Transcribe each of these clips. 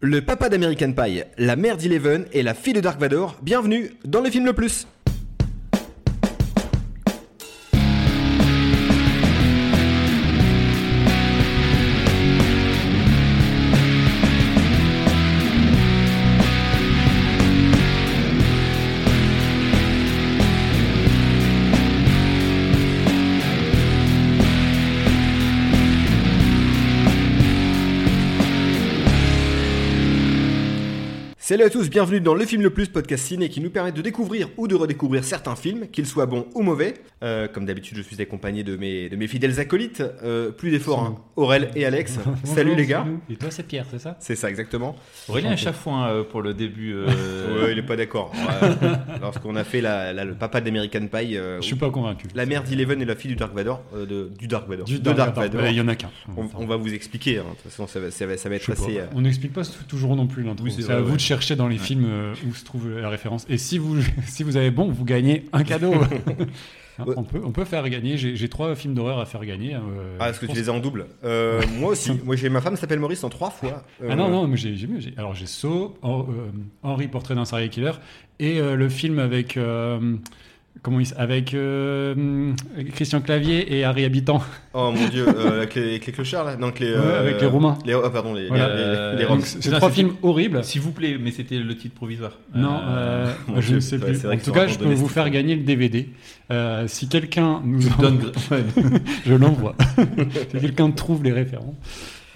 Le papa d'American Pie, la mère d'Eleven et la fille de Dark Vador, bienvenue dans le film le plus. Salut à tous, bienvenue dans Le Film Le Plus, podcast ciné qui nous permet de découvrir ou de redécouvrir certains films, qu'ils soient bons ou mauvais. Euh, comme d'habitude, je suis accompagné de mes, de mes fidèles acolytes. Euh, plus d'efforts, hein. Aurel et Alex. Bonjour, Salut les c'est gars. nous. Et toi, c'est Pierre, c'est ça C'est ça, exactement. Aurélien Chafouin euh, pour le début. euh, Ouais, il est pas d'accord. Ouais, Lorsqu'on a fait la, la- le papa d'American Pie, euh, Je suis pas convaincu. la mère d'Eleven et la fille du Dark Vador, euh, de, du Dark Vador, Du de Dark Vador. Vador. Ouais, Il y en a qu'un. On, on va vous expliquer, hein. de toute façon ça va, ça va- ça va être Je sais assez... pas. euh, On n'explique pas tout- toujours non plus l'intro. Oui, c'est c'est vrai, à vous ouais. de chercher dans les films euh, où se trouve la référence. Et si vous, si vous avez bon, vous gagnez un cadeau. Hein, Ouais. on, peut, on peut faire gagner. J'ai j'ai trois films d'horreur à faire gagner. euh, Ah, est-ce que je tu pense- les as en double Euh, Moi aussi. Moi, j'ai ma femme s'appelle Maurice en trois fois. Euh, Ah non, non, mais j'ai j'ai mieux. j'ai- Alors j'ai Saw, Hen- euh, Henri, Portrait d'un serial killer, et euh, le film avec. euh, Comment il s- avec euh, Christian Clavier et Harry Habitant Oh mon dieu, euh, avec, les, avec les clochards là Non, avec les. Ouais, avec les Roumains. Les, ah, pardon, les, Voilà. les- les- les- les Euh, Roms. Donc, Bah C'est Non, trois c'est- films horribles. Bah, S'il vous plaît, mais c'était le titre provisoire. Non, Euh, euh, Euh, mon je Dieu, ne sais ouais, plus. c'est vrai En que tout c'est cas, vraiment je peux vous domestique. faire gagner le DVD. Euh, si quelqu'un nous me en- donnes je l'envoie. si quelqu'un trouve les références.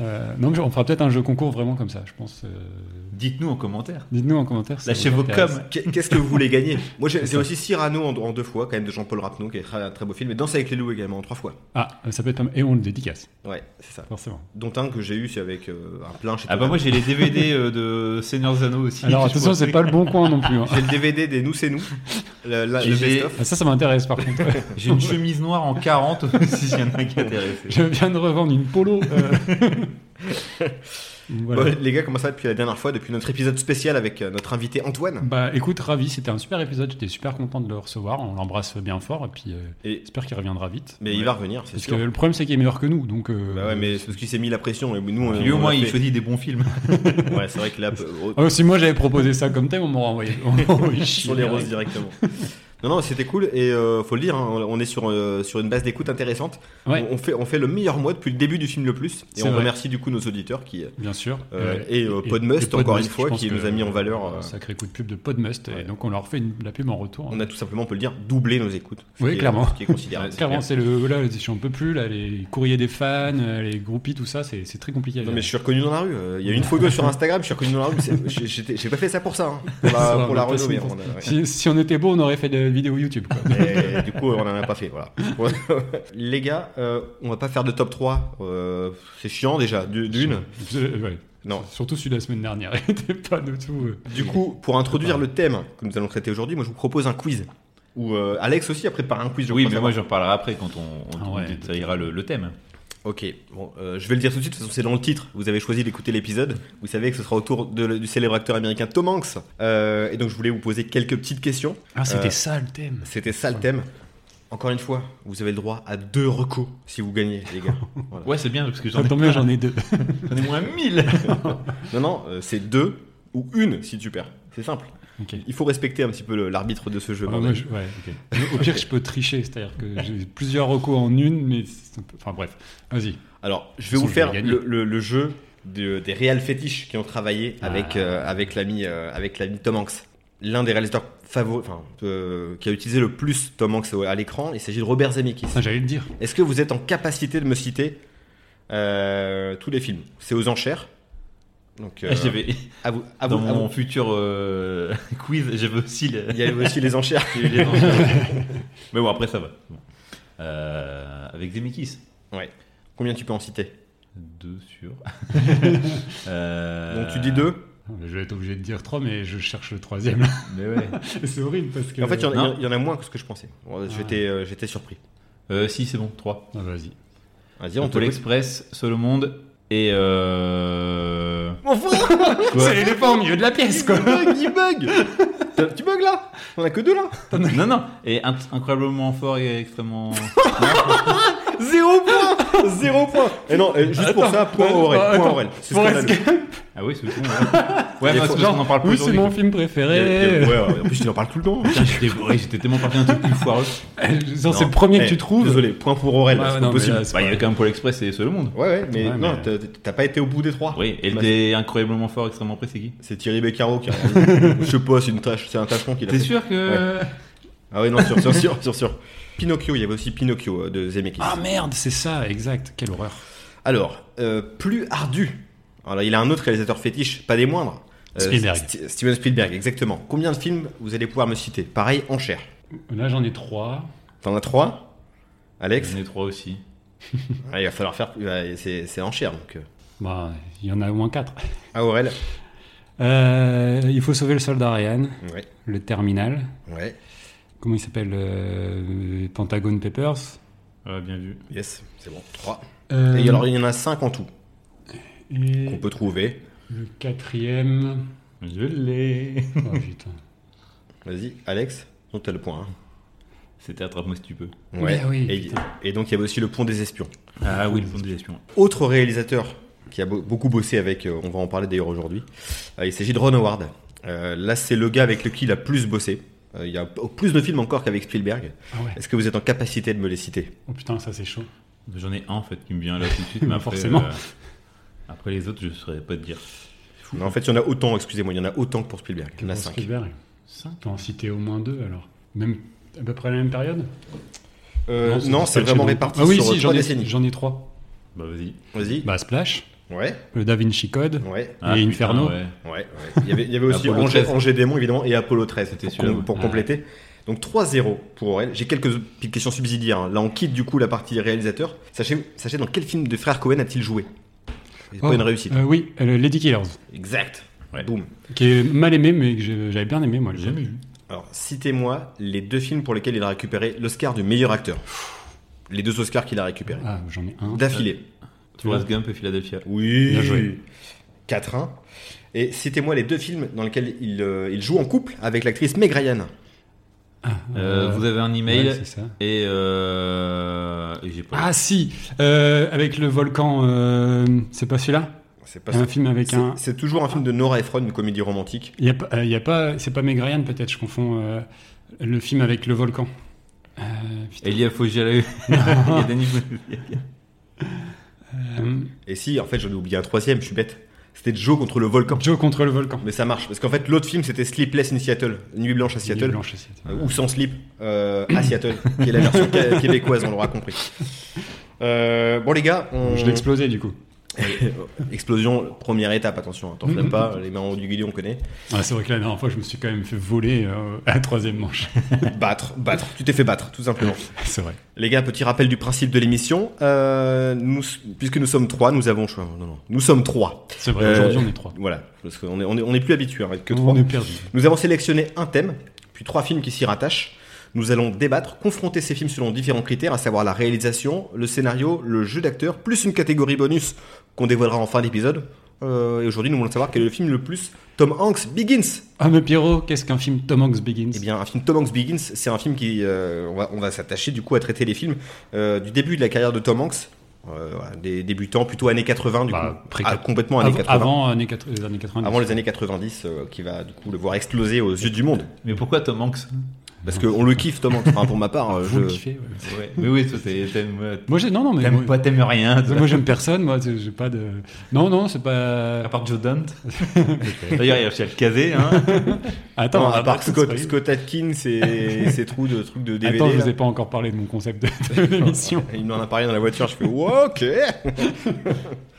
Euh, non, mais on fera peut-être un jeu concours vraiment comme ça, je pense. euh, Dites-nous en commentaire. Dites-nous en commentaire. si ça Lâchez vous vos intéresse. coms. Qu'est- Qu'est-ce que vous voulez gagner Moi, j'ai j'ai aussi Cyrano en, en deux fois, quand même, de Jean-Paul Rapneau, qui est très- un très beau film, et Danse avec les loups également en trois fois. Ah, ça peut être pas mal. Et on le dédicace, Ouais, c'est ça. forcément. Dont un que j'ai eu, c'est avec euh, un plein chez Ah bah Total. moi j'ai les DVD euh, de Seigneur Zano aussi. Alors attention, c'est pas le bon coin non plus. hein. J'ai le DVD des Nous, c'est nous. Le, la- J'ai- le j'ai- best-of. Ah, ça, ça m'intéresse par contre. J'ai une chemise noire en 40 si y en a qui est intéressé. je viens de revendre une polo. euh. voilà. Bon, les gars, comment ça depuis la dernière fois, depuis notre épisode spécial avec euh, notre invité Antoine Bah écoute, ravi, c'était un super épisode, j'étais super content de le recevoir, on l'embrasse bien fort et puis euh, Et- j'espère qu'il reviendra vite. Mais il va revenir, c'est Parce sûr. que le problème c'est qu'il est meilleur que nous, donc... euh, Bah ouais, mais c'est parce qu'il s'est mis la pression. Et nous, on, Lui au on moins l'a il fait. choisit des bons films. Ouais, c'est vrai que là, euh, peu- Ah, si moi j'avais proposé ça comme thème, on m'aurait envoyé, on m'aurait envoyé chier. sur les roses directement. Non, non, c'était cool et euh, faut le dire, hein, on on est sur, euh, sur une base d'écoute intéressante. Ouais. On, on fait, on fait le meilleur mois depuis le début du film le plus et C'est on vrai. remercie du coup nos auditeurs qui. euh, Bien sûr. et, euh, Podmust, et encore Podmust, une fois, je pense qui que, nous a mis en valeur, euh, euh, Sacré coup de pub de Podmust, ouais. et donc on leur fait une- la pub en retour. On a tout simplement, on peut le dire, doublé nos écoutes. ce Oui, qui est- clairement. ce qui est considérable. Clairement, c'est le. Là, je n'en peux plus, là, les courriers des fans, euh, les groupies, tout ça, c'est c'est très compliqué. à Non gérer. mais je suis reconnu dans la rue. euh, Il y a une photo sur Instagram, je suis reconnu dans la rue. c'est- j'ai- j'étais- J'ai pas fait ça pour ça, hein, pour Ça, la, on pour la a pas renommer. signé on a- ouais. si, si on était beau, on aurait fait de la vidéo YouTube. quoi. Et du coup, on en a pas fait, voilà. Les gars, euh, on va pas faire de top 3. euh, c'est chiant déjà, du- d'une. Euh, ouais. Non, Surtout celui de la semaine dernière, il était pas du tout. euh, Du coup, pour introduire le thème que nous allons traiter aujourd'hui, moi je vous propose un quiz. Où euh, Alex aussi a préparé un quiz. je Oui crois mais moi savoir. j'en parlerai après quand on, on, Ah on ouais. détaillera le, le thème. Ok, bon, euh, je vais le dire tout de suite, de toute façon c'est dans le titre. Vous avez choisi d'écouter l'épisode. Vous savez que ce sera autour de- du célèbre acteur américain Tom Hanks. Euh, et donc je voulais vous poser quelques petites questions. Ah, c'était ça le thème. C'était ça le thème. Encore une fois, vous avez le droit à deux recours si vous gagnez, les gars. Voilà. Ouais c'est bien parce que j'en Ça ai, tombe bien, Ah, j'en ai deux. j'en ai moins 1000. Non, non, euh, c'est deux ou une si tu perds. C'est simple. Ok. Il faut respecter un petit peu le- l'arbitre de ce jeu. Ah, bordel. moi, je- ouais, ok. Au pire, je peux tricher, c'est-à-dire que j'ai plusieurs recours en une, mais. c'est un peu- Enfin bref, vas-y. Alors, je De vais toute vous façon, je faire vais gagner. le, le- le jeu de- des réels fétiches qui ont travaillé Ah. avec, euh, avec l'ami euh, avec l'ami Tom Hanks. L'un des réalisateurs favoris, enfin, euh, qui a utilisé le plus Tom Hanks à l'écran, il s'agit de Robert Zemeckis. Ah, J'allais le dire. Est-ce que vous êtes en capacité de me citer euh, tous les films C'est aux enchères. Donc, Ah, euh, Ah, J'avais- Ah, à vous, à Dans vous- à mon vous. futur euh, quiz j'avais aussi le, Il y a aussi les enchères. J'ai eu les enchères. Mais bon, après ça va. Bon. Euh, avec Zemeckis. Ouais. Combien tu peux en citer 2 sur. Euh, Donc tu dis deux. Ah, Je vais être obligé de dire trois, mais je cherche le troisième. Mais ouais. c'est horrible parce que. Hein En fait, il y, en a- non. il y en a moins que ce que je pensais. Bon, J'étais euh, j'étais surpris. Euh, si, c'est bon, 3. Ah, vas-y. Vas-y, on te l'écoute. Express, Seul Monde et. Euh... Quoi C'est l'éléphant au milieu de la pièce, quoi. Il bug, il bug Tu bugs là On a que deux là non, non, et in- incroyablement fort et extrêmement. Zéro point Zéro point Et non, euh, juste pour Attends, ça, point euh, Aurel. euh, Point attends, Aurel. C'est Forrest scandaleux. Ah oui, c'est bon. Ouais, ouais Des mais fois, c'est genre, on en parle plus Oui, c'est aujourd'hui, mon quoi. film Il y a- il y a- préféré. Ouais, ouais, En plus, il en parle tout le temps. Putain, j'étais ouais, j'étais tellement parti d'un truc plus foireux. Genre, c'est Non. le premier Eh, que tu trouves. Désolé, point pour Aurel, Ouais, ouais, c'est non, pas mais possible. là, c'est Bah, il y pas- avait quand même Pôle Express et Seul Monde. Ouais, ouais, mais Ouais, non, mais- t'as- t'as pas été au bout des trois. Oui, et Bah, le t'es incroyablement fort, extrêmement près, c'est qui C'est Thierry Beccaro qui a. Je sais pas, c'est une tâche, c'est un tâcheron qui l'a T'es fait. sûr que. Ah ouais, non, sûr, sûr, sûr, sûr, sûr. Pinocchio, il y avait aussi Pinocchio euh, de Zemeckis. Ah merde, c'est ça, exact. Quelle horreur. Alors, euh, plus ardu. Alors, il a un autre réalisateur fétiche, pas des moindres. Euh, Spielberg. St- Steven Spielberg, exactement. Combien de films vous allez pouvoir me citer Pareil, en chair. Là, j'en ai trois. T'en as trois Alex Mhm. J'en ai trois aussi. Ah, Il va falloir faire. ouais, C'est c'est en chair donc. Bah, il y en a au moins quatre. Ah, Aurel Euh, il faut sauver le soldat Ryan, Ouais. le terminal. Ouais. Comment il s'appelle euh, Pentagon Papers. Ouais, bien vu. Yes, c'est bon. Trois. Euh, Et alors, il y en a cinq en tout et qu'on peut trouver. le quatrième. Je l'ai. Oh, putain. Vas-y, Alex. Donc, t'as le point. hein. C'était Attrape-moi si tu peux. Ouais. Mais Eh ben oui, et, putain. et donc, il y avait aussi Le Pont des Espions. Ah oui, le fond de gestion. Autre réalisateur qui a beau- beaucoup bossé avec, euh, on va en parler d'ailleurs aujourd'hui, euh, il s'agit de Ron Howard. Euh, là, c'est le gars avec lequel il a plus bossé. Euh, il y a p- plus de films encore qu'avec Spielberg. Ah ouais. Est-ce que vous êtes en capacité de me les citer Oh putain, ça c'est chaud. J'en ai un en fait qui me vient là tout de suite, mais Bah, après, forcément. euh, après les autres, je saurais pas te dire. Non, En fait, il y en a autant, excusez-moi, il y en a autant que pour Spielberg. Il y en a Pour cinq. Spielberg. 5 T'en en citer au moins deux alors. Même à peu près à la même période Euh, non, pas c'est le vraiment chef-d'œuvre. réparti Ah oui, sur euh, si, trois j'en ai- décennies. J'en ai trois. Bah vas-y. Vas-y. Bah, Splash, Ouais, le Da Vinci Code. ouais, Et Inferno. Ah, ouais. ouais, ouais. Il y avait, il y avait aussi Apollo Angers, 13. Angers Démon, évidemment, et Apollo 13, C'était pour, celui-là, com- ouais. pour Ah. compléter. Donc 3-0 pour Aurel. J'ai quelques petites questions subsidiaires. hein. Là, on quitte du coup la partie réalisateur. Sachez, sachez dans quel film de frère Cohen a-t-il joué C'est Oh, pas une réussite. euh, Oui, euh, Lady Killers. Exact. Ouais. Boum. Qui est mal aimé, mais que j'ai- j'avais bien aimé, moi. le J'ai jeu. jamais vu. Alors, citez-moi les deux films pour lesquels il a récupéré l'Oscar du meilleur acteur. Les deux Oscars qu'il a récupérés. Ah, j'en ai un. D'affilée. Forrest Gump et Philadelphia. Euh, Oui. Bien joué. 4-1. Et citez-moi les deux films dans lesquels il, euh, il joue en couple avec l'actrice Meg Ryan. Euh, vous avez un ouais, email c'est ça. et euh... et j'ai pas. Ah si, euh, avec le volcan, euh, c'est pas celui-là C'est pas Un film avec C'est- un... C'est toujours un film de Nora Ephron, une comédie romantique. Il y a, pas- euh, y a pas... C'est pas Meg Ryan, peut-être, je confonds euh, le film avec le volcan. Euh, putain. Elia Foggiala. Il y a Danny Boone. Euh, Et si, en fait, j'en ai oublié un troisième, je suis bête. C'était Joe contre le volcan. Joe contre le volcan. Mais ça marche, parce qu'en fait, l'autre film, c'était Sleepless in Seattle, Nuit blanche à Il est Seattle. blanche, c'est Seattle. euh, ou sans slip euh, à Seattle, qui est la version qué- québécoise, on l'aura compris. Euh, bon les gars, on... Je l'ai explosé, du coup. explosion, première étape, attention, hein, t'enflamme pas, les mains en haut du guidon, on connaît. Ah, c'est vrai que la dernière fois, je me suis quand même fait voler euh, à la troisième manche. Battre, battre, tu t'es fait battre, tout simplement. c'est vrai. Les gars, petit rappel du principe de l'émission. Euh, nous, puisque nous sommes trois, nous avons. Non, non, nous sommes trois. C'est vrai, Euh, aujourd'hui, on est trois. Voilà, parce qu'on est, on est, on est plus habitué à être que trois. on est perdu. Nous avons sélectionné un thème, puis trois films qui s'y rattachent. Nous allons débattre, confronter ces films selon différents critères, à savoir la réalisation, le scénario, le jeu d'acteur, plus une catégorie bonus qu'on dévoilera en fin d'épisode. Euh, et aujourd'hui, nous voulons savoir quel est le film le plus Tom Hanks Begins. Ah, mais Pierrot, qu'est-ce qu'un film Tom Hanks Begins Eh bien, un film Tom Hanks Begins, c'est un film qui, euh, on va, on va s'attacher du coup à traiter les films euh, du début de la carrière de Tom Hanks, euh, voilà, des débutants plutôt années 80 du Bah, coup, pré- Ah, complètement années Av- 80, avant, Avant années quatre- les années 90. les années 90, euh, qui va du coup le voir exploser aux yeux du monde. Mais pourquoi Tom Hanks Parce qu'on le kiffe, Tom Hanks. Enfin, pour ma part, euh, Vous le je- kiffez, ouais. ouais. Mais oui, toi, t'es- t'aimes euh, Moi, j'ai... Non, non, mais... t'aimes moi- pas, t'aimes rien. toi. Moi, j'aime personne, moi, c'est- j'ai pas de. Non, non, c'est À pas. part Joe Dante. D'ailleurs, il y a Rachel Casey. Hein. Attends, Non, à ah, part attends, c'est Scott, pas- Scott Atkins et ses trous de trucs de DVD. Attends, je vous là. ai pas encore parlé de mon concept de, de l'émission. Il m'en a parlé dans la voiture, je fais Ouais, ok. Euh,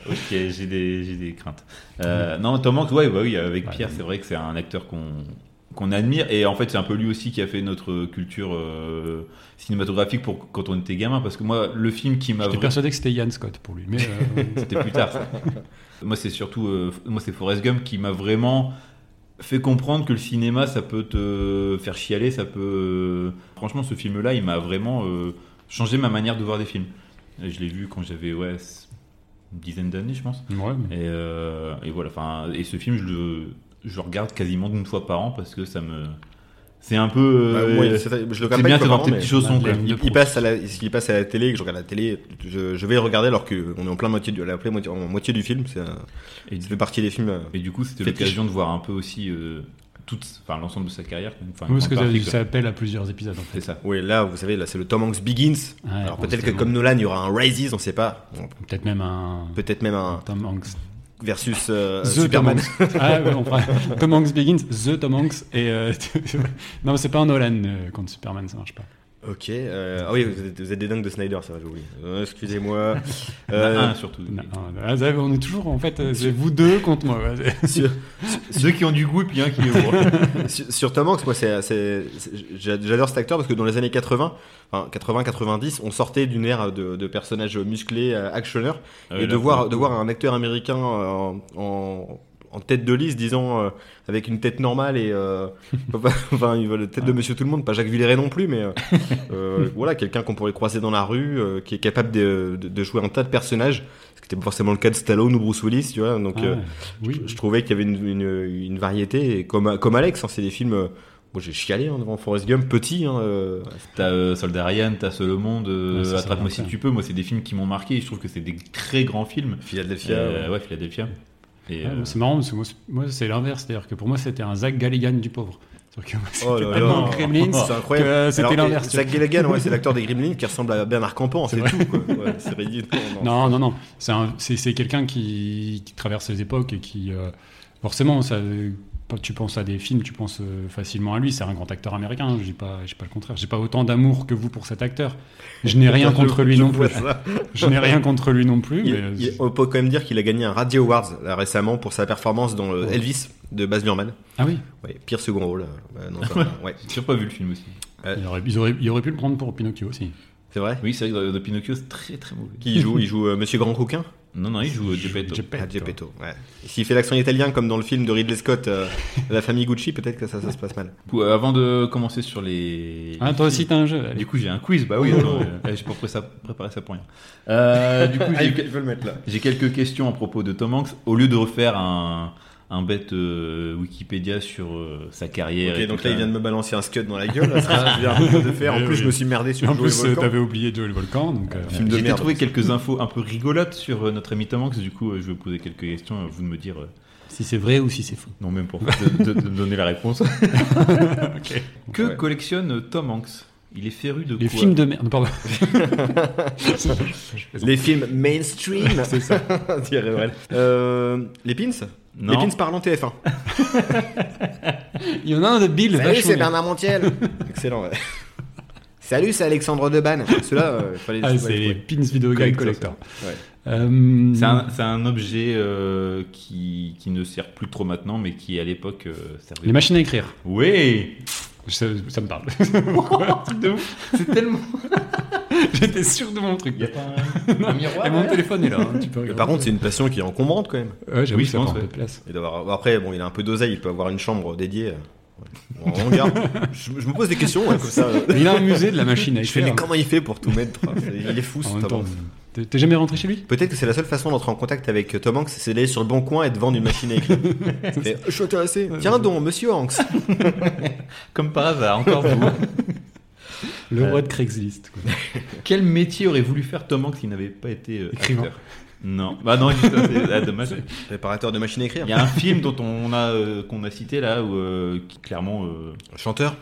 Ok, j'ai des, j'ai des craintes. Euh, non, Tom Hanks, ouais, bah oui, avec Pierre, c'est vrai que c'est un acteur qu'on qu'on admire et en fait c'est un peu lui aussi qui a fait notre culture euh, cinématographique pour quand on était gamin parce que moi le film qui m'a J'étais vraiment- persuadé que c'était Yann Scott pour lui, mais euh, c'était plus tard ça. moi c'est surtout euh, moi c'est Forrest Gump qui m'a vraiment fait comprendre que le cinéma ça peut te faire chialer ça peut euh, franchement ce film là il m'a vraiment euh, changé ma manière de voir des films Et je l'ai vu quand j'avais ouais une dizaine d'années je pense ouais, mais- et, euh, et voilà, enfin, et ce film, je le, je le regarde quasiment d'une fois par an parce que ça me, C'est un peu. Bah, euh, moi, c'est- je le c'est regarde pas bien avec d'avoir tes mes petits parents, chaussons. mais quoi. il, il passe à la, il passe à la télé, que je regarde la télé, je, je vais regarder alors qu'on est en plein moitié du, la pleine moitié, en moitié du film. C'est, euh, Et ça du- fait partie des films. euh, Et du coup, c'était Fétiche. l'occasion de voir un peu aussi euh, toute, enfin l'ensemble de sa carrière. quand même. Enfin, Oui, parce en que ça, partie, quoi. ça appelle à plusieurs épisodes en c'est fait. ça. Oui, là, vous savez, là, c'est le Tom Hanks Begins. Ouais, Alors bon, peut-être que c'est comme Nolan, il y aura un Rises, on sait pas. Bon, bon. Peut-être même un. Peut-être même un Tom Hanks. versus euh, The Superman. Tom Hanks. Ah, ouais, on fera- Tom Hanks Begins, The Tom Hanks. Et, euh, non, c'est pas un Nolan euh, contre Superman, ça marche pas. Ok. euh, ah oui, vous êtes, vous êtes des dingues de Snyder, ça va, j'ai oublié. Euh, Excusez-moi. Un Euh, surtout. Non, non, ah, ça, on est toujours en fait, euh, c'est vous deux contre moi. ouais. sur, Deux qui ont du goût et puis un qui est lourd. sur- sur Tom Hanks, moi, c'est, c'est- c'est- j'a- j'adore cet acteur parce que dans les années 80, enfin 80-90, on sortait d'une ère de, de personnages musclés, euh, actionneurs, Ah et ouais, de là, voir, pour- de voir un acteur américain euh, en, en- en tête de liste, disons, euh, avec une tête normale et euh, pas- enfin, il veut la tête Ah. de Monsieur Tout le Monde, pas Jacques Villeray non plus, mais euh, euh, voilà, quelqu'un qu'on pourrait croiser dans la rue, euh, qui est capable de, de- de jouer un tas de personnages, ce qui n'était pas forcément le cas de Stallone ou Bruce Willis, tu vois, donc. Ah, euh, oui. je trouvais qu'il y avait une, une- une variété, et comme, comme Alex, hein, c'est des films. euh, Moi j'ai chialé hein, devant Forrest Gump, petit. hein, euh, T'as euh, Soldat Ryan, t'as Seul le Monde, euh, Ouais, ça, ça Attrape-moi va si faire. tu peux. Moi, c'est des films qui m'ont marqué. et Je trouve que c'est des très grands films. Philadelphia. Euh, ouais. ouais, Philadelphia. Et, Ah, euh, mais c'est marrant parce que moi, c'est- moi, c'est l'inverse, c'est-à-dire que pour moi c'était un Zach Galligan du pauvre. C'est-à-dire que moi, Oh c'était là tellement là. Gremlins C'est incroyable. que Alors, c'était et l'inverse. tu vois. Zach Galligan, ouais, c'est l'acteur des Gremlins qui ressemble à Bernard Campan, c'est tout. quoi. Ouais, c'est ridicule. Non, non. Non, non, non. C'est un- C'est c'est quelqu'un qui, qui traverse les époques et qui, euh, forcément, ça, euh, quand tu penses à des films, tu penses euh, facilement à lui. C'est un grand acteur américain. Je dis pas, je dis pas le contraire. J'ai pas autant d'amour que vous pour cet acteur. Je n'ai rien Je- contre lui je non vois plus. ça. Je n'ai rien contre lui non plus. Il- mais, il- on peut quand même dire qu'il a gagné un Radio Awards là, récemment pour sa performance dans euh, Oh. Elvis de Baz Luhrmann. Ah oui. Ouais, pire second rôle. euh, euh, dans un- ouais. J'ai toujours pas vu le film aussi. Il aurait, ils auraient- il aurait pu le prendre pour Pinocchio aussi. C'est vrai Oui, c'est vrai que dans- dans Pinocchio, c'est très très mauvais. Qui joue Il joue euh, Monsieur Grand Coquin Non, non, il joue euh, Geppetto. Geppetto. Ah, Geppetto, ouais. Et S'il fait l'accent italien comme dans le film de Ridley Scott, euh, La famille Gucci, peut-être que ça, ça se passe mal. Du coup, euh, Avant de commencer sur les. Ah, toi aussi t'as Oh. un jeu. allez. Du coup, j'ai un quiz. Bah oui, attends, euh, j'ai pas préparé ça, préparé ça pour rien. Euh, du coup, j'ai le mettre là. J'ai quelques questions à propos de Tom Hanks. Au lieu de refaire un, un bête euh, Wikipédia sur euh, sa carrière. Ok, et donc tout là, il ça. vient de me balancer un scud dans la gueule. là, c'est ce que je viens de faire. En Ah. Oui, plus, oui. je me suis merdé sur en le plus, jeu. euh, t'avais oublié Joe le volcan. Donc, euh, Film de J'ai merde. trouvé quelques infos un peu rigolotes sur euh, notre ami Tom Hanks. Du coup, euh, je vais vous poser quelques questions. euh, Vous de me dire euh, si c'est vrai ou si c'est faux. non, même pour de, de- de me donner la réponse. Que Ouais. collectionne euh, Tom Hanks Il est féru de Les quoi films de merde. Pardon. Les films mainstream. C'est ça. Dirait Aurel. Euh, les pins Les Non. pins parlant TF1. Il y en a un de Bill. Salut, vachement Bah c'est bien. Bernard Montiel. Excellent, ouais. Salut, c'est Alexandre Deban. Ceux-là, euh, fallait Ah, fallait c'est les les trouver. pins vidéo game Collector, collector. ça. Ouais. Euh, C'est un, c'est un objet euh, qui, qui ne sert plus trop maintenant, mais qui à l'époque euh, servait. Les machines à écrire. Oui Ça, ça me parle. Truc de ouf. C'est tellement. J'étais sûr de mon truc. Il y a pas un, un miroir Et mon derrière téléphone est là. hein, tu peux Mais regarder. par contre, c'est une passion qui est encombrante quand même. Ouais, j'avoue, Oui, ça je pense, prend un peu ouais. de place. Et d'avoir- Après, bon, il a un peu d'oseille, il peut avoir une chambre dédiée. euh, ouais. On regarde. je, je me pose des questions ouais, comme ça. euh. Il a un musée de la machine à Je fais, mais écrire. comment il fait pour tout mettre C'est- Il est fou, En ce même Tom temps, Hanks. t'es- t'es jamais rentré chez lui Peut-être que c'est la seule façon d'entrer en contact avec Tom Hanks, c'est d'aller sur le bon coin et de vendre une machine à écrire. C'est, je suis intéressé. Tiens donc, monsieur Hanks. Comme par hasard, encore vous. Le Euh, roi de Craigslist. quoi. Quel métier aurait voulu faire Tom Hanks s'il n'avait pas été euh, Écrivain. acteur Non. Bah non, juste, c'est ah, dommage. Préparateur de machine à écrire. Il y a un film dont on a euh, qu'on a cité là où euh, qui, clairement euh, Chanteur,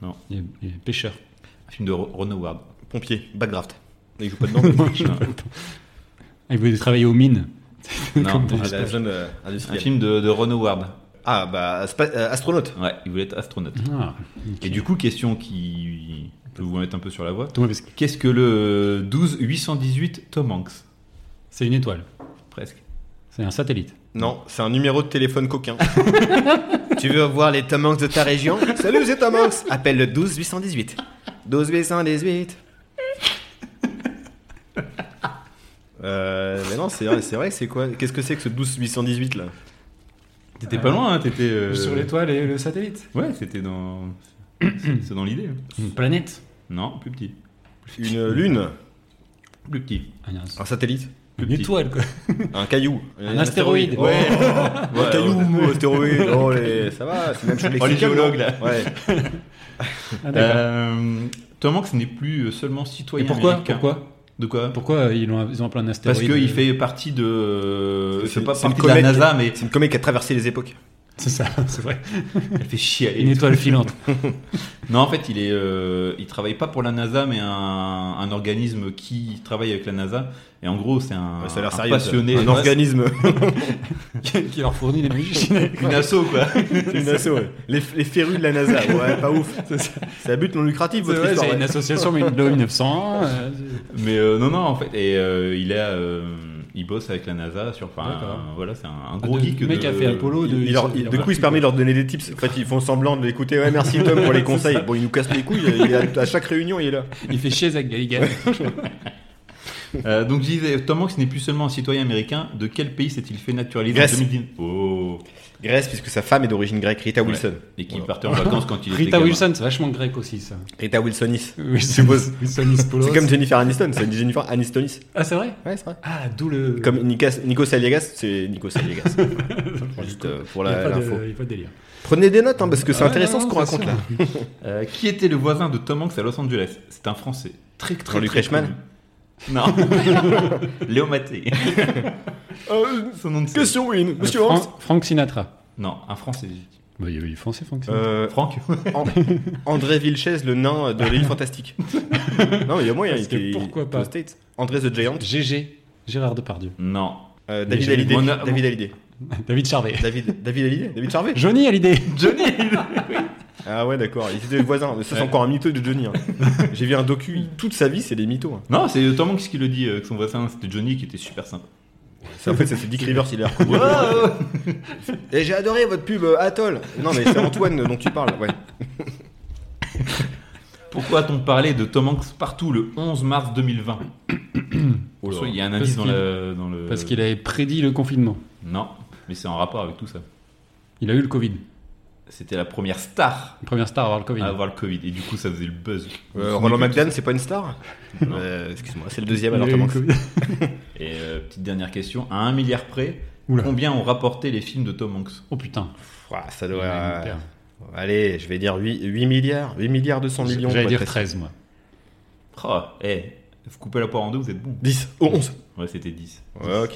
Il est- il est pêcheur. un film de Ro- Ron Howard. pompier, backdraft. Il joue pas dedans. Ah, Il voulait travailler aux mines. Non, Comme dans Ah, l'espace. la jeune euh, un industrielle. film de, de Ron Howard. Ah, bah, spa- euh, astronaute. Ouais, il voulait être astronaute. Ah, Et du coup, question qui peut vous mettre un peu sur la voie. Thomas Pesquet. Qu'est-ce que le 12 818 Tom Hanks C'est une étoile. Presque. C'est un satellite. Non, c'est un numéro de téléphone coquin. tu veux voir les Tom Hanks de ta région Salut, c'est Tom Hanks. Appelle le 12 818. 12 818. Euh, mais non, c'est c'est vrai, c'est quoi Qu'est-ce que c'est que ce 12 818 là T'étais pas loin, hein, t'étais. euh, l'étoile et le satellite. Ouais, c'était dans. C'est c'est dans l'idée. hein. Une planète. Non, plus petit. Une lune Plus petit. Ah, il y a un- Un satellite plus Une petit. étoile, quoi. Un caillou. Un astéroïde. Ouais. Ouais, un caillou, ouais. un astéroïde. Oh, les... ça va, c'est même chez Oh, les géologues, là. Ouais. Ah, d'accord. Euh, Tom Hanks n'est plus euh, seulement Et citoyen pourquoi américain. Pourquoi De quoi hein. Pourquoi euh, ils ont, ils ont appelé un Parce astéroïde qu'il euh, fait partie de. C'est- C'est pas c'est une partie de la comète. NASA, mais C'est une comédie qui a traversé les époques. C'est ça, c'est vrai. elle fait chialer. Une étoile filante. Non, en fait, il est, euh, il travaille pas pour la NASA, mais un, un organisme qui travaille avec la NASA. Et en gros, c'est un, Ouais, ça a l'air un sérieux. ça. passionné, Un Ouais, organisme. qui leur fournit les machines. c'est une asso quoi. une asso, ouais. Les, les férus de la NASA. Ouais, pas ouf. C'est ça. C'est à but non lucratif, votre Ouais, histoire. C'est ouais. une association, mais une loi 1900. euh, mais euh, non, non, en fait, et euh, il est, euh, il bosse avec la NASA sur. Enfin, D'accord. Ah, un- voilà, c'est un, un gros de- geek. le mec de- a fait Apollo, il- de- Il leur- il- du coup, il se permet de leur donner des tips. En fait, ils font semblant de l'écouter. Ouais, merci Tom pour les conseils. Bon, il nous casse les couilles. Il est à, à chaque réunion, il est là. Il fait chier Zach Galligan. Euh, donc, je disais, Tom Hanks n'est plus seulement un citoyen américain. De quel pays s'est-il fait naturaliser Grèce. en 2010 Oh. Grèce, puisque sa femme est d'origine grecque, Rita Wilson. Et qui Voilà. partait en vacances quand il était Rita gamin. Wilson, c'est vachement grec aussi, ça. Rita Wilsonis. Wilson, Wilson Ispoulos. C'est comme Jennifer Aniston. C'est Jennifer Anistonis. Ah, c'est vrai Ouais, c'est vrai. Ah, d'où le. Comme Nicas- Nico Saliagas, c'est Nico Saliagas. Juste euh, pour il n'y a, la- pas l'info. de- il y a pas de délire. Prenez des notes, hein, parce que c'est Ah, intéressant non, ce non, qu'on c'est raconte là. Euh, qui était le voisin de Tom Hanks à Los Angeles C'est un Français. Très, très, Jean-Luc très Reichmann connu. Non. Léo Maté. Son nom de scène. win, Euh, Fran- Frank Sinatra. Non, un Français. j'ai dit. Bah, il est français, Frank Sinatra. Euh, Franck An- André Vilches, le nain de l'île fantastique. non, il y a moyen, il Parce que était pourquoi il était pas. aux States. André the Giant, GG. Gérard Depardieu. Non. euh, Mais David j'ai- Hallyday, mon- David Hallyday, David Charvet. David, David Hallyday, David Charvet. Johnny Hallyday. Johnny Ah ouais, d'accord, ils étaient voisins. Ça, c'est Ouais. encore un mytho de Johnny. hein. J'ai vu un docu, il- toute sa vie, c'est des mythos. hein. Non, c'est Tom Hanks qui le dit, euh, que son voisin c'était Johnny qui était super sympa. Ça, en fait, ça c'est Dick Rivers, il a reconnu. Wow Et j'ai adoré votre pub euh, Atoll. Non, mais c'est Antoine dont tu parles, ouais. Pourquoi a-t-on parlé de Tom Hanks partout le 11 mars 2020 Soit Il y a un indice Parce qu'il- dans le, dans le- Parce qu'il avait prédit le confinement. Non, mais c'est en rapport avec tout ça. Il a eu le Covid. C'était la première star La première star à avoir le Covid. à avoir le Covid et du coup ça faisait le buzz. Euh, Roland McDan, c'est pas une star Non. Euh, Excuse-moi, c'est le deuxième Il alors a eu Tom le Hanks. Covid. Et euh, petite dernière question, à 1 milliard près, Oula. combien ont rapporté les films de Tom Hanks Oh putain. Ouah, Ça Il doit. euh, a eu le père. Allez, je vais dire 8, 8 milliards, 8 milliards 200 millions. J'allais pour dire être 13, moi. Oh, eh, vous coupez la poire en deux, vous êtes bon. 10 ou 11. Ouais, c'était 10. oh, Ouais, ok.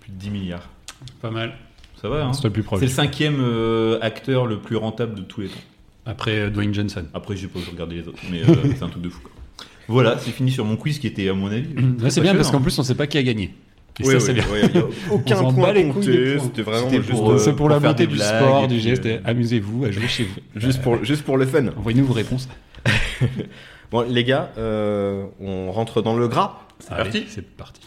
Plus de 10 milliards. Pas mal. Ça va, hein C'est le plus proche. C'est le cinquième euh, acteur le plus rentable de tous les temps. Après euh, Dwayne Johnson. Après, j'ai pas regardé les autres, mais euh, c'est un truc de fou. quoi. Voilà, c'est fini sur mon quiz qui était, à mon avis. Là, c'est bien parce qu'en passionnant. plus, on sait pas qui a gagné. Oui, Et ça, oui, c'est bien. oui, il y a aucun On s'en bat point les couilles des compté. points. C'était vraiment C'était juste pour, euh, c'est pour la faire beauté des du blagues, sport, et du puis, geste. euh, Amusez-vous à jouer chez vous. juste, pour, juste pour le fun. Envoyez-nous vos réponses. Bon, les gars, euh, on rentre dans le gras. C'est parti C'est parti.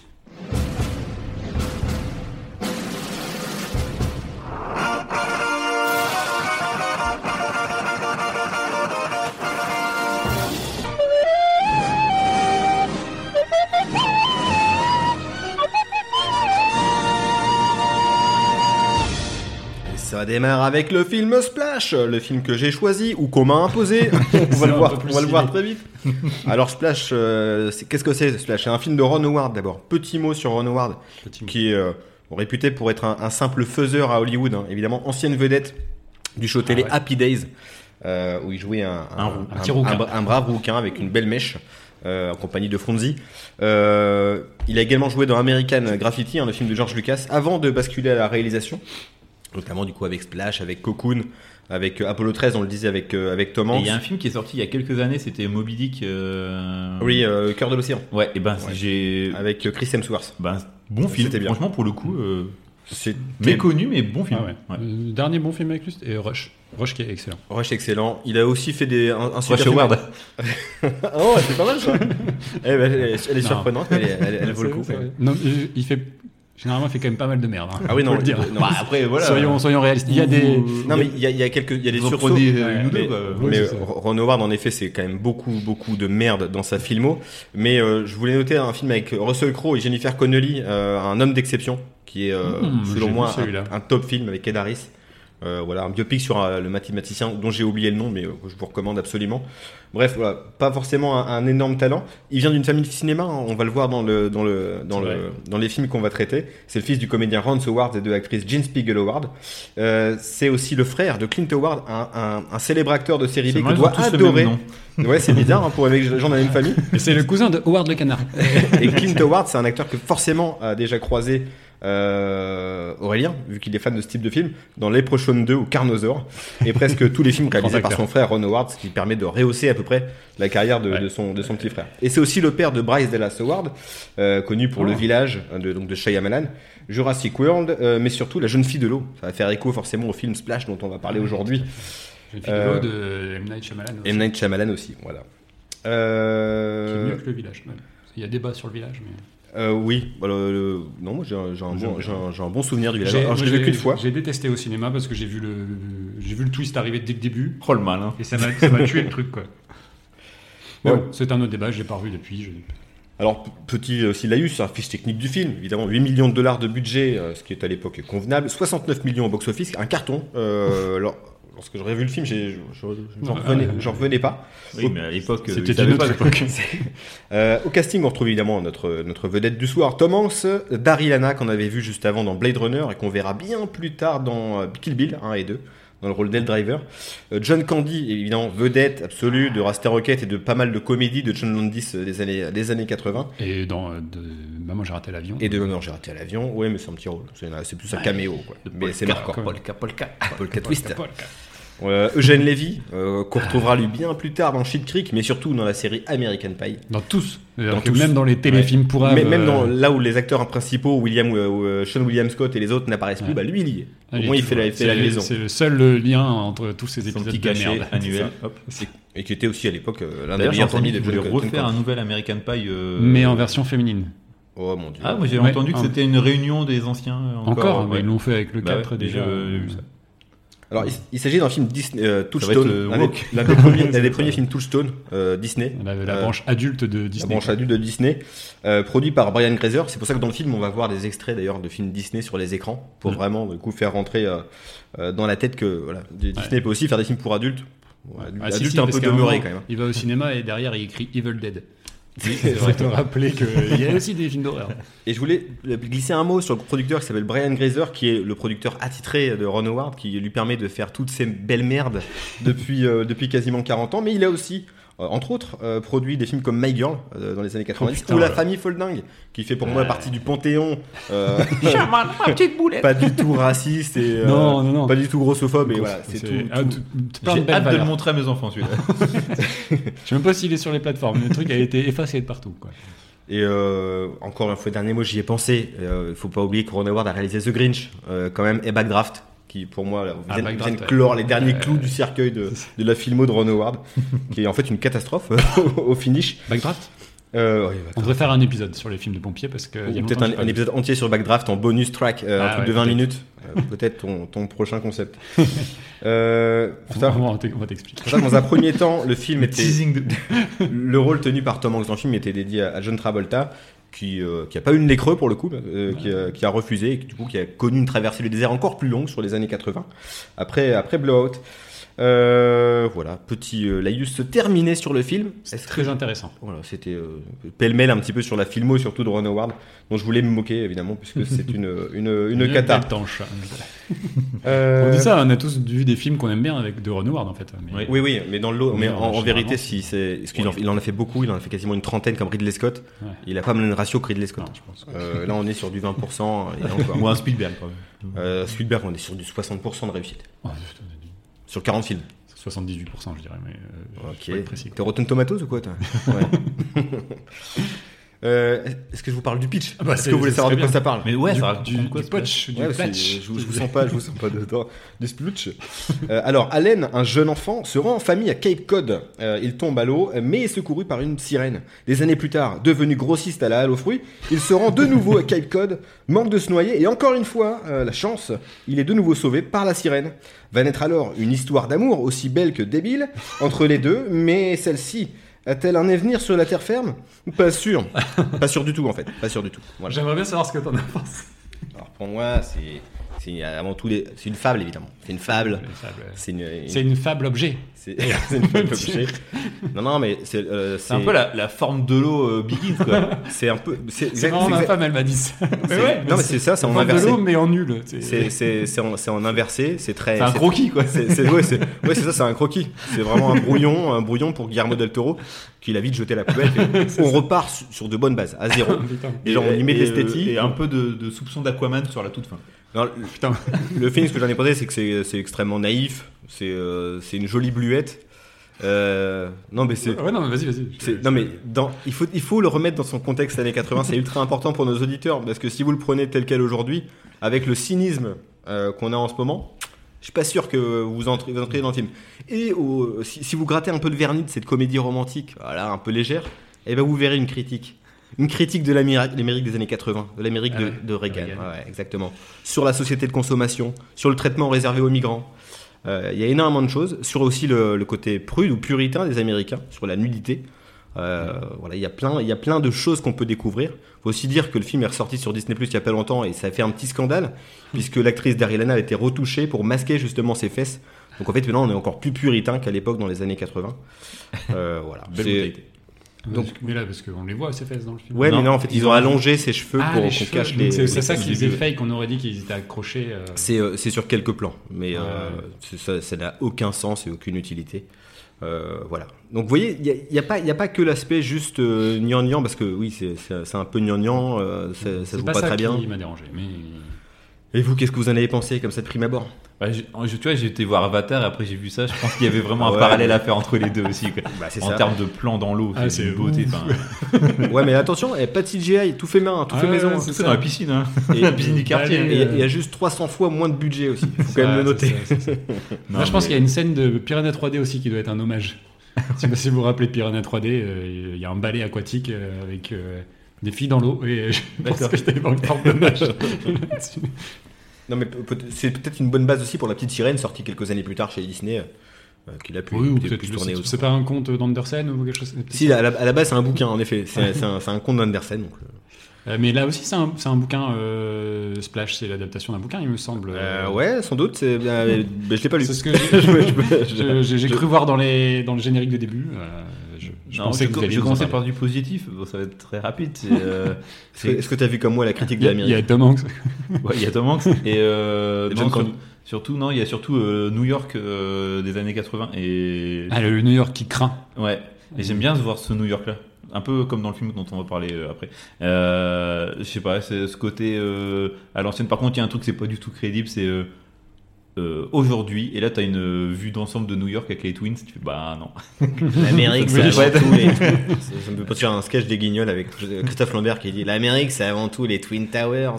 Et ça démarre avec le film Splash, le film que j'ai choisi ou qu'on m'a imposé. on va C'est le un voir, peu plus on va le voir stylé. très vite. Alors Splash, euh, c'est- qu'est-ce que c'est Splash C'est un film de Ron Howard d'abord. Petit mot sur Ron Howard. Petit qui est euh, réputé pour être un, un simple faiseur à Hollywood, hein. évidemment ancienne vedette du show télé ouais. Happy Days, euh, où il jouait un, Ah Un roux- un petit rouquin. bra- un brave rouquin avec une belle mèche. euh, en compagnie de Fonzie. Euh, il a également joué dans American Graffiti, hein, le film de George Lucas, avant de basculer à la réalisation, notamment du coup avec Splash, avec Cocoon, avec euh, Apollo 13, on le disait avec, euh, avec Tom Et Hanks. Il y a un film qui est sorti il y a quelques années, c'était Moby Dick. euh, Oui, euh, Cœur de l'océan, Ouais, et ben, Ouais. j'ai. avec euh, Chris Hemsworth. Ben, bon film, C'était bien. franchement, pour le coup. euh, C'est méconnu, mais bon film. Ah ouais. Ouais. Euh, Dernier bon film avec lui, et Rush. Rush qui est excellent. Rush excellent. Il a aussi fait des, un, un super Rush film Howard. Oh, c'est pas mal ça. elle, elle- elle est Eh ben, elle est Non. surprenante, mais elle, est- elle- elle vaut le coup. C'est mais- vrai. Non, euh, il fait. Généralement, il fait quand même pas mal de merde. hein. Ah oui, On non, peut le dire. non, Bah, après, voilà. Soyons, soyons réalistes. Il y a des. Non, mais il y a, il y a quelques, il y a des Vous en sursauts. prenez euh, une ou Mais, deux, quoi. Oui, mais c'est ça. Ron Howard, en effet, c'est quand même beaucoup, beaucoup de merde dans sa filmo. Mais euh, je voulais noter un film avec Russell Crowe et Jennifer Connelly, euh, Un homme d'exception, qui est, euh, Mmh, j'ai selon moi, vu celui-là. un, un top film avec Ed Harris. Euh, voilà, un biopic sur euh, le mathématicien dont j'ai oublié le nom, mais euh, que je vous recommande absolument. Bref, voilà, pas forcément un, un énorme talent. Il vient d'une famille de cinéma, hein, on va le voir dans, le, dans, le, dans, C'est le, dans les films qu'on va traiter. C'est le fils du comédien Ron Howard et de l'actrice Jean Spiegel Howard. Euh, c'est aussi le frère de Clint Howard, un, un- un célèbre acteur de série B C'est marrant, que ils ont doit tous le adorer. même nom. Ouais, c'est bizarre hein, pour aimer les gens de la même famille. Et c'est le cousin de Howard le Canard. Et Clint Howard, c'est un acteur que forcément a déjà croisé euh, Aurélien, vu qu'il est fan de ce type de film, dans Les Prochains 2 ou Carnosaur, et presque tous les films réalisés par son frère Ron Howard, ce qui permet de rehausser à peu près la carrière de, Ouais. de son, de son petit frère. Et c'est aussi le père de Bryce Dallas Howard, euh, connu pour Le Oh. Village, euh, de, donc de Shyamalan, Jurassic World, euh, mais surtout La Jeune Fille de l'eau. Ça va faire écho forcément au film Splash dont on va parler aujourd'hui. J'ai le Euh, vidéo de M. Night Shyamalan. aussi, M. Night Shyamalan aussi, voilà. qui est Euh, mieux que le village. même. Il y a débat sur le village. Mais... Euh, oui, Bah, le- le- non, moi j'ai un, j'ai un J'ai- bon, j'ai un- j'ai un bon souvenir du village. J'ai- Alors, je l'ai vu j'ai- qu'une fois. J'ai détesté au cinéma parce que j'ai vu le, j'ai vu le twist arriver dès le début Oh le mal, hein. et ça m'a ça m'a tué le truc. Quoi. Mais Ouais. bon, c'est un autre débat, je l'ai pas revu depuis. je- Alors, p- petit euh, aussi laïus, c'est un fiche technique du film. Évidemment, 8 millions de dollars de budget, euh, ce qui est à l'époque convenable. 69 millions au box-office, un carton. Euh, lors- lorsque j'aurais vu le film, j'ai- je- je- j'en Ouais. revenais, j'en revenais pas. Oui, mais à l'époque, euh, ils C'était savaient une autre pas. époque. Euh, au casting, on retrouve évidemment notre, notre vedette du soir, Tom Hanks, Daryl Hannah, qu'on avait vu juste avant dans Blade Runner et qu'on verra bien plus tard dans euh, Kill Bill 1 et 2, dans le rôle d'El Driver. Euh, John Candy, évidemment, vedette absolue de Rasta Rocket et de pas mal de comédies de John Landis euh, des années, des années 80. Et dans. euh, de- Maman, j'ai raté l'avion. Et de Non, j'ai raté l'avion, ouais, mais c'est un petit rôle. C'est c'est plus un caméo, quoi. Mais c'est marquant. Polka, polka. Ah, Polka Polka, Twist. polka. Euh, Eugène Levy, euh, qu'on retrouvera lui bien plus tard dans Shit Creek, mais surtout dans la série American Pie. Dans tous. Dans que tous. Même dans les téléfilms pour Mais même euh, dans, là où les acteurs principaux, William, euh, euh, Sean William Scott et les autres n'apparaissent plus, Ouais. bah lui il y est. ah, Au j'ai moins il tout fait la, vu. il fait la C'est- liaison. C'est le seul euh, lien entre tous ces Son épisodes petit de cachet merde. annuel. Hop. Et qui était aussi à l'époque euh, l'un des D'ailleurs, j'ai meilleurs amis entendu de qu'ils voulaient John Cotton. refaire un nouvel American Pie. euh, Mais en version féminine. Oh mon dieu. Ah, moi j'ai Ouais, entendu que en- c'était une réunion des anciens. euh, Encore, Encore, mais ouais. ils l'ont fait avec le Bah 4 ouais, déjà. déjà, euh, j'ai vu ça. Alors il, il s'agit d'un film Disney, euh, Ça va être, Touchstone, euh, l'un des- woke. l'un des premiers, l'un des premiers films Touchstone euh, Disney. La, la Euh, branche adulte de Disney. La branche adulte de Disney, euh, produit par Brian Grazer. C'est pour ça que dans le film, on va voir des extraits d'ailleurs de films Disney sur les écrans pour Mm. vraiment du coup faire rentrer euh, euh, dans la tête que voilà, Disney peut aussi faire des films pour adultes. Bon, adulte Ah, si, adulte si, un parce peu qu'à un demeuré moment, quand même. Il va au cinéma et derrière il écrit Evil Dead. c'est C'est vrai. vrai te rappeler qu'il y a aussi des films d'horreur. Et je voulais glisser un mot sur le producteur qui s'appelle Brian Grazer, qui est le producteur attitré de Ron Howard, qui lui permet de faire toutes ces belles merdes depuis, euh, depuis quasiment 40 ans. Mais il a aussi, euh, entre autres, euh, produit des films comme My Girl euh, dans les années 90, Oh, putain, ou La ouais. famille Folding, qui fait pour moi partie du panthéon. euh, petite boulette. pas du tout raciste et euh, Non, non, non. pas du tout grossophobe. Et voilà, c'est tout. ah, tout- tout- plein de J'ai belles hâte de le valeurs. montrer à mes enfants celui-là. Je sais même pas s'il est sur les plateformes. Le truc a été effacé de partout. Quoi. Et euh, encore une fois, dernier mot, j'y ai pensé. Euh, Il faut pas oublier que Ron Howard a réalisé The Grinch, euh, quand même, et Backdraft, qui pour moi là, Ah, viennent, Backdraft, viennent ouais. clore les derniers Euh, clous du cercueil de, c'est ça. de la filmo de Ron Howard, qui est en fait une catastrophe au- au finish. Backdraft Euh, ouais, On devrait faire un épisode sur les films de pompiers parce que. il y ou a peut-être longtemps que j'ai un, pas un vu. épisode entier sur Backdraft en bonus track, euh, un Ah truc ouais, de 20 peut-être. minutes. Euh, peut-être ton, ton prochain concept. euh, On putain, va- on va t'ex- on va t'expliquer. pour ça, dans un premier temps, le film était. Teasing de. Le rôle tenu par Tom Hanks dans le film était dédié à à John Travolta, qui n'a qui a pas eu le nez creux pour le coup, euh, qui, a, qui a refusé et qui, du coup qui a connu une traversée du désert encore plus longue sur les années 80, après, après Blowout. Euh, voilà, petit euh, laïus terminé sur le film. C'est très intéressant. Voilà, c'était euh, pêle-mêle un petit peu sur la filmo, surtout de Ron Howard, dont je voulais me moquer évidemment, puisque c'est une, une, une cata. belle tanche. Euh, On dit ça, on a tous vu des films qu'on aime bien avec de Renoir en fait. Mais... Oui. Oui, oui, mais dans l'eau. Mais Mais en, en en vérité, général, si c'est, parce qu'il en- il en a fait beaucoup, il en a fait quasiment une trentaine comme Ridley Scott. Ouais. Il a pas mal le ratio que Ridley Scott. Non, je pense. Euh, là, on est sur du 20%. Et encore. Ou un Spielberg quand même. Euh, Spielberg, on est sur du 60% de réussite. Oh, putain, Sur 40 films. 78% je dirais, mais euh, Ok. faut être précis. T'es Rotten Tomatoes ou quoi, toi Ouais. Euh, Est-ce que je vous parle du pitch Ah bah, Est-ce c'est- que vous voulez ça savoir de quoi serait ça bien. parle Mais ouais, du, ça du, raconte quoi du ce potch, Spielberg du Ouais, parce que platch. je, je vous sens pas, je vous sens pas dedans. Du splutch. Euh, alors, Allen, un jeune enfant, se rend en famille à Cape Cod. Euh, il tombe à l'eau, mais est secouru par une sirène. Des années plus tard, devenu grossiste à la halle aux fruits, il se rend de nouveau à Cape Cod, manque de se noyer, et encore une fois, euh, la chance, il est de nouveau sauvé par la sirène. Va naître alors une histoire d'amour aussi belle que débile entre les deux, mais celle-ci a-t-elle un avenir sur la terre ferme Pas sûr. Pas sûr du tout, en fait. Pas sûr du tout. Voilà. J'aimerais bien savoir ce que t'en as pensé. Alors pour moi, c'est C'est avant tout des- c'est une fable, évidemment. C'est une fable. C'est une, C'est une fable objet. c'est- c'est une fable objet. Non, non, mais c'est euh, C'est un peu la, la forme de l'eau euh, Begins, quoi. C'est un peu. C'est C'est exact- marrant, c'est ma exact- femme, elle m'a dit ça. c'est- Non, mais c'est ça, c'est en forme de inversé. l'eau, mais en nul. C'est- C'est- C'est c'est en, c'est en inversé, c'est très. C'est un c'est- croquis, quoi. C'est c'est- ouais, c'est ouais, c'est ça, c'est un croquis. C'est vraiment un brouillon, un brouillon pour Guillermo del Toro qui a vite jeté à la poubelle. Et on repart su- sur de bonnes bases, à zéro. Putain. Déjà, on y met de Et, euh, l'esthétique. Et un peu de, de soupçon d'Aquaman sur la toute fin. Non, le- Putain. Le film, ce que j'en ai pensé, c'est que c'est- c'est extrêmement naïf. C'est euh, c'est une jolie bluette. Euh, non, mais c'est. Ouais, non, mais vas-y, vas-y. c'est- Non mais dans, il, faut, il faut le remettre dans son contexte années 80, c'est ultra important pour nos auditeurs, parce que si vous le prenez tel quel aujourd'hui, avec le cynisme euh, qu'on a en ce moment, je suis pas sûr que vous entrez, vous entrez dans le film. Et au- si, si vous grattez un peu le vernis de cette comédie romantique, voilà, un peu légère, eh ben vous verrez une critique. Une critique de l'Amérique l'Amérique des années 80, de l'Amérique Ah de, ouais, de Reagan, Reagan. ouais, exactement. Sur la société de consommation, sur le traitement réservé aux migrants. Euh, Il y a énormément de choses. Sur aussi le, le côté prude ou puritain des Américains, sur la nudité. Euh, voilà, il y a plein, il y a plein de choses qu'on peut découvrir. Faut aussi dire que le film est ressorti sur Disney Plus il y a pas longtemps et ça a fait un petit scandale puisque l'actrice Daryl Hannah a été retouchée pour masquer justement ses fesses. Donc en fait maintenant on est encore plus puritain qu'à l'époque dans les années 80. Euh, voilà. Belle C'est- brutalité. donc- Donc, mais là, parce qu'on les voit, ces fesses dans le film. Ouais, Non, mais non, en fait, ils, ils ont ont- allongé ses cheveux Ah, pour les qu'on cheveux. cache Donc, les. C'est les c'est ça fesses qui du les vieux. fake, on aurait dit qu'ils étaient accrochés. euh, C'est euh, c'est sur quelques plans, mais Ouais. euh, c'est- ça ça n'a aucun sens et aucune utilité. Euh, voilà. Donc vous voyez, il n'y a, il y a pas- il y a pas que l'aspect juste euh, gnangnan, parce que oui, c'est- c'est c'est un peu gnangnan, euh, ça, ça se Mm. C'est voit pas, ça très bien. qui m'a dérangé. Mais... Et vous, qu'est-ce que vous en avez pensé comme ça de prime abord Bah, je- je- tu vois, j'ai été voir Avatar et après j'ai vu ça. Je pense qu'il y avait vraiment Ah Ouais. un parallèle à faire entre les deux aussi. quoi. Bah c'est En ça. termes de plan dans l'eau, Ah, c'est c'est une beauté. ouf. enfin, Ouais, mais attention, eh, pas de CGI, tout fait main, tout fait Ah, maison. ouais, hein. c'est C'est dans la piscine. Hein. Et- la piscine du quartier. Et Allez. il y a- il y, a juste 300 fois moins de budget aussi. Faut quand même le Ouais, c'est noter. ça, c'est ça. Non, Moi, je pense mais- qu'il y a une scène de Piranha 3D aussi qui doit être un hommage. si, si vous vous rappelez de Piranha 3D, euh, il y a un ballet aquatique euh, avec euh, des filles dans l'eau. Et euh, je pense D'accord. que c'était une forme d'hommage. Non, mais peut- peut- c'est peut-être une bonne base aussi pour la petite sirène sortie quelques années plus tard chez Disney, euh, qu'il a pu, oui, ou pu- peut-être pu je tourner sais- aussi. C'est pas un conte d'Andersen ou quelque chose Si, à la, à la base, c'est un bouquin, en effet. C'est c'est un, c'est un conte d'Andersen. donc, euh, Euh, mais là aussi, c'est un, c'est un bouquin. euh, Splash, c'est l'adaptation d'un bouquin, il me semble. euh, ouais, sans doute. c'est- euh, mais je l'ai pas lu. C'est ce que j'ai- Je- je- je- Je- J'ai j'ai cru voir dans, les, dans le générique de début. euh, je je Non, pensais je que co- vous alliez je nous en commençais parler. par du positif. Bon, ça va être très rapide. c'est, euh, Est-ce que- est-ce que t'as vu comme moi la critique de Il y a- il y l'Amérique a Tom Hanks. Ouais, il y a Tom Hanks et euh, Et non, John sur- Candy. surtout non, il y a surtout euh, New York euh, des années 80 et Ah, le New York qui craint. ouais. Et j'aime bien voir ce New York là, un peu comme dans le film dont on va parler euh, après. Euh, je sais pas, c'est ce côté euh, à l'ancienne. Par contre, il y a un truc c'est pas du tout crédible, c'est euh, euh, aujourd'hui et là t'as une euh, vue d'ensemble de New York avec les Twins. Tu fais bah non. L'Amérique, c'est avant tout les. Ça me fait penser à un sketch des Guignols avec Christophe Lambert qui dit L'Amérique, c'est avant tout les Twin Towers.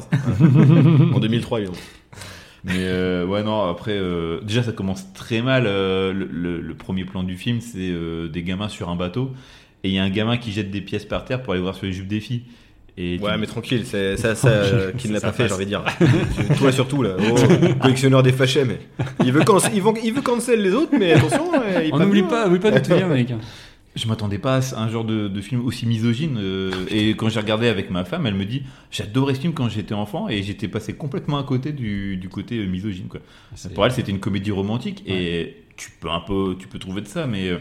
en 2003, évidemment. Mais euh, ouais, non, après, euh, déjà, ça commence très mal. euh, le, le- le premier plan du film, c'est euh, des gamins sur un bateau. Et il y a un gamin qui jette des pièces par terre pour aller voir sur les jupes des filles. Et Ouais, tu- mais tranquille, c'est ça, ça euh, qu'il n'a Ça pas fait, passe. j'ai envie de dire. Toi surtout, là, oh, collectionneur des fachets, mais il veut, cance- il, veut, il veut cancel les autres, mais attention, euh, il On pas n'oublie bien. pas, oublie pas d'être bien, mec. je m'attendais pas à un genre de, de film aussi misogyne. euh, et quand j'ai regardé avec ma femme, elle me dit J'adorais ce film quand j'étais enfant et j'étais passé complètement à côté du, du côté euh, misogyne. Quoi. Pour elle, c'était une comédie romantique et tu peux un peu, tu peux trouver de ça, mais euh,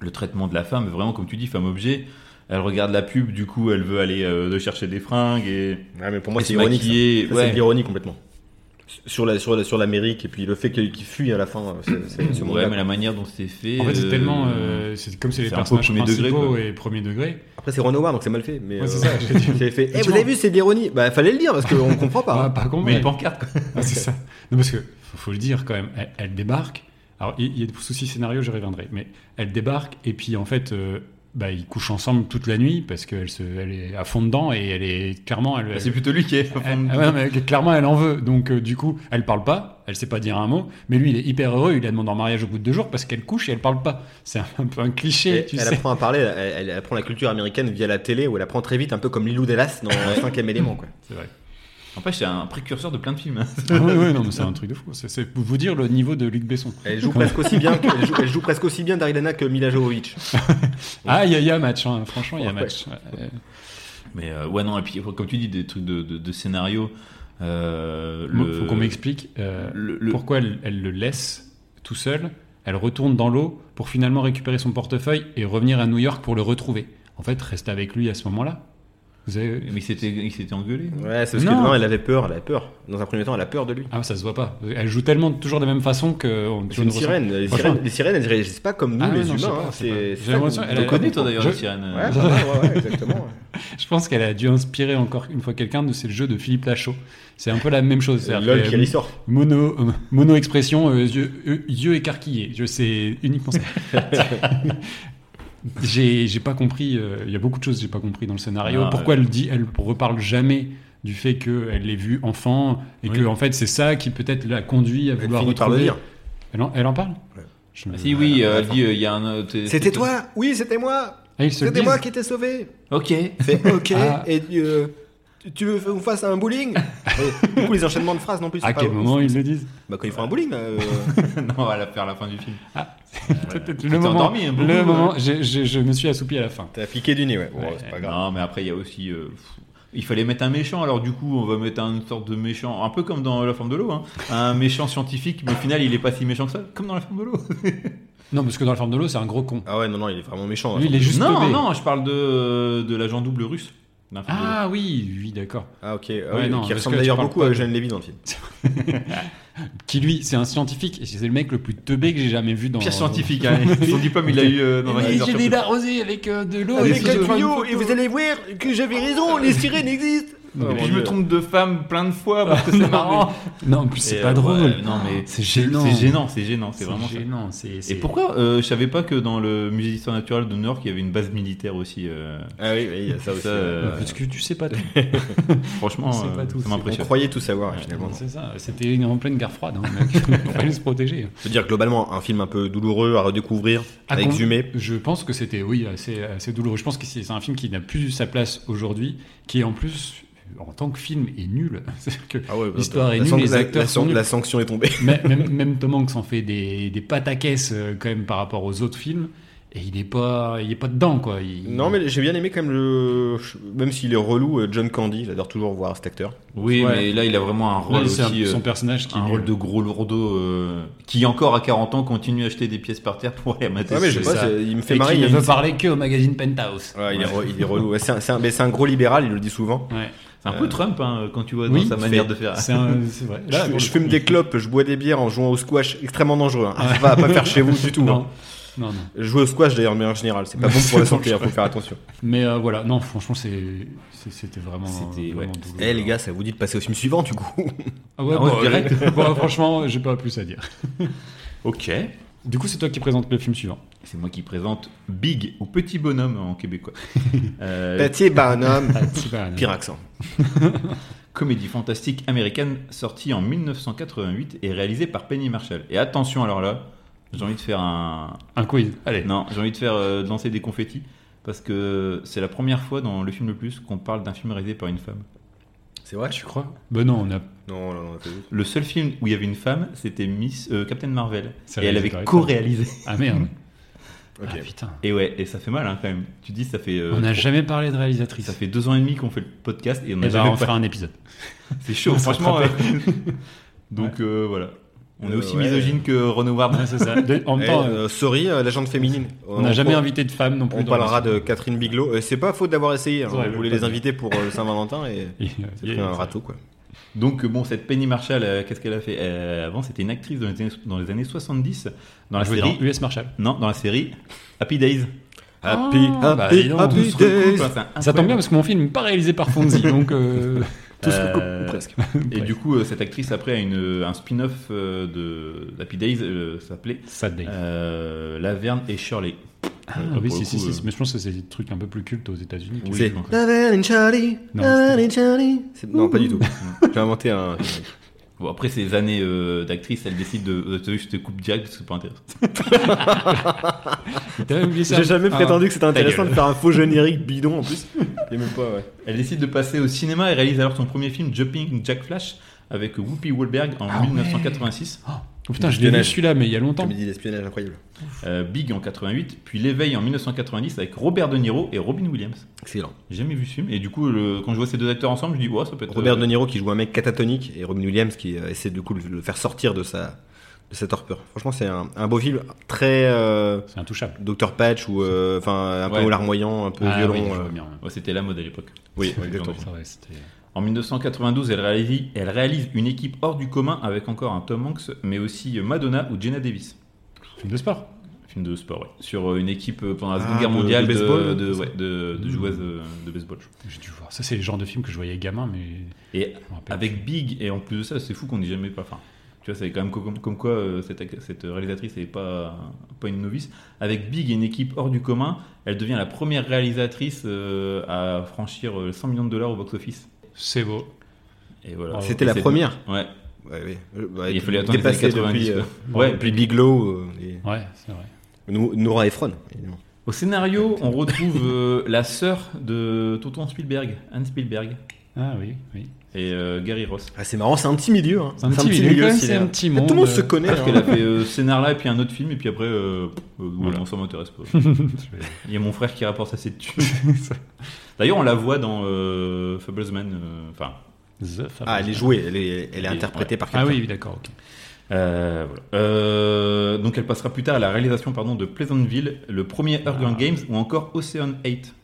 le traitement de la femme, vraiment comme tu dis, femme objet. Elle regarde la pub, du coup, elle veut aller euh, de chercher des fringues et Ouais, mais pour moi, et c'est se ironique. ça. maquiller. Ça, Ouais. C'est de l'ironie complètement. Sur l'Amérique la, sur la, sur l'Amérique, et puis le fait qu'il qu'il fuit à la fin, euh, c'est- c'est ce Ouais, monde-là, mais quoi. la manière dont c'est fait. En fait, c'est euh, tellement. euh, c'est comme c'est les c'est un peu personnages premier degré, principaux quoi. et premier degré. Après, c'est Renoir, donc c'est mal fait. Mais Ouais, c'est euh, ça, je veux dire. c'est fait. Eh, vous Effectivement. avez vu, c'est de l'ironie. Bah, fallait le dire parce qu'on comprend pas. Ah, hein. par contre, Mais les elle- pancartes, quoi. Ah, c'est ça. Non, parce que faut, faut le dire quand même, elle, elle débarque. Alors, il il y, a des soucis scénario, j'y reviendrai. Mais elle débarque et puis en fait, euh, bah, ils couchent ensemble toute la nuit parce qu'elle se, elle est à fond dedans et elle est clairement, elle, bah, C'est plutôt lui qui est. Elle- ah ouais, mais clairement, elle en veut. Donc, euh, du coup, elle parle pas, elle sait pas dire un mot. Mais lui, il est hyper heureux. Il la demande en mariage au bout de deux jours parce qu'elle couche et elle parle pas. C'est un, un peu un cliché, Et tu elle sais. apprend à parler, elle, elle apprend la culture américaine via la télé, où elle apprend très vite, un peu comme Lilou Delas dans le cinquième élément. Quoi. C'est vrai. En fait, c'est un précurseur de plein de films. hein. Ah ouais, ouais, non, mais c'est un truc de fou. C'est- C'est pour vous dire le niveau de Luc Besson. Elle joue presque aussi bien, que- elle joue, elle joue presque aussi bien Darilana que Mila Jovovich. Ah, il y, a- il y a un match, hein. franchement, il y a un Ouais. match. Ouais. Mais euh, ouais, non, et puis comme tu dis, des trucs de, de- de scénario. Euh, Moi, le- faut qu'on m'explique euh, le- le- pourquoi elle, elle le laisse tout seul. Elle retourne dans l'eau pour finalement récupérer son portefeuille et revenir à New York pour le retrouver. En fait, reste avec lui à ce moment-là. Vous avez... Mais il s'était- il s'était engueulé. Ouais, c'est parce Non. que non, elle avait peur, elle avait peur. Dans un premier temps, elle a peur de lui. Ah, ça se voit pas. Elle joue tellement toujours de la même façon que on, C'est tu une ne ressens- sirène. Les, Franchement. sirènes. les sirènes, elles réagissent pas comme nous, Ah ouais, les non, je sais humains. pas, hein. c'est pas- C'est j'ai c'est ça l'impression qu'on- qu'elle Tu a- connais toi d'ailleurs, Je- la sirène. euh? Ouais, pas mal, ouais, ouais, exactement. Je pense qu'elle a dû inspirer encore une fois quelqu'un de c'est le jeu de Philippe Lachaud. C'est un peu la même chose. C'est c'est-à-dire LOL que- qui ressort. Mono, euh, mono expression, euh, yeux, euh, yeux écarquillés. Je sais uniquement ça. j'ai, j'ai pas compris. euh, Il y a beaucoup de choses que j'ai pas compris dans le scénario. Ah, Pourquoi elle dit, elle reparle jamais du fait qu'elle l'ait vu enfant et que Oui. en fait c'est ça qui peut-être l'a conduit à Elle vouloir finit par le retrouver. dire. Elle en, elle en parle. Ouais. Je- Ah, si oui, euh, elle dit euh, il y a un. euh, t'es- C'était toi Oui, c'était moi Ah, ils se le C'était moi disent. qui t'ai sauvé Ok. Fais ok Ah. et euh, tu- tu veux qu'on fasse un bowling Et Du coup, les enchaînements de phrases non plus. À c'est pas quel ouf. moment ils le disent Bah, quand ils font un bowling. euh, non, à la faire à la fin du film. Ah, Voilà. peut-être T'es le moment. endormi, hein, beaucoup, Le euh. moment. j'ai- j'ai- je me suis assoupi à la fin. T'as piqué du nez, ouais. Bon, Ouais. c'est pas grave. Non, mais après, il y a aussi. euh, pff, il fallait mettre un méchant, alors du coup, on va mettre une sorte de méchant, un peu comme dans La forme de l'eau, hein. un méchant scientifique, mais au final, il est pas si méchant que ça, comme dans La forme de l'eau. Non, parce que dans la forme de l'eau, c'est un gros con. Ah ouais, non, non, il est vraiment méchant. hein. Lui, il est juste non, teubé. non, je parle de, de l'agent double russe. d'un film de l'eau. Ah oui, oui, d'accord. Ah ok, ah Ouais, oui, non, qui parce ressemble que tu d'ailleurs parles beaucoup pas à de- Eugène Lévy dans le film. qui lui, c'est un scientifique, et c'est le mec le plus teubé que j'ai jamais vu dans. Pire scientifique, hein. son diplôme, il l'a eu euh, dans un Oui, laser j'ai surtout. des arrosé avec euh, de Ah, l'eau Avec et un puis- tuyau, et vous allez voir que j'avais raison, les sirènes existent Et puis je euh, me trompe de femme plein de fois parce que Non. c'est marrant. Non, en plus, Et, c'est euh, pas drôle. Ah, ouais, non, mais c'est gênant. C'est gênant, c'est gênant, c'est C'est vraiment ça. gênant. c'est- c'est- Et pourquoi euh, je savais pas que dans le musée d'histoire naturelle de New York il y avait une base militaire aussi euh, Ah oui, oui, il y a ça aussi. Ça, ouais. euh, Parce que tu sais pas tout. Franchement, C'est pas euh, tout, c'est ça On m'impressionne. croyait tout savoir, et finalement. Non, non. C'est ça. C'était une- en pleine guerre froide. Hein, mec. Faut aller se protéger. Je veux dire, globalement, un film un peu douloureux à redécouvrir, à Ah, com- exhumer. Je pense que c'était, oui, assez, assez douloureux. Je pense que c'est c'est un film qui n'a plus sa place aujourd'hui, qui en plus, en tant que film, est nul. C'est-à-dire que Ah ouais, L'histoire est la nulle, san- les la- acteurs la sont san- nuls. La sanction est tombée. Mais- même, même Tom Hanks en fait des, des pâtes à caisse euh, quand même par rapport aux autres films. Et il est pas, il est pas dedans quoi. Il- Non, mais j'ai bien aimé quand même le. Même s'il est relou, euh, John Candy, j'adore toujours voir cet acteur. Oui, Ouais. mais là il a vraiment un Là, rôle c'est un- aussi, euh, son personnage qui un est rôle nul. de gros lourdeau euh, qui encore à 40 ans continue à acheter des pièces par terre pour aller à mater. Ouais, Ah, mais je c'est sais pas, ça. c'est- il me et fait marrer. qui il y ne a veut une- parler que au magazine Penthouse. Ouais, il est re- il est relou. Ouais, C'est un- c'est un mais c'est un gros libéral, il le dit souvent. Ouais. C'est un Euh, peu Trump hein, quand tu vois Oui, dans sa c'est- manière de faire. C'est un- c'est vrai. Là, euh, je, pour je le fume coup, des clopes, je bois des bières en jouant au squash, extrêmement dangereux. hein. Ça va pas faire chez vous du tout. hein. Non, non, non. Jouer au squash d'ailleurs, mais en général, c'est pas bon pour la santé, il faut faire attention. Mais euh, voilà, non, franchement, c'est- c'est- c'était vraiment. C'était- vraiment ouais. douloureux. Eh les gars, ça vous dit de passer au film suivant du coup Ah ouais, Ah ouais, bon, direct. euh, bon, franchement, j'ai pas plus à dire. Ok. Du coup, c'est toi qui présente le film suivant. C'est moi qui présente Big ou Petit Bonhomme en québécois. Euh, Petit bonhomme C'est pas- Pire accent. comédie fantastique américaine sortie en 1988 et réalisée par Penny Marshall. Et attention alors là, j'ai envie de faire un... Un quiz. Allez. Non, j'ai envie de faire euh, de lancer des confettis parce que c'est la première fois dans le film le plus qu'on parle d'un film réalisé par une femme. C'est vrai Tu crois Ben non, on a. Non, non, non, t'as vu. Le seul film où il y avait une femme, c'était Miss euh, Captain Marvel. C'est Et elle réalisé avait par une femme. co-réalisé. Ah merde. Ok. Ah putain. Et ouais, et ça fait mal hein, quand même. Tu dis ça fait euh, On n'a trois- jamais parlé de réalisatrice. ça fait deux ans et demi qu'on fait le podcast et on Eh n'a ben, jamais on pas- fera un épisode. C'est chaud, on s'en franchement. rappelle. euh, Donc euh, voilà. On est Euh, aussi ouais. misogyne que Ron Howard. c'est ça. en même Eh, temps, euh, euh, sorry, euh, l'agente féminine. on n'a jamais pro- invité de femme non plus. On dans le- parlera de Catherine Bigelow. Euh, c'est pas faute d'avoir essayé. hein. C'est vrai, on voulait le- les inviter pour euh, Saint-Valentin et Et, euh, c'est et- pris un râteau quoi. Donc euh, bon, cette Penny Marshall, euh, qu'est-ce qu'elle a fait Euh, Avant, c'était une actrice dans les années, dans les années 70 dans la joué série. dans US Marshall. Non, dans la série Happy Days. Happy, Ah, bah, dis happy, donc, happy tout se days. Enfin, c'est Ça tombe bien incroyable. parce que mon film n'est pas réalisé par Fonzie. donc, euh, Tout se recoupe, Euh, ou presque. Et du coup, euh, cette actrice après a une, un spin-off euh, de Happy Days, euh, ça s'appelait Sad Day. euh, Laverne et Shirley. Ah, pour oui, le si, si, coup, si, euh, si, Mais je pense que c'est des trucs un peu plus cultes aux États-Unis. Oui, C'est- je m'en rappelle. Laverne and Charlie, Non, Laverne and Charlie. C'est- Non, pas du tout. J'ai inventé un. Bon, après ces années euh, d'actrice, elle décide de. euh, t'as vu, je te coupe direct parce que c'est pas intéressant. T'as oublié ça J'ai jamais prétendu que c'était intéressant gueule. de faire un faux générique bidon en plus. Et même pas, ouais. Elle décide de passer au cinéma et réalise alors son premier film, Jumping Jack Flash, avec Whoopi Goldberg en Ah ouais. 1986. Oh, Oh, putain, je l'ai vu Espionnage. celui-là, mais il y a longtemps. Comme il dit, l'espionnage incroyable. Euh, Big en 88, puis L'éveil en 1990 avec Robert De Niro et Robin Williams. Excellent. J'ai jamais vu ce film. Et du coup, le- quand je vois ces deux acteurs ensemble, je dis, ouais, ça peut être. euh, Robert De Niro qui joue un mec catatonique et Robin Williams qui euh, essaie du coup de le faire sortir de sa, de sa torpeur. Franchement, c'est un, un beau film très euh, C'est intouchable. Dr Patch ou euh, enfin un peu Ouais. larmoyant, un peu Ah, violent. oui, je euh. vois bien, ouais. Ouais, c'était la mode à l'époque. Oui, Ouais, exactement. j'en ai- Ça, ouais, c'était- En 1992, elle réalise, elle réalise une équipe hors du commun avec encore un Tom Hanks, mais aussi Madonna ou Jenna Davis. Film de sport. Film de sport, ouais. Sur euh, une équipe euh, pendant la Seconde Ah, Guerre de- de mondiale de, baseball, de- c'est ça Hmm. ouais, de- de Mm. joueuses euh, de baseball. je crois. J'ai dû voir. Ça, c'est le genre de film que je voyais gamin, mais Et je me rappelle. avec Big, et en plus de ça, c'est fou qu'on n'y jamais pas. Enfin, tu vois, c'est quand même co- comme, comme quoi euh, cette, ac- cette réalisatrice n'est pas, pas une novice. Avec Big et une équipe hors du commun, elle devient la première réalisatrice euh, à franchir euh, 100 millions de dollars au box-office. C'est beau. Et voilà. Ah, C'était Et la c'est- première. Ouais, Ouais, ouais. Euh, bah, Et il tout- fallait attendre les années dépassé 90. depuis, euh, quoi. euh, ouais, depuis Big Low, euh, et- Ouais, c'est vrai. Nou- Nora Ephron. évidemment. Au scénario, on retrouve euh, la sœur de Tonton Spielberg, Anne Spielberg, Ah oui, oui. et euh, Gary Ross. Ah, c'est marrant, c'est un petit milieu. hein. C'est un petit milieu, quand même, c'est cinéma. un petit Et monde. Tout le monde se connaît. Parce hein. qu'elle a fait euh, ce scénar là et puis un autre film, et puis après, euh, euh, Voilà. non, ça m'intéresse pas. Je vais- Il y a mon frère qui rapporte à cette tue. D'ailleurs, on la voit dans euh, Fablesman, euh, enfin, The Fabulous. Ah, elle est jouée, elle est, elle est Et- interprétée par quelqu'un. Ah oui, oui, d'accord. ok. Euh, voilà. Euh, donc elle passera plus tard à la réalisation pardon, de Pleasantville, le premier Hunger Ah. Games ou encore Ocean 8.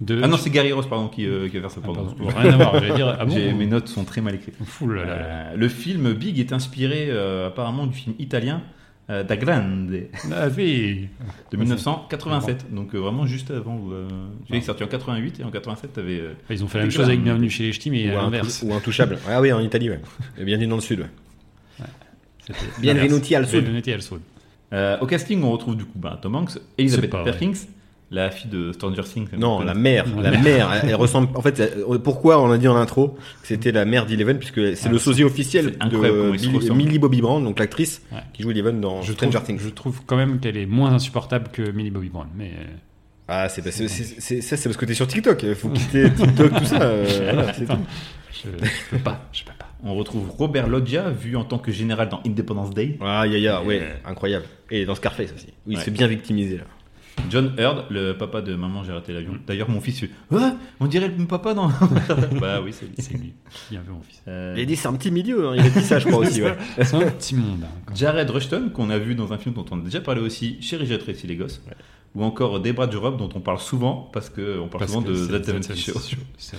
De... Ah non, c'est Gary Ross pardon, qui, euh, qui va faire ça. Ah, Pardon. pardon. Rien à voir. J'allais dire. Ah bon J'ai- Mes notes sont très mal écrites. Fou, là, là, là. Euh, le film Big est inspiré euh, apparemment du film italien euh, Da Grande de Ah oui. 1987, donc euh, vraiment juste avant. euh, tu sais, il est sorti en 88 et en 87 t'avais. euh, Ils ont fait la même chose avec Bienvenue chez les Ch'tis, mais à Ou, un l'inverse. tou- ou intouchable. Ah oui, en Italie, ouais. Et bien dit dans le sud, ouais. C'était Bienvenuti al l'inverse. Sud. Bienvenuti al Sud. euh, au casting, on retrouve du coup bah, Tom Hanks, Elizabeth pas vrai. Perkins, la fille de Stranger Things. Non, On la connaît. mère, Ouais. la mère, elle, elle ressemble. En fait, elle- pourquoi on a dit en intro que c'était la mère d'Eleven, puisque c'est Ah, le sosie officiel c'est incroyable de comment ils se Billy- ressemblent. Millie Bobby Brown, donc l'actrice Ouais. qui joue Eleven dans Je Stranger trouve, Things. je trouve quand même qu'elle est moins insupportable que Millie Bobby Brown. Mais euh, Ah, c'est c'est- c'est- c'est- ça, c'est parce que t'es sur TikTok. euh, Faut quitter TikTok, tout ça. euh, voilà, c'est tout. je, je peux pas, je peux pas. On retrouve Robert Loggia, vu en tant que général dans Independence Day. Ah, ya, ya, ouais, Euh. incroyable. Et dans Scarface aussi, où il se Ouais. fait bien victimiser là. John Hurd, le papa de Maman, j'ai raté Mm. l'avion. D'ailleurs, mon fils, il fait, Ah, on dirait le papa dans. bah oui, c'est lui. C'est lui. Il y avait mon fils. Euh, Il a dit c'est un petit milieu, hein, il a dit ça, je crois aussi. Ouais. C'est un petit monde. hein, quand même. Jared Rushton, qu'on a vu dans un film dont on a déjà parlé aussi, Chérie, j'ai Tracy les gosses. Ou encore Debra Durob, dont on parle souvent, parce qu'on parle Parce souvent que de c'est The 70 Show. C'est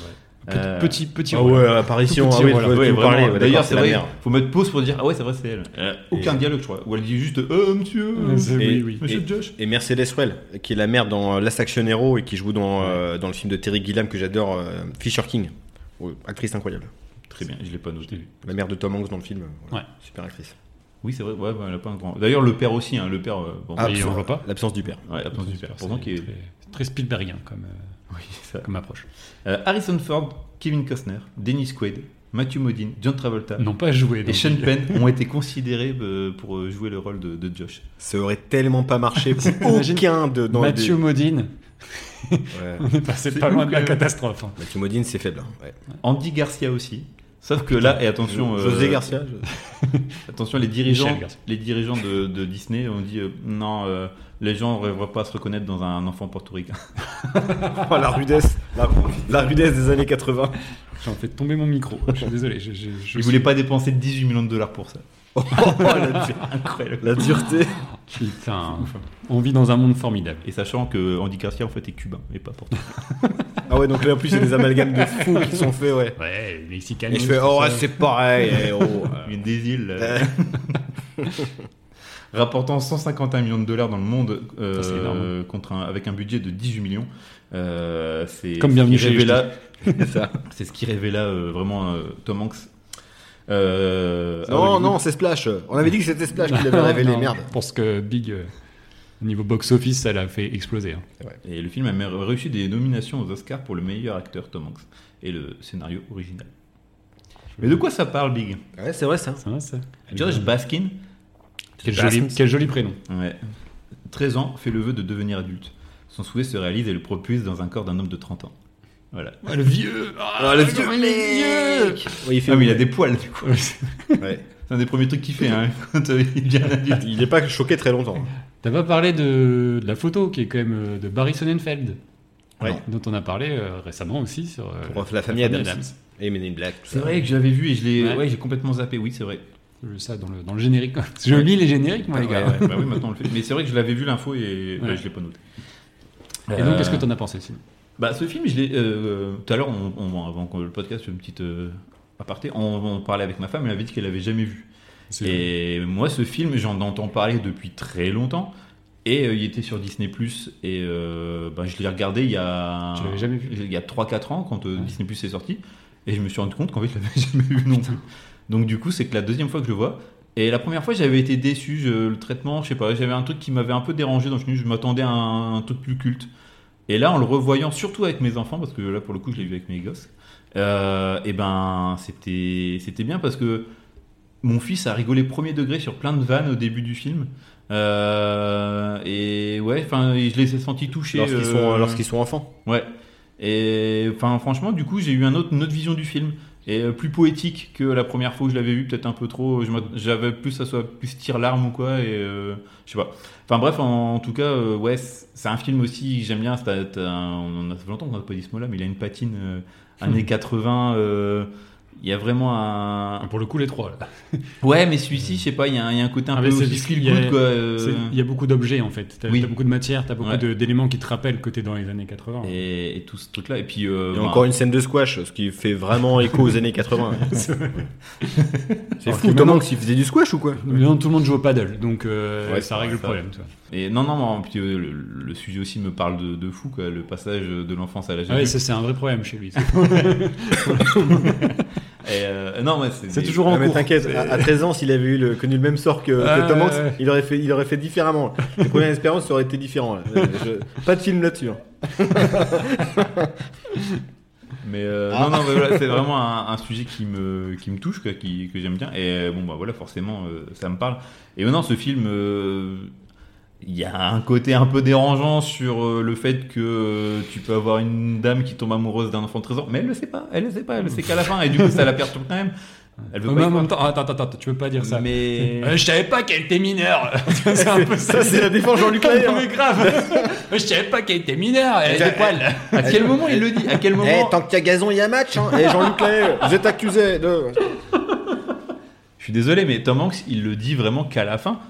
Euh, vrai. Petit, petit. Ah rôle. ouais, apparition, Petit ah oui, rôle, tu veux- Ouais, tu veux vraiment. parler, ouais, D'ailleurs, d'accord, c'est la vrai, mère. faut mettre pause pour dire Ah ouais, c'est vrai, c'est elle. Euh, aucun Et- dialogue, je crois. Ou elle dit juste Euh, monsieur, Euh, c'est- Et- oui, oui. monsieur et- Josh. Et Mercedes Well, qui est la mère dans Last Action Hero et qui joue dans, euh, dans le film de Terry Gilliam que j'adore, euh, Fisher King. Ouais, actrice incroyable. Très bien, je l'ai pas noté. La mère de Tom Hanks dans le film. euh, voilà. Ouais. Super actrice. Oui, c'est vrai, ouais, bah, elle a pas un grand. D'ailleurs, le père aussi, hein, le père. euh, bon, Ah, il en voit pas L'absence du père. Ouais, absence du père. Pourtant, qui est. très, très Spielbergien comme, euh, Oui, ça. comme approche. Euh, Harrison Ford, Kevin Costner, Dennis Quaid, Matthew Modine, John Travolta Non pas joué. et Sean Penn ont été considérés euh, pour euh, jouer le rôle de, de Josh. Ça aurait tellement pas marché pour T'imagines aucun de dans Mathieu Modine, les deux. Ouais. on est passé C'est pas ouf, loin de la quand même. catastrophe. hein. Mathieu Modine, c'est faible. hein. Ouais. Andy Garcia aussi. Sauf que là, et attention, euh, José Garcia. je- attention, les dirigeants, Michel Garcia. les dirigeants de, de Disney ont dit euh, non, euh, les gens ne devraient pas se reconnaître dans un enfant portoricain. Oh, la rudesse, la, la rudesse des années 80. J'ai en fait tomber mon micro. Je suis désolé. Je, je, je Ils voulaient pas dépenser 18 millions de dollars pour ça. Oh, la, du- Incroyable. la dureté. Putain, on vit dans un monde formidable. Et sachant que Andy Garcia en fait est cubain et pas portoricain. Ah ouais, donc là en plus, c'est des amalgames de fous qui sont faits, ouais. Ouais, mexicain. Et je fais, oh ouais, c'est pareil. eh, oh, euh. Il y a des îles. euh, rapportant 151 millions de dollars dans le monde euh, Ça, c'est énorme. contre un- avec un budget de 18 millions. Euh, c'est Comme ce Bienvenue qui chez les révéla- C'est ça. C'est ce qui révéla euh, vraiment euh, Tom Hanks. Euh, à Non, Hollywood. non, c'est Splash. On avait dit que c'était Splash qui l'avait révélé, merde. Je pense que Big, euh, niveau box-office, ça l'a fait exploser. hein. Et le film a même réussi des nominations aux Oscars pour le meilleur acteur Tom Hanks et le scénario original. Mais de quoi ça parle, Big Ouais, c'est vrai ça. Ça va, ça Josh Baskin, Quel joli, quel joli prénom. ouais, 13 ans, fait le vœu de devenir adulte. Son souhait se réalise et le propulse dans un corps d'un homme de 30 ans. Voilà. le vieux Ah, le vieux mec. Oui, il fait Ah, mais il a des poils, du coup. Ouais. Ça, un des premiers trucs qu'il fait hein, quand euh, il devient adulte. Il n'est pas choqué très longtemps. T'as pas parlé de, de la photo qui est quand même euh, de Barry Sonnenfeld, Ouais. dont on a parlé euh, récemment aussi sur euh, Pour la famille Adams. Et Men in Black, tout C'est ça. vrai que je l'avais vu et je l'ai Ouais. ouais, j'ai complètement zappé, oui, c'est vrai. Je- Ça dans le, dans le générique. quoi. Je lis les génériques, moi, les Ouais, gars. ouais, bah oui, maintenant on le fait. Mais c'est vrai que je l'avais vu l'info et bah, Ouais. je l'ai pas noté. Et donc, Euh, qu'est-ce que t'en as pensé, Sim Bah, ce film, je l'ai. euh, Tout à l'heure, on, on- avant que le podcast, une petite euh, aparté, on, on parlait avec ma femme, elle avait dit qu'elle l'avait jamais vu. Et moi, ce film, j'en entends parler depuis très longtemps. Et euh, il était sur Disney Plus. Et euh, ben, je l'ai regardé il y a. Je l'avais jamais vu. Il y a 3-4 ans, quand euh, Ouais. Disney Plus est sorti. Et je me suis rendu compte qu'en fait, je l'avais jamais vu non plus. Donc, du coup, c'est que la deuxième fois que je le vois. Et la première fois, j'avais été déçu. je- le traitement, je sais pas, j'avais un truc qui m'avait un peu dérangé. Donc, je me suis dit, je m'attendais à un, un truc plus culte. Et là, en le revoyant, surtout avec mes enfants, parce que là, pour le coup, je l'ai vu avec mes gosses. euh, et ben, c'était c'était bien parce que mon fils a rigolé premier degré sur plein de vannes au début du film. Euh, et ouais, enfin, je les ai sentis touchés. Lorsqu'ils sont, euh, lorsqu'ils sont enfants. Ouais. Et enfin, franchement, du coup, j'ai eu un autre, une autre vision du film. Et euh, plus poétique que la première fois où je l'avais vu, peut-être un peu trop. je m'att- J'avais plus, ça soit plus tire-larme ou quoi. Et euh, je sais pas. Enfin, bref, en, en tout cas, euh, ouais, c'est c'est un film aussi que j'aime bien. c'est- t'as- t'as un- on en a ça fait longtemps qu'on n'a pas dit ce mot-là, mais il a une patine euh, Hmm. années 80. euh, il y a vraiment un, Pour le coup, les trois. là. Ouais, mais celui-ci, je sais pas, il y, a un- il y a un côté un Ah, peu mais c'est aussi parce qu'il feel y a- good, quoi. euh, C'est- Il y a beaucoup d'objets, en fait. T'as oui. t'as beaucoup de matière, t'as beaucoup Ouais. de- d'éléments qui te rappellent que t'es dans les années 80. et, et tout ce truc-là. Et puis, euh, Il y a bah, encore une scène de squash, ce qui fait vraiment écho aux années 80. C'est vrai. C'est Alors fou, Tom que maintenant- Hanks, il faisait du squash ou quoi Mais non, tout le monde joue au paddle, donc euh, Ouais, ça c'est règle le ça. problème. tu vois. et non, non, non, puis, euh, le, le sujet aussi me parle de, de fou, quoi. Le passage de l'enfance à l'âge Ah ouais, adulte. ça, c'est un vrai problème chez lui. Et, euh, non, mais c'est C'est des- toujours en Ah, mais cours. t'inquiète, à, à 13 ans, s'il avait eu le- connu le même sort que, que Ouais, Tom ouais, Hanks, ouais. il aurait fait, il aurait fait différemment. Les premières expériences auraient été différentes. pas de film là-dessus. hein. Mais euh, Ah. non, non, mais voilà, c'est vraiment un, un sujet qui me, qui me touche, quoi, qui, que j'aime bien. Et euh, bon, bah voilà, forcément, euh, ça me parle. Et maintenant, ce film, euh, il y a un côté un peu dérangeant sur euh, le fait que euh, tu peux avoir une dame qui tombe amoureuse d'un enfant de 13 ans, mais elle le sait pas, elle le sait pas, elle le sait qu'à la fin, et du coup, ça la perturbe quand même. Elle veut Mais pas y en croire. même temps, attends, attends, attends, tu peux pas dire ça. Mais. Euh, je savais pas qu'elle était mineure. c'est un peu ça. Ça, c'est la défense Jean-Luc Ah, Lahaye, non, hein. mais grave. je savais pas qu'elle était mineure. Elle a des poils. À quel moment il le dit À quel moment Eh, tant qu'il y a gazon, il y a match. Hein. Eh, Jean-Luc Lahaye, vous êtes accusé de. Je suis désolé, mais Tom Hanks, il le dit vraiment qu'à la fin.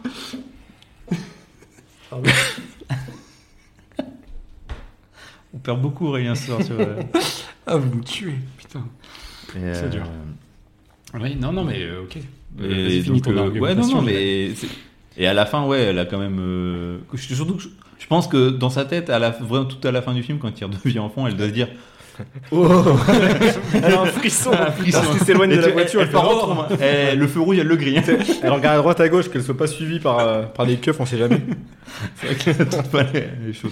On perd beaucoup Aurélien ce soir sur. Ah, vous me tuez, putain. C'est C'est dur. Oui, non, non, mais euh, ok. Euh, euh, Et vas-y, finis ton donc, euh, ouais, non, argumentation, non, je vais- mais. c'est- Et à la fin, ouais, elle a quand même. euh, que- Surtout que je- je pense que dans sa tête, à la... vraiment tout à la fin du film, quand il redevient enfant, elle doit se dire. Oh Elle a un frisson. Parce qu'il s'éloigne de Et la tu- voiture. elle elle part fait, en trombe. Eh, Le feu rouge, elle le grille. oh. Elle regarde à droite à gauche, qu'elle soit pas suivie par, euh, par des keufs, on sait jamais. C'est vrai que la toute palais, elle est chaude.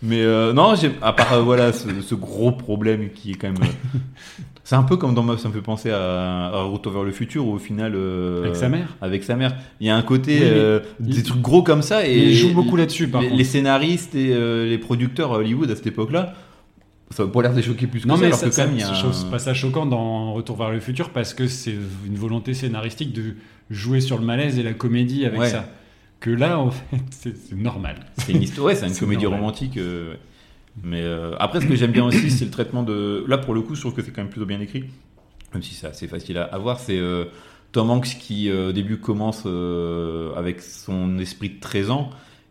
Mais euh, non, j'ai- à part euh, voilà ce, ce gros problème qui est quand même. euh, c'est un peu comme dans Meuf, ça me fait penser à, à Retour vers le futur où au final. euh, Avec sa mère. Avec sa mère. Il y a un côté Oui, mais euh, il- des trucs gros comme ça et. il joue beaucoup là-dessus, par les, contre. les scénaristes et euh, les producteurs à Hollywood à cette époque-là, ça n'a pas l'air de les choquer plus que Non, ça. mais alors ça, que quand ça, même, il y a. je un- trouve pas ça choquant dans Retour vers le futur parce que c'est une volonté scénaristique de jouer sur le malaise et la comédie avec Ouais. ça. Que là, en fait, c'est c'est normal. C'est une histoire, ouais, c'est une C'est comédie normal. romantique. euh, ouais. mais euh, après, ce que j'aime bien aussi, c'est le traitement de. Là, pour le coup, je trouve que c'est quand même plutôt bien écrit, même si c'est assez facile à, à voir. C'est euh, Tom Hanks qui, euh, au début, commence euh, avec son esprit de 13 ans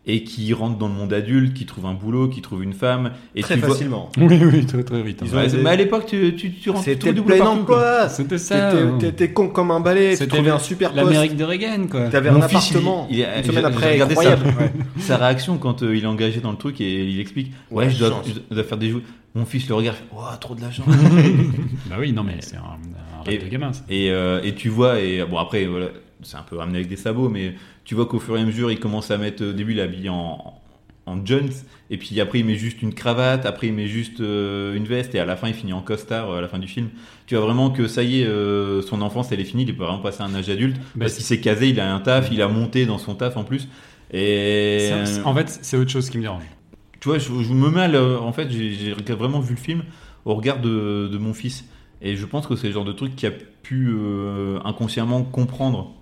et qui rentre dans le monde adulte, qui trouve un boulot, qui trouve une femme. Et Très tu vois- facilement. Oui, oui, très très vite. hein. Ils ont Ouais, été- mais à l'époque, tu, tu, tu rentres C'était tout le double plein partout. quoi. emploi. C'était ça. T'étais- hein. T'étais con comme un balai. Tu C'était trouvais un super poste. L'Amérique de Reagan, quoi. T'avais Mon un fils, il- appartement. il est- une semaine j'ai- j'ai après, regardé ça. incroyable. Sa réaction quand euh, il est engagé dans le truc et il explique Ouais, Ouais, je, dois, chance. je dois faire des jeux. Mon fils le regarde, il fait, Ouah, trop de l'argent. Bah oui, non, mais c'est un, un rêve Et- de gamin, ça. Et, euh, et tu vois, et bon après, voilà, c'est un peu ramené avec des sabots, mais tu vois qu'au fur et à mesure, il commence à mettre, au début, il est habillé en, en jeans, et puis après, il met juste une cravate, après, il met juste euh, une veste, et à la fin, il finit en costard, euh, à la fin du film. Tu vois vraiment que ça y est, euh, son enfance, elle est finie, il peut vraiment passer à un âge adulte, Bah, parce qu'il s'est casé, il a un taf, il a monté dans son taf en plus. Et euh, C'est- c'est- En fait, c'est autre chose qui me dérange. tu vois, je, je me mets à le- en fait, j'ai j'ai vraiment vu le film au regard de, de mon fils. Et je pense que c'est le genre de truc qui a pu euh, inconsciemment comprendre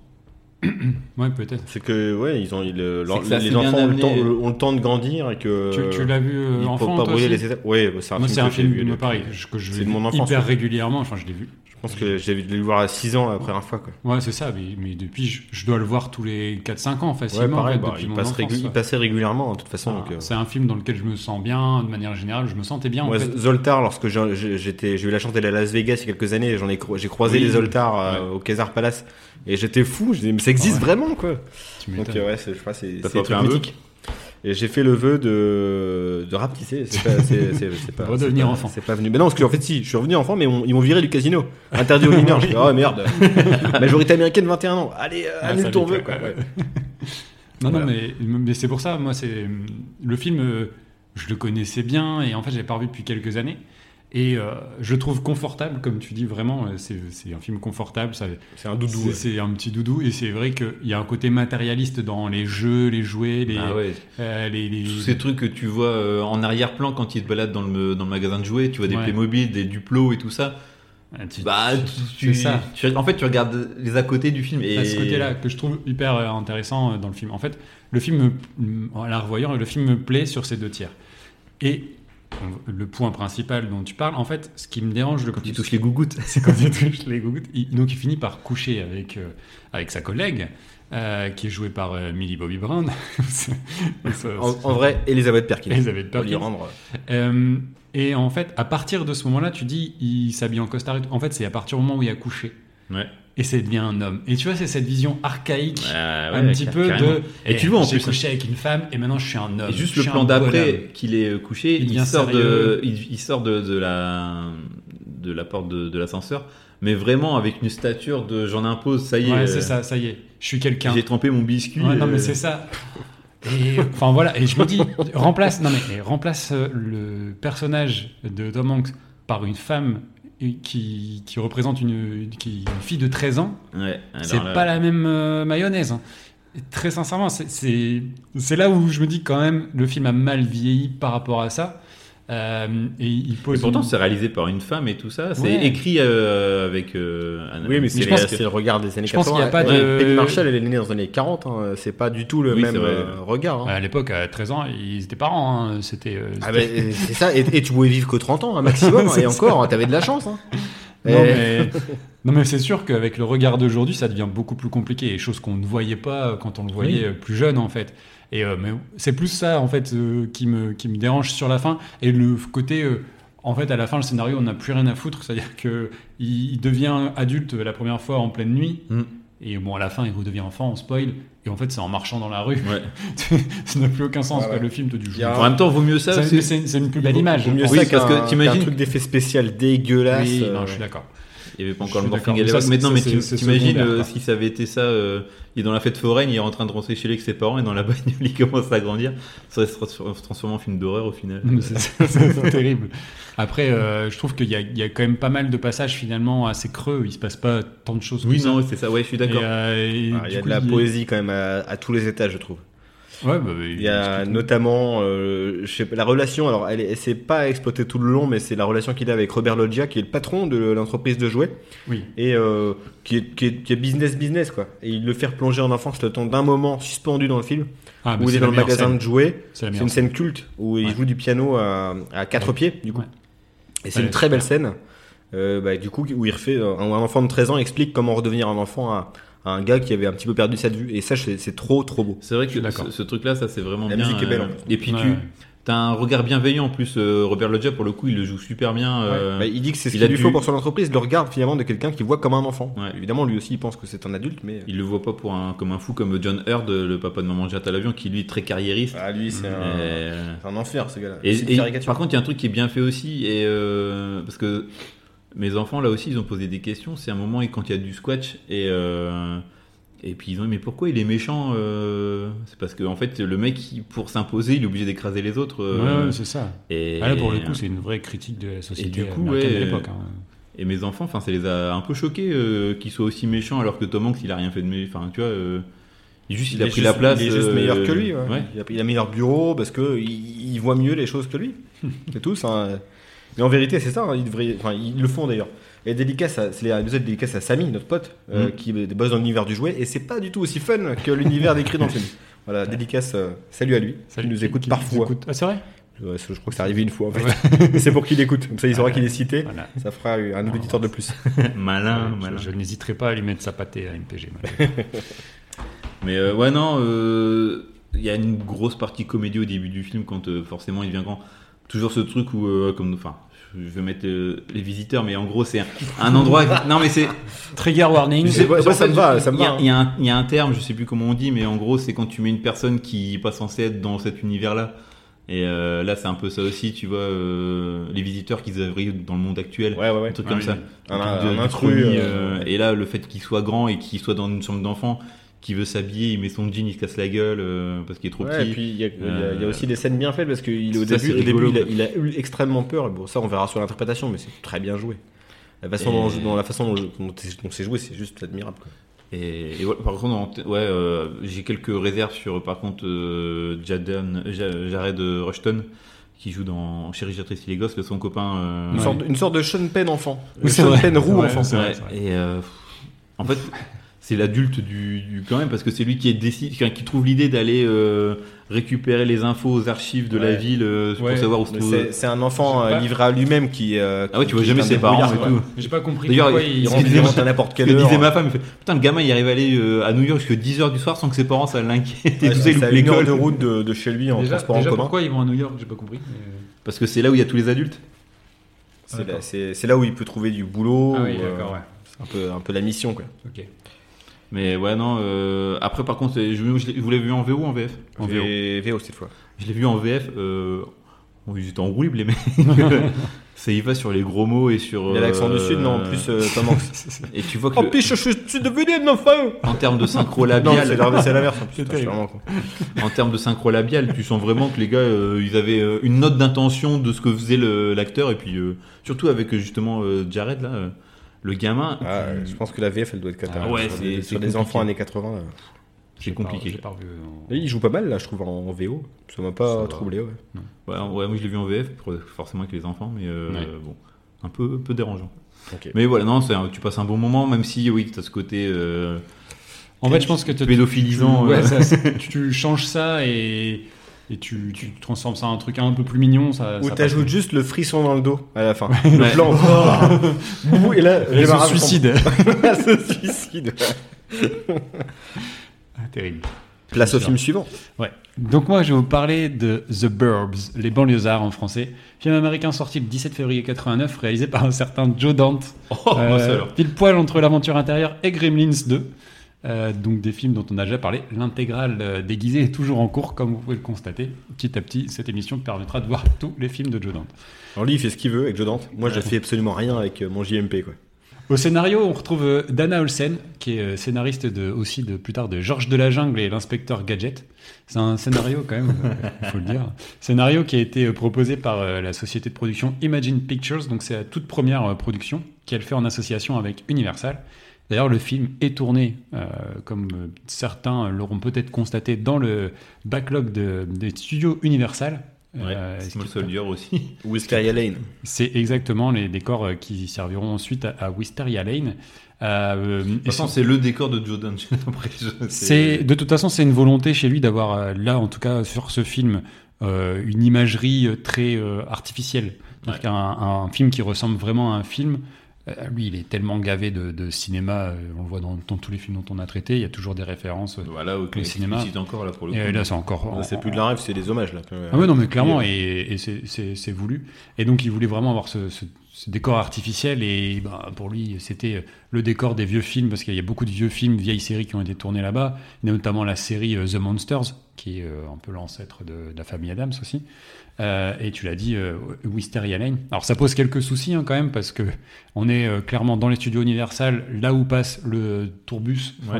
ouais, peut-être. C'est que, ouais, ils ont, ils, euh, C'est que leur- ça s'est les bien enfants ont le, amené. temps, le- ont le temps de grandir et que. Tu, tu l'as vu euh, ils enfant peuvent pas toi brûler aussi les étapes. Ouais, bah, c'est un Moi, film c'est un que j'ai film, vu moi, depuis- pareil, je- que je C'est l'ai de mon enfance, hyper ouais. régulièrement. Enfin, je l'ai vu. Je pense que j'ai dû le voir à 6 ans la première fois. Quoi. Ouais, c'est ça, mais, mais depuis, je, je dois le voir tous les 4-5 ans facilement. Ouais, pareil, en fait, bah, depuis il, mon passe enfance, régu- il ouais. passait régulièrement, hein, de toute façon. Ah, donc, euh, C'est un film dans lequel je me sens bien, de manière générale, je me sentais bien en Moi, fait. Zoltar, lorsque j'ai- j'ai j'étais- j'ai eu la chance d'aller à Las Vegas il y a quelques années, j'en ai cro- j'ai croisé Oui. les Zoltar euh, au Kaiser Palace et j'étais fou. Je disais, mais ça existe Ah ouais. vraiment quoi. Tu Donc, m'étonnes. euh, ouais, c'est- je sais pas, c'est T'as c'est pas fait un vœu mythique. Et j'ai fait le vœu de, de rapetisser. C'est pas, c'est- c'est- c'est pas- Redevenir c'est pas- enfant. C'est pas venu. Mais non, parce qu'en fait, si, je suis revenu enfant, mais on- ils m'ont viré du casino. Interdit aux mineurs. Je dis, oh merde. Majorité américaine, 21 ans. Allez, euh, Ah, annule ça ton vite, vœu, ouais. quoi. Ouais. Non, Voilà. non, mais, mais c'est pour ça, moi, c'est le film, euh, je le connaissais bien et en fait, j'avais pas revu depuis quelques années. Et euh, je le trouve confortable, comme tu dis, vraiment, euh, c'est c'est un film confortable, ça, C'est un doudou. c'est ouais. c'est un petit doudou. Et c'est vrai qu'il y a un côté matérialiste dans les jeux, les jouets, les. Bah, Ah ouais. euh, les, les- Tous ces trucs que tu vois euh, en arrière-plan quand ils te baladent dans le, dans le magasin de jouets, tu vois des Ouais. Playmobil, des Duplo et tout ça. Ah, tu- Bah, tu, tu- c'est ça. tu- en fait, tu regardes les à côté du film et à ce côté-là que je trouve hyper euh, intéressant euh, dans le film. En fait, le film, me- en la revoyant, le film me plaît sur ces deux tiers. Et le point principal dont tu parles, en fait, ce qui me dérange le Quand tu plus, touches les gougouttes. c'est quand il touche les gouttes. Il- donc il finit par coucher avec, euh, avec sa collègue, euh, qui est jouée par euh, Millie Bobby Brown. C'est- c'est- En, en vrai, Elisabeth Perkins. Elizabeth Pour lui Perkins. rendre- Euh, et en fait, à partir de ce moment-là, tu dis, il s'habille en costard. et tout. En fait, c'est à partir du moment où il a couché. Ouais. Et ça devient un homme. Et tu vois, c'est cette vision archaïque Ah un petit peu de. Et eh, tu le vois en j'ai plus. couché avec une femme et maintenant je suis un homme. Et juste Je le suis plan un d'après bonhomme. qu'il est euh, couché, Euh, Il il, devient sort sérieux. de, il, il sort de, de la de la porte de, de l'ascenseur, mais vraiment avec une stature de j'en impose, ça y est. Ouais, euh, c'est ça, ça y est. Je suis quelqu'un. J'ai trempé mon biscuit. Ouais, non, mais euh, c'est ça. Et enfin voilà, et je me dis, remplace, non mais, mais remplace euh, le personnage de Tom Hanks par une femme et qui, qui représente une, qui, une fille de 13 ans, ouais, alors c'est là- pas la même euh, mayonnaise. hein. Et Très sincèrement, c'est- c'est c'est là où je me dis quand même, le film a mal vieilli par rapport à ça. Euh, et il Et pose. pourtant, une- c'est réalisé par une femme et tout ça. C'est Ouais. écrit euh, avec. euh, un- Oui, mais c'est je pense les- que- c'est le regard des années je pense 80. qu'il y a pas Ouais, de- Penny Marshall, elle est née dans les années 40. hein, C'est pas du tout le Oui, même c'est vrai. euh, regard. hein. À l'époque, à 13 ans, ils étaient parents. hein. C'était. euh, Ah c'était- bah, euh, c'est ça, et, et tu pouvais vivre que 30 ans, un maximum, C'est et encore, t'avais de la chance. Hein. Et- Non, mais, non, mais c'est sûr qu'avec le regard d'aujourd'hui, ça devient beaucoup plus compliqué. Et chose qu'on ne voyait pas quand on le voyait Oui. euh, plus jeune, en fait. Et euh, mais c'est plus ça, en fait, euh, qui, me, qui me dérange sur la fin. Et le côté. euh, en fait, à la fin, le scénario, on n'a plus rien à foutre. C'est-à-dire que il il devient adulte la première fois en pleine nuit. Mm. Et bon, à la fin, il redevient enfant, on spoil. Et en fait, c'est en marchant dans la rue. Ouais. ça n'a plus aucun sens. Ouais, quoi. Ah ouais. Le film te dit. Il y a En même temps, vaut mieux ça. Ça, parce que- C'est c'est- c'est une plus belle image. Vaut mieux je Oui, ça pense. qu'un- parce que t'imagines- qu'un truc d'effet spécial dégueulasse. Oui, euh, non, je suis d'accord. Il n'y avait pas Je encore le suis d'accord, morphing à mais l'époque. ça, Mais non, c'est- mais c'est- tu- c'est t'imagines secondaire, euh, quoi. si ça avait été ça, euh, il est dans la fête foraine, il est en train de rentrer chez lui avec ses parents et dans la bagnole, il commence à grandir. Ça se trans- se transforme en film d'horreur au final. Non, mais C'est c'est- c'est terrible. Après, euh, je trouve qu'il y, a- il y a quand même pas mal de passages finalement assez creux. Il se passe pas tant de choses. Oui, que ça. non, c'est ça, ouais, je suis Et, d'accord. euh, et ah, Il y du a coup, de la il- poésie quand même à, à tous les étages, je trouve. Ouais, bah, Il y a notamment euh, je sais pas, la relation, alors elle, elle s'est pas exploitée tout le long, mais c'est la relation qu'il a avec Robert Loggia, qui est le patron de l'entreprise de jouets, Oui. et euh, qui, est, qui est- qui est business business quoi. Et il le fait replonger en enfance le temps d'un moment suspendu dans le film, Ah, bah, où il c'est est dans le la meilleure magasin scène. de jouets. C'est C'est la meilleure une scène culte où il Ouais. joue du piano à, à quatre Ouais. pieds, du coup. Ouais. Et c'est Ouais, une très belle super. scène, euh, bah, du coup, où il refait, euh, un enfant de 13 ans explique comment redevenir un enfant à, à un gars qui avait un petit peu perdu cette vue. Et ça, c'est c'est trop, trop beau. C'est vrai je suis que d'accord. ce, ce truc-là, ça c'est vraiment La bien. musique est belle, euh, en plus. Et puis Ouais. tu as un regard bienveillant en plus. euh, Robert Loggia, pour le coup, il le joue super bien. euh, Bah, il dit que c'est ce il qu'il a lui dû- faut pour son entreprise, le regard finalement de quelqu'un qui voit comme un enfant. Ouais. Évidemment, lui aussi, il pense que c'est un adulte, mais. Il le voit pas pour un, comme un fou comme John Hurd, le papa de Maman Jette à l'avion, qui lui est très carriériste. Ah, lui, c'est Euh, c'est un enfer, ce gars-là. Et, Bah, C'est une et caricature. par contre, il y a un truc qui est bien fait aussi, et euh, parce que mes enfants là aussi, ils ont posé des questions. C'est un moment et quand il y a du squash et euh, et puis ils ont dit mais pourquoi il est méchant euh C'est parce que en fait le mec il- pour s'imposer il est obligé d'écraser les autres. Ouais, euh, ouais, c'est ça. et, Ah, là, pour le coup, c'est une vraie critique de la société du coup, américaine ouais, de l'époque. hein. et mes enfants, enfin ça les a un peu choqués euh, qu'ils soient aussi méchants alors que Tom Hanks il a rien fait de méchant. Enfin tu vois, euh, il- juste il, a est pris juste- la place. Il est juste euh, meilleur que lui. ouais. ouais. Il, a, il a meilleur bureau parce que il, hein. il voit mieux les choses que lui. c'est tout. ça. Mais en vérité, c'est ça. hein, ils, devraient, enfin, ils le font d'ailleurs. Et dédicace, à- c'est l'épisode dédicace à Samy, notre pote, euh, Mm. qui bosse dans l'univers du jouet, et c'est pas du tout aussi fun que l'univers décrit dans le film. Voilà, dédicace, euh, salut à lui, Salut, il nous qui- écoute qui parfois. écoute. Ah, c'est vrai Ouais, je crois que c'est arrivé une fois en fait. Mais c'est pour qu'il écoute, comme ça il saura qu'il est cité, Voilà. ça fera euh, un auditeur de plus. malin, je malin. je n'hésiterai pas à lui mettre sa pâtée à MPG. Mais euh, ouais, non, euh, il y a une grosse partie comédie au début du film quand euh, forcément il devient grand. Toujours ce truc où, euh, comme, enfin, je vais mettre euh, les visiteurs, mais en gros c'est un, un endroit. non, mais c'est. Trigger warning. Je sais pas. Ouais, parce ouais, ça qu'en fait, me va, je- ça me il y a- va, hein. Il y, a un- il y a un terme, je sais plus comment on dit, mais en gros c'est quand tu mets une personne qui est pas censée être dans cet univers-là. Et euh, là c'est un peu ça aussi, tu vois, euh, les visiteurs qu'ils arrivent dans le monde actuel. Ouais, ouais, ouais. Un truc Ah comme oui, ça. oui. Un- truc de- un du intrus, commis, euh, euh, et là, le fait qu'il soit grand et qu'il soit dans une chambre d'enfant, qu'il veut s'habiller, il met son jean, il se casse la gueule euh, parce qu'il est trop Ouais, petit. et puis il y, a- il y a- Euh, il y a aussi des scènes bien faites parce qu'il au ça, début, c'est au début, rigolo, il, a, il a eu extrêmement peur. Bon, ça on verra sur l'interprétation, mais c'est très bien joué. La façon Et- dont, dont la façon dont, dont dont c'est joué, c'est juste admirable. quoi. Et, et voilà, par contre, en- ouais, euh, j'ai quelques réserves sur, par contre, euh, Jaden, euh, Ja- Jared Rushton qui joue dans Chérie, j'ai triste les gosses, le son copain. euh, Une, Ouais. sorte, une sorte de Sean Penn enfant, Oui, c'est Sean vrai. Penn C'est roux vrai, enfant. c'est vrai, Ouais, c'est et euh, pff, en fait, c'est l'adulte du, du- quand même parce que c'est lui qui est décide, enfin, qui trouve l'idée d'aller euh, récupérer les infos aux archives de Ouais. la ville euh, pour Ouais, savoir où se Mais trouve. c'est- C'est un enfant Je sais euh, pas. livré à lui-même qui. euh, Ah ouais, qui- tu vois qui jamais est un ses parents débrouillard, et quoi. tout. J'ai pas compris D'ailleurs, pourquoi il- il, Il Ce que rentre disait il ma- rentre à n'importe Ce quelle que heure. disait ma femme, elle fait, putain, le gamin il arrive à aller euh, à New York jusqu'à 10h du soir sans que ses parents ça l'inquiète et Ouais, tout ça, il c'est à loupe une heure l'école. de route de, de chez lui en déjà, transport en déjà commun. pourquoi ils vont à New York J'ai pas compris. mais- euh, Parce que c'est là où il y a tous les adultes. C'est Ah, là, d'accord. c'est- c'est là où il peut trouver du boulot. Ah oui, ou, euh, d'accord, ouais. un, peu, un peu la mission quoi. Ok. Mais ouais, non. euh, Après, par contre, je, je l'ai- vous l'avez vu en VO ou en VF En VO. Et VO cette fois. Je l'ai vu en VF. Euh... bon, ils étaient en roulible, les mecs. ça y va sur les gros mots et sur. Il a l'accent du euh, sud, non, en plus euh, Tom Hanks. Et tu vois que, Oh piche, je suis devenu un enfant en termes de synchro Non, c'est labial, la- c'est l'inverse. en plus, C'est putain, je suis terrible. vraiment con. en termes de synchro labial, tu sens vraiment que les gars, euh, ils avaient euh, une note d'intention de ce que faisait le- l'acteur et puis euh, surtout avec euh, justement euh, Jared là, euh, le gamin. Ah, euh, je pense que la VF elle doit être cata. Ah ouais, sur c'est- des, c'est sur des compliqué. enfants années 80. là. C'est J'ai pas- compliqué. J'ai pas euh, revu. en- Et il joue pas mal là, je trouve, en, en VO. Ça m'a Ça pas va. troublé. Ouais. Ouais, ouais, moi je l'ai vu en VF, pour- forcément avec les enfants, mais euh, Ouais. bon, un peu, un peu dérangeant. Ok. Mais voilà, non, c'est un- tu passes un bon moment, même si oui, tu as ce côté euh, En fait, je pense que tu pédophilisant. Ouais, euh, ça, c'est- tu, tu changes ça et, et tu, tu transformes ça en un truc un peu plus mignon. Ça, Ou ça t'ajoutes passe. juste le frisson dans le dos à la fin. Le plan. Bouh, et là, Elle les se marins suicide. ressemblent. Elle se suicide. Ah, Terrible. Place au film suivant. Ouais. Donc moi, je vais vous parler de The Burbs, les banlieusards en français. Film américain sorti le 17 février 89, réalisé par un certain Joe Dante. Oh, moi, ça, Euh, alors. pile poil entre l'aventure intérieure et Gremlins 2. Euh, donc des films dont on a déjà parlé, l'intégrale euh, déguisée est toujours en cours comme vous pouvez le constater. Petit à petit, cette émission permettra de voir tous les films de Joe Dante. Alors lui, il fait ce qu'il veut avec Joe Dante. Moi, je fais absolument rien avec euh, mon JMP. Quoi. Au scénario, on retrouve euh, Dana Olsen, qui est euh, scénariste de, aussi de, plus tard de Georges de la Jungle et l'inspecteur Gadget. C'est un scénario quand même, il faut le dire. Scénario qui a été euh, proposé par euh, la société de production Imagine Pictures, donc c'est la toute première euh, production qu'elle fait en association avec Universal. D'ailleurs, le film est tourné, euh, comme euh, certains l'auront peut-être constaté, dans le backlog de- des studios Universal. Ouais, Euh, Small ce qui- Soldier aussi. Ou Sky Lane. c'est exactement les décors euh, qui serviront ensuite à, à Wisteria Lane. Euh, De toute façon, c'est le décor de Jordan, j'ai l'impression. c'est de toute façon c'est une volonté chez lui d'avoir euh, là en tout cas sur ce film euh, une imagerie euh, très euh, artificielle, Ouais. cest un, un film qui ressemble vraiment à un film. Euh, lui, il est tellement gavé de, de cinéma, euh, on le voit dans, dans tous les films dont on a traité. Il y a toujours des références. Voilà, ok, Le cinéma. explicite encore là pour le coup. Et là, c'est encore. Là, C'est en- plus de la rêve, c'est des hommages là. Ah ouais, non, mais clairement, et, et c'est- c'est c'est voulu. Et donc, il voulait vraiment avoir ce, ce- ce décor artificiel. Et bah, pour lui, c'était le décor des vieux films, parce qu'il y a beaucoup de vieux films, vieilles séries qui ont été tournées là-bas. Il y a notamment la série euh, The Monsters, qui est euh, un peu l'ancêtre de, de la famille Adams aussi. Euh, et tu l'as dit, euh, Wisteria Lane. Alors, ça pose quelques soucis hein, quand même, parce que on est euh, clairement dans les studios Universal, là où passe le tourbus, enfin, Ouais.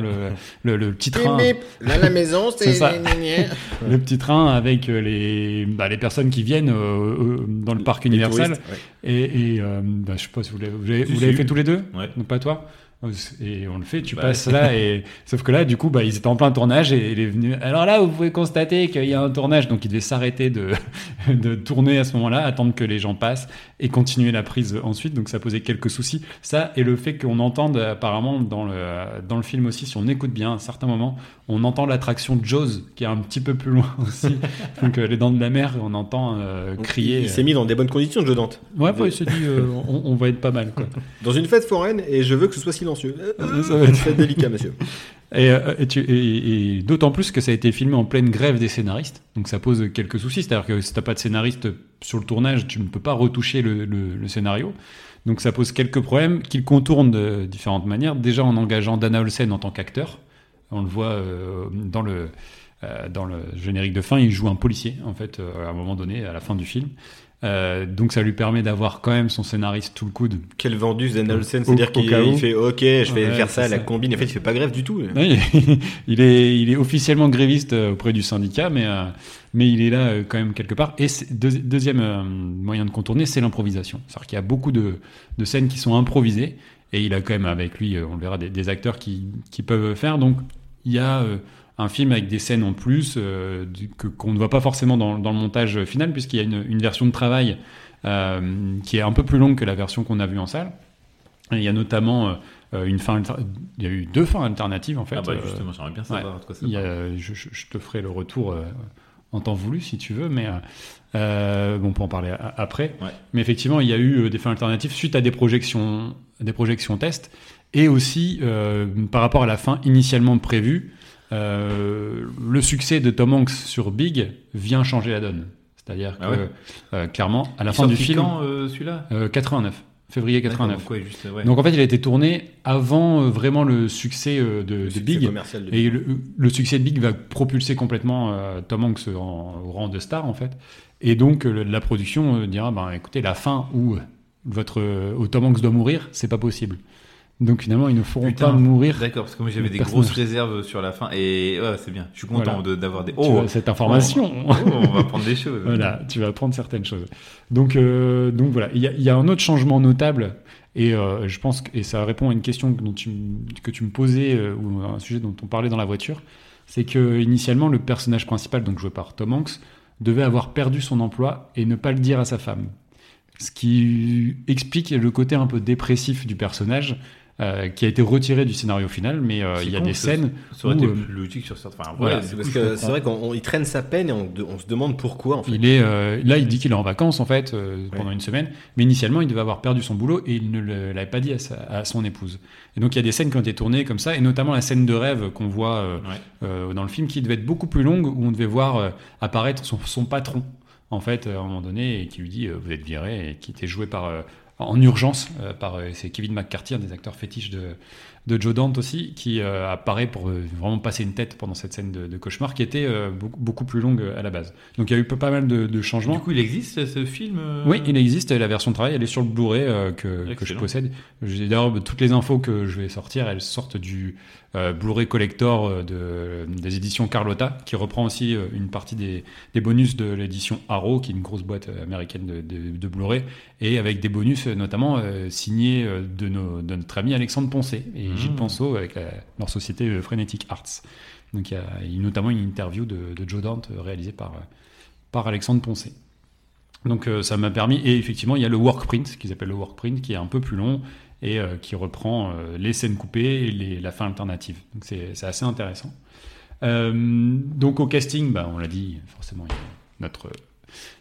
le, le- le petit train. là, la maison, C'est ça. le petit train avec euh, les, bah, les personnes qui viennent euh, euh, dans le parc universel. Et, et, euh, bah, je sais pas si vous l'avez, vous l'avez- Si, vous l'avez si. fait tous les deux Ouais. Donc pas toi Oh, Et on le fait, tu Bah, passes là et sauf que là, du coup, bah, ils étaient en plein tournage et il est venu. Alors là, vous pouvez constater qu'il y a un tournage, donc il devait s'arrêter de, de tourner à ce moment-là, attendre que les gens passent et continuer la prise ensuite. Donc ça posait quelques soucis. Ça et le fait qu'on entende apparemment dans le dans le film aussi, si on écoute bien, à un certain moment, on entend l'attraction Jaws qui est un petit peu plus loin aussi. donc euh, les dents de la mer, on entend euh, crier. Il, s'est mis dans des bonnes conditions, Joe Dante. Ouais, ouais, il se dit, euh, on, on va être pas mal quoi. Dans une fête foraine, et je veux que ce soit silencieux. Euh, euh, Ça va être- C'est délicat, monsieur. Et, euh, et tu- et- et d'autant plus que ça a été filmé en pleine grève des scénaristes, donc ça pose quelques soucis. C'est-à-dire que si t'as pas de scénariste sur le tournage, tu ne peux pas retoucher le, le- le scénario. Donc ça pose quelques problèmes qu'ils contournent de différentes manières. Déjà en engageant Dana Olsen en tant qu'acteur, on le voit euh, dans le euh, dans le générique de fin, il joue un policier en fait euh, à un moment donné à la fin du film. Euh, donc ça lui permet d'avoir quand même son scénariste tout le coude. Quel vendu Zen Olsen, Au- c'est-à-dire au qu'il cas où. il fait OK, je vais Ouais, faire ça, c'est la ça. combine. En fait, il fait pas grève du tout. Oui, il est, il est officiellement gréviste euh, auprès du syndicat, mais, euh, mais il est là euh, quand même quelque part. Et c'est- deuxi- deuxième euh, moyen de contourner, c'est l'improvisation. C'est-à-dire qu'il y a beaucoup de, de scènes qui sont improvisées, et il a quand même avec lui, euh, on le verra, des, des acteurs qui, qui peuvent faire. Donc il y a euh, un film avec des scènes en plus euh, du- que- qu'on ne voit pas forcément dans, dans le montage final, puisqu'il y a une, une version de travail euh, qui est un peu plus longue que la version qu'on a vue en salle. Et il y a notamment euh, euh, une fin, alter- il y a eu deux fins alternatives en fait. ah bah Euh, justement, j'aimerais bien savoir de quoi ça il y a- parle. je, je- je te ferai le retour euh, en temps voulu si tu veux, mais euh, euh, bon, on peut en parler a- après. Ouais. Mais effectivement, il y a eu euh, des fins alternatives suite à des projections, des projections tests, et aussi euh, par rapport à la fin initialement prévue, euh, le succès de Tom Hanks sur Big vient changer la donne. C'est-à-dire Ah que ouais. euh, clairement, à la Il fin sortit du film, quand, euh, celui-là euh, 89, février 89. D'accord, donc ouais, juste, ouais. Donc en fait, il a été tourné avant euh, vraiment le succès euh, de, de Big. commercial de- Et le, le succès de Big va propulser complètement euh, Tom Hanks en- au rang de star, en fait. Et donc, euh, le- la production euh, dira ben, écoutez, la fin où, votre, euh, où Tom Hanks doit mourir, c'est pas possible. Donc, finalement, ils ne feront Putain. pas mourir D'accord, parce que moi j'avais Le des personnage. grosses réserves sur la fin et ouais, c'est bien. Je suis content Voilà. de- d'avoir des. tu Oh, vois, cette information. oh, on va prendre des choses. Voilà, tu vas apprendre certaines choses. Donc, euh, donc voilà, il y, a- il y a un autre changement notable, et euh, je pense que et ça répond à une question dont tu, m- que tu me posais, euh, ou à un sujet dont on parlait dans la voiture, c'est que initialement le personnage principal, donc joué par Tom Hanks, devait avoir perdu son emploi et ne pas le dire à sa femme. Ce qui explique le côté un peu dépressif du personnage, euh, qui a été retiré du scénario final, mais euh, C'est il y a con, des ce- scènes. Ça aurait été Ou, euh, plus logique sur certains. Enfin, Voilà, voilà, c'est du parce coup, je que comprends. c'est vrai qu'on on- il traîne sa peine et on, de- on se demande pourquoi en fait. Mm. Il est euh, là, il dit qu'il est en vacances en fait euh, pendant Ouais. une semaine, mais initialement il devait avoir perdu son boulot et il ne le- l'avait pas dit à, sa- à son épouse. Et donc il y a des scènes qui ont été tournées comme ça, et notamment la scène de rêve qu'on voit euh, Ouais. euh, dans le film qui devait être beaucoup plus longue où on devait voir euh, apparaître son, son patron en fait euh, à un moment donné et qui lui dit euh, vous êtes viré et qui était joué par euh, en urgence euh, par euh, c'est Kevin McCarthy un des acteurs fétiches de de Joe Dante aussi qui euh, apparaît pour euh, vraiment passer une tête pendant cette scène de, de cauchemar qui était euh, beaucoup, beaucoup plus longue euh, à la base donc il y a eu pas pas mal de, de changements Du coup, il existe ce film euh, oui, il existe, la version de travail, elle est sur le Blu-ray euh, que, que je Excellent. possède. J'ai d'ailleurs bah, toutes les infos que je vais sortir, elles sortent du euh, Blu-ray collector euh, de, des éditions Carlotta, qui reprend aussi euh, une partie des, des bonus de l'édition Arrow, qui est une grosse boîte euh, américaine de, de- de Blu-ray, et avec des bonus euh, notamment euh, signés euh, de, nos- de notre ami Alexandre Poncé et Mmh. Gilles Ponceau avec la- leur société euh, Frenetic Arts. Donc il y a il y a notamment une interview de, de Joe Dante euh, réalisée par, euh, par Alexandre Poncé. Donc euh, ça m'a permis, et effectivement il y a le workprint, qu'ils appellent le workprint, qui est un peu plus long et euh, qui reprend euh, les scènes coupées et les- la fin alternative. Donc c'est c'est assez intéressant. Euh, donc au casting, bah, on l'a dit, forcément, il y a notre,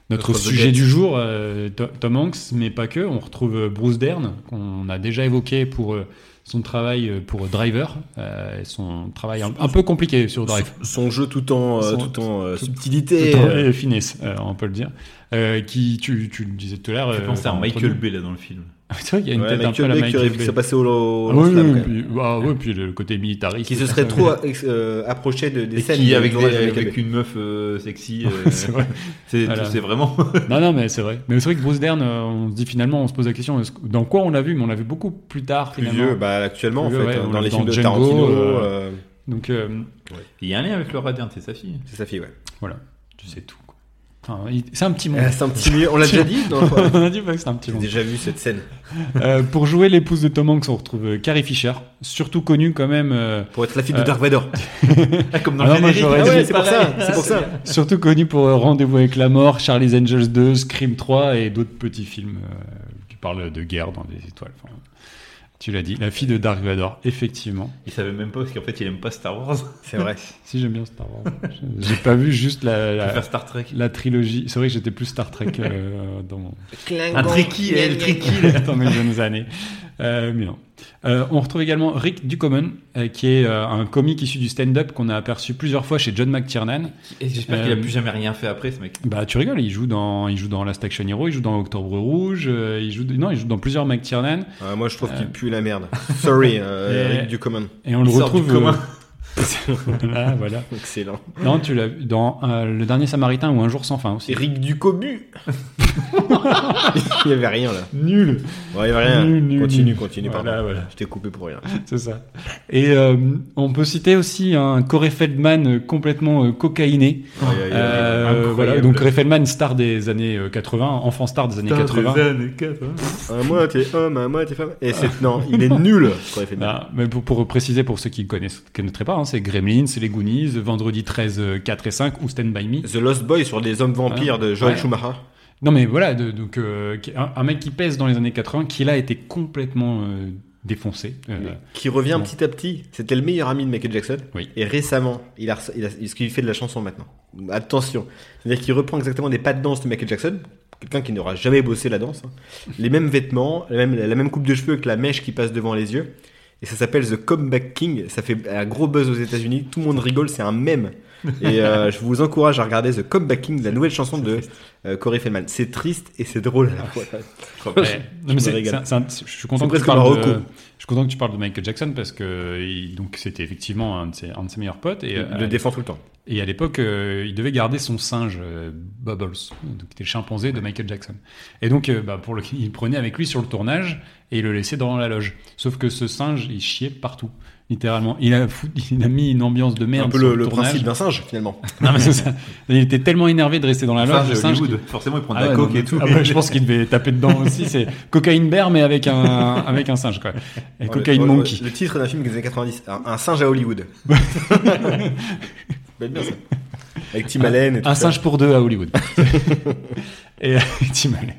notre, Notre sujet vedette. du jour, euh, To- Tom Hanks, mais pas que, on retrouve euh, Bruce Dern, qu'on a déjà évoqué pour euh, son travail euh, pour Driver, euh, son travail un, un peu compliqué sur Drive Son- Son jeu tout en, euh, Son- tout en euh, tout- subtilité. tout en- euh, et finesse, euh, on peut le dire. Euh, qui, tu, tu le disais tout à l'heure. Je euh, pensais à entre Michael nous. Bay là dans le film. C'est vrai qu'il y a une ouais, tête un peu à Michael la Bay qui aurait Michael vu que Bay. ça passait au, au Ah oui, slam, oui, quand même. puis, ah oui, puis le côté militariste. qui se tout serait ça. trop euh, approché de, des Et scènes qui de avec, des- tournage avec avec Michael Bay. une meuf euh, sexy. euh, C'est vrai. c'est Voilà. c'est vraiment. Non, non, mais c'est vrai. Mais c'est vrai que Bruce Dern, euh, on se dit finalement, on se pose la question est-ce que- dans quoi on l'a vu Mais on l'a vu beaucoup plus tard, plus finalement. vieux, bah, actuellement Plus en fait, vieux, ouais, hein, on dans le les voit films dans de Django, Tarantino, euh, euh, Donc, euh, Il y a un lien avec Laura Dern, c'est sa fille. c'est sa fille, ouais. voilà, tu sais tout. quoi. Enfin, il- c'est un petit monde. Ah, c'est un petit milieu, on l'a déjà dit non, je crois. On a dit pas que c'est un petit J'ai monde. déjà vu cette scène. Euh, pour jouer l'épouse de Tom Hanks, on retrouve euh, Carrie Fisher, surtout connue quand même, euh, Pour être la fille Euh. de Dark Vador. Ah, comme dans Ah le non, moi, générique. j'aurais Ah dit- ouais, c'est pour ça, c'est pour ça. surtout connue pour euh, Rendez-vous avec la mort, Charlie's Angels 2, Scream 3 et d'autres petits films euh, qui parlent de guerre dans des étoiles. Enfin, tu l'as dit, la fille de Dark Vador, effectivement. Il savait même pas parce qu'en fait il aime pas Star Wars. C'est vrai. Si j'aime bien Star Wars, j'ai pas vu juste la, Il préfère la, Star Trek. la trilogie. C'est vrai que j'étais plus Star Trek euh, dans mon. Un tricky, elle, tricky. dans mes jeunes années. Euh, mais non. Euh, on retrouve également Rick Ducommun, euh, qui est euh, un comique issu du stand-up qu'on a aperçu plusieurs fois chez John McTiernan. Et J'espère qu'il a Euh, plus jamais rien fait après ce mec. Bah, tu rigoles, il joue dans, il joue dans Last Action Hero, il joue dans Octobre Rouge, euh, il joue, non, il joue dans plusieurs McTiernan, Ah, moi, je trouve Euh. qu'il pue la merde. Sorry, euh, Et- Eric Ducommun. et on le Il sort du retrouve. commun. euh, voilà, voilà. Excellent. Non, tu l'as vu dans euh, Le Dernier Samaritain ou Un Jour sans fin aussi. Eric Ducobu. Il y avait rien là. Nul. Bon, il y avait rien. Nul, nul, continue, nul. continue. Voilà, pardon. voilà. Je t'ai coupé pour rien. C'est ça. Et euh, on peut citer aussi un Corey Feldman euh, complètement euh, cocaïné. Aïe, aïe, aïe. Euh, Incroyable. voilà, donc Corey Feldman, star des années euh, 80, enfant star des années 80. À moi, t'es homme, à moi, t'es femme. Et c'est non, il est nul. Corey Feldman. Voilà. Bah, mais pour, pour préciser pour ceux qui ne connaissent, connaîtraient pas, hein, c'est Gremlins, c'est les Goonies, Vendredi 13, euh, 4 et 5 ou Stand By Me. The Lost Boy sur les hommes vampires de Joel Ouais. Schumacher. Non mais voilà, de- donc euh, qui- un, un mec qui pèse dans les années 80, qui là était complètement euh, défoncé. Euh, Qui revient Bon. petit à petit. C'était le meilleur ami de Michael Jackson. Oui. Et récemment, il a, il a- ce qu'il fait de la chanson maintenant. Attention. C'est-à-dire qu'il reprend exactement des pas de danse de Michael Jackson. Quelqu'un qui n'aura jamais bossé la danse. hein. Les mêmes vêtements, la même, la même coupe de cheveux avec la mèche qui passe devant les yeux. Et ça s'appelle The Comeback King. Ça fait un gros buzz aux États-Unis. Tout le monde rigole. C'est un mème. Et euh, je vous encourage à regarder The Comeback King, la nouvelle chanson de euh, Corey Feldman. C'est triste et c'est drôle. à la fois. ouais. je Non, mais me c'est- régale. c'est un- c'est un- je suis content C'est que tu presque un parles de, recours. je suis content que tu parles de Michael Jackson parce que il- donc c'était effectivement un de ses, un de ses meilleurs potes et, Il euh, le défend tout le temps. et à l'époque euh, il devait garder son singe euh, Bubbles, donc qui était le chimpanzé de Michael Jackson. Et donc euh, bah, pour le, il le prenait avec lui sur le tournage et il le laissait dans la loge. Sauf que ce singe il chiait partout. Littéralement, il a, fou- il a mis une ambiance de merde un peu sur le, le tournage. principe d'un singe finalement. Non, mais c'est ça. Il était tellement énervé de rester dans la loge. Enfin, le singe Hollywood. qui- Forcément, il prend de Ah la ouais, coke non, et tout. ah ouais, je pense qu'il devait taper dedans aussi. C'est cocaïne bear, mais avec un, avec un singe, quoi. Et Ouais, cocaine ouais, monkey. ouais, Le titre d'un film des années 90, un, un singe à Hollywood. C'est bien ça. Avec Tim Allen et tout Un ça. singe pour deux à Hollywood. et euh, Tim Allen.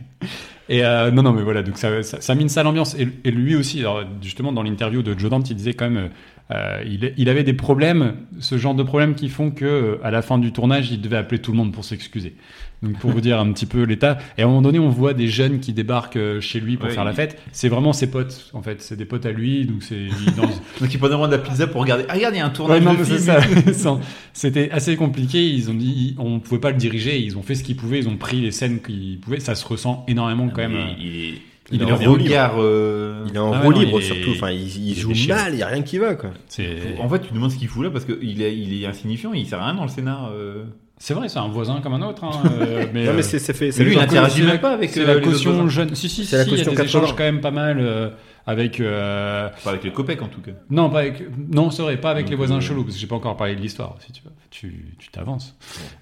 Et euh, non, non, mais voilà, donc ça, ça, ça a mis une sale ambiance. Et, et lui aussi, alors, justement, dans l'interview de Joe Dante, il disait quand même, euh, euh, il, il avait des problèmes, ce genre de problèmes qui font que euh, à la fin du tournage, il devait appeler tout le monde pour s'excuser. Donc pour vous dire un petit peu l'état. Et à un moment donné, on voit des jeunes qui débarquent euh, chez lui pour Ouais, faire la il- fête. C'est vraiment ses potes, en fait. C'est des potes à lui, donc c'est il danse- Donc il prenait vraiment de la pizza pour regarder. Ah, regarde, il y a un Ouais, tournage non, de mais c'est film. ça. Sans- C'était assez compliqué. Ils ont dit, ils- on pouvait pas le diriger. Ils ont fait ce qu'ils pouvaient. Ils ont pris les scènes qu'ils pouvaient. Ça se ressent énormément quand même. euh, Il, il est, il il est a un relibre. regard. euh, Il est en Ah ouais, roue non, libre il est- surtout. Enfin, il, il il est joue déchiré. mal, il n'y a rien qui va quoi. C'est En fait, tu te demandes ce qu'il fout là parce qu'il est, il est insignifiant. Il sert à rien dans le scénar. euh. c'est vrai, c'est un voisin comme un autre. hein, euh, mais non euh, mais c'est ça fait. ça Et lui, fait il un peu- interagit c'est la- même pas avec c'est euh, la les autres caution voisins. jeune. Si si si. C'est la il y a caution des échanges 80. quand même pas mal euh, avec. euh, Enfin, avec les copecs en tout cas. Non, pas avec. Non, c'est vrai, pas avec Donc, les voisins euh, chelous, parce que j'ai pas encore parlé de l'histoire. Si tu veux, tu tu t'avances.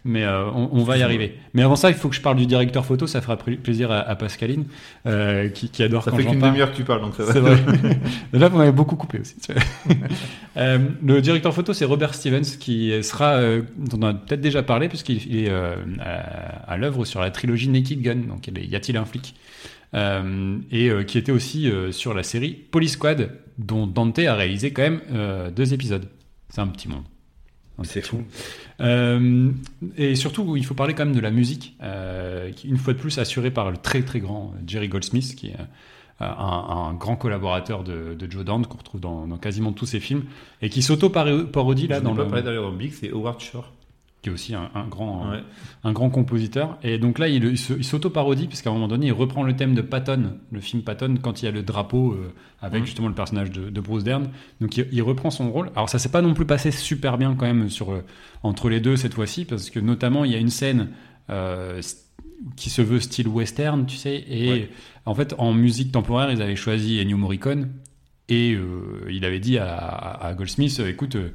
Mais euh, on, on va y arriver. Mais avant ça, il faut que je parle du directeur photo. Ça fera pl- plaisir à, à Pascaline, euh, qui, qui adore Ça quand fait j'en qu'une parle. demi-heure que tu parles donc ça va. C'est vrai. Là, vous m'avez beaucoup coupé aussi. tu vois. Euh, le directeur photo, c'est Robert Stevens, qui sera, euh, dont on a peut-être déjà parlé, puisqu'il il est euh, à, à l'œuvre sur la trilogie Naked Gun, donc il est- Y a-t-il un flic Euh, Et euh, qui était aussi euh, sur la série Police Squad, dont Dante a réalisé quand même euh, deux épisodes. C'est un petit monde. Un C'est petit fou. euh, et surtout, il faut parler quand même de la musique, euh, qui, une fois de plus assurée par le très très grand Jerry Goldsmith, qui est euh, un, un grand collaborateur de, de Joe Dante, qu'on retrouve dans, dans quasiment tous ses films, et qui s'auto-parodie là Je dans n'ai pas le. parlé d'ailleurs dans le Big, c'est Howard Shore. qui est aussi un, un grand, Ouais. un grand compositeur. Et donc là, il, il se- il s'auto-parodie, puisqu'à un moment donné, il reprend le thème de Patton, le film Patton, quand il y a le drapeau euh, avec Mhm. justement le personnage de, de Bruce Dern. Donc il, il reprend son rôle. Alors ça s'est pas non plus passé super bien quand même sur, euh, entre les deux cette fois-ci, parce que notamment, il y a une scène. euh, st- qui se veut style western, tu sais. Et Ouais. en fait, en musique temporaire, ils avaient choisi Ennio Morricone. Et euh, il avait dit à, à- à Goldsmith, écoute, euh,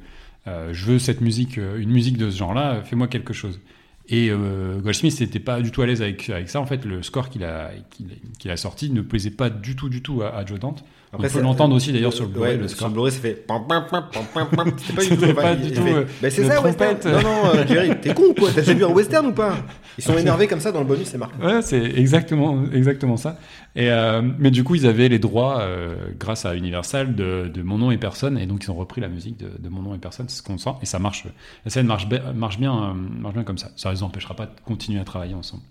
euh, je veux cette musique, euh, une musique de ce genre-là, fais-moi quelque chose. Et euh, Goldsmith n'était pas du tout à l'aise avec, avec ça. En fait, le score qu'il a, qu'il qu'il a sorti ne plaisait pas du tout, du tout à, à Joe Dante. Après, On c'est- peut l'entendre aussi d'ailleurs sur le ouais, Blu-ray, le sur score. le Blu-ray, ça fait. pam, pam, pam, pam, pam, pam. C'était pas C'était du tout. pas enfin, du il- il tout, fait, euh, Bah, c'est de ça, Western. trompette. Non, non, euh, Jerry, t'es con ou quoi T'as jamais vu un Western ou pas Ils sont énervés comme ça dans le bonus, c'est marqué. Ouais, c'est exactement, exactement ça. Et, euh, mais du coup, ils avaient les droits, euh, grâce à Universal, de, de Mon Nom et Personne. Et donc, ils ont repris la musique de, de Mon Nom et Personne, c'est ce qu'on sent. Et ça marche. La scène marche, be- marche, bien, euh, marche bien comme ça. Ça ne les empêchera pas de continuer à travailler ensemble.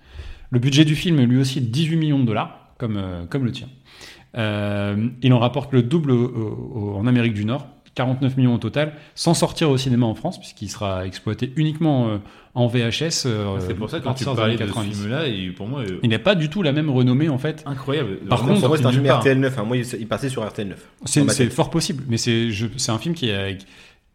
Le budget du film, lui aussi, est de 18 millions de dollars, comme, euh, comme le tien. Euh, il en rapporte le double au- au- au- en Amérique du Nord, 49 millions au total, sans sortir au cinéma en France, puisqu'il sera exploité uniquement euh, en VHS. euh, Ah, C'est pour ça que à quand tu partir des parlais années de ce 90. film-là, et pour moi, euh, Il n'a pas du tout la même renommée en fait. incroyable. Par Vraiment contre, sorti pour Moi, c'est un de nulle film part. RTL9. hein. Moi, il il passait sur RTL9. C'est Dans ma c'est tête. fort possible, mais c'est je- c'est un film qui a,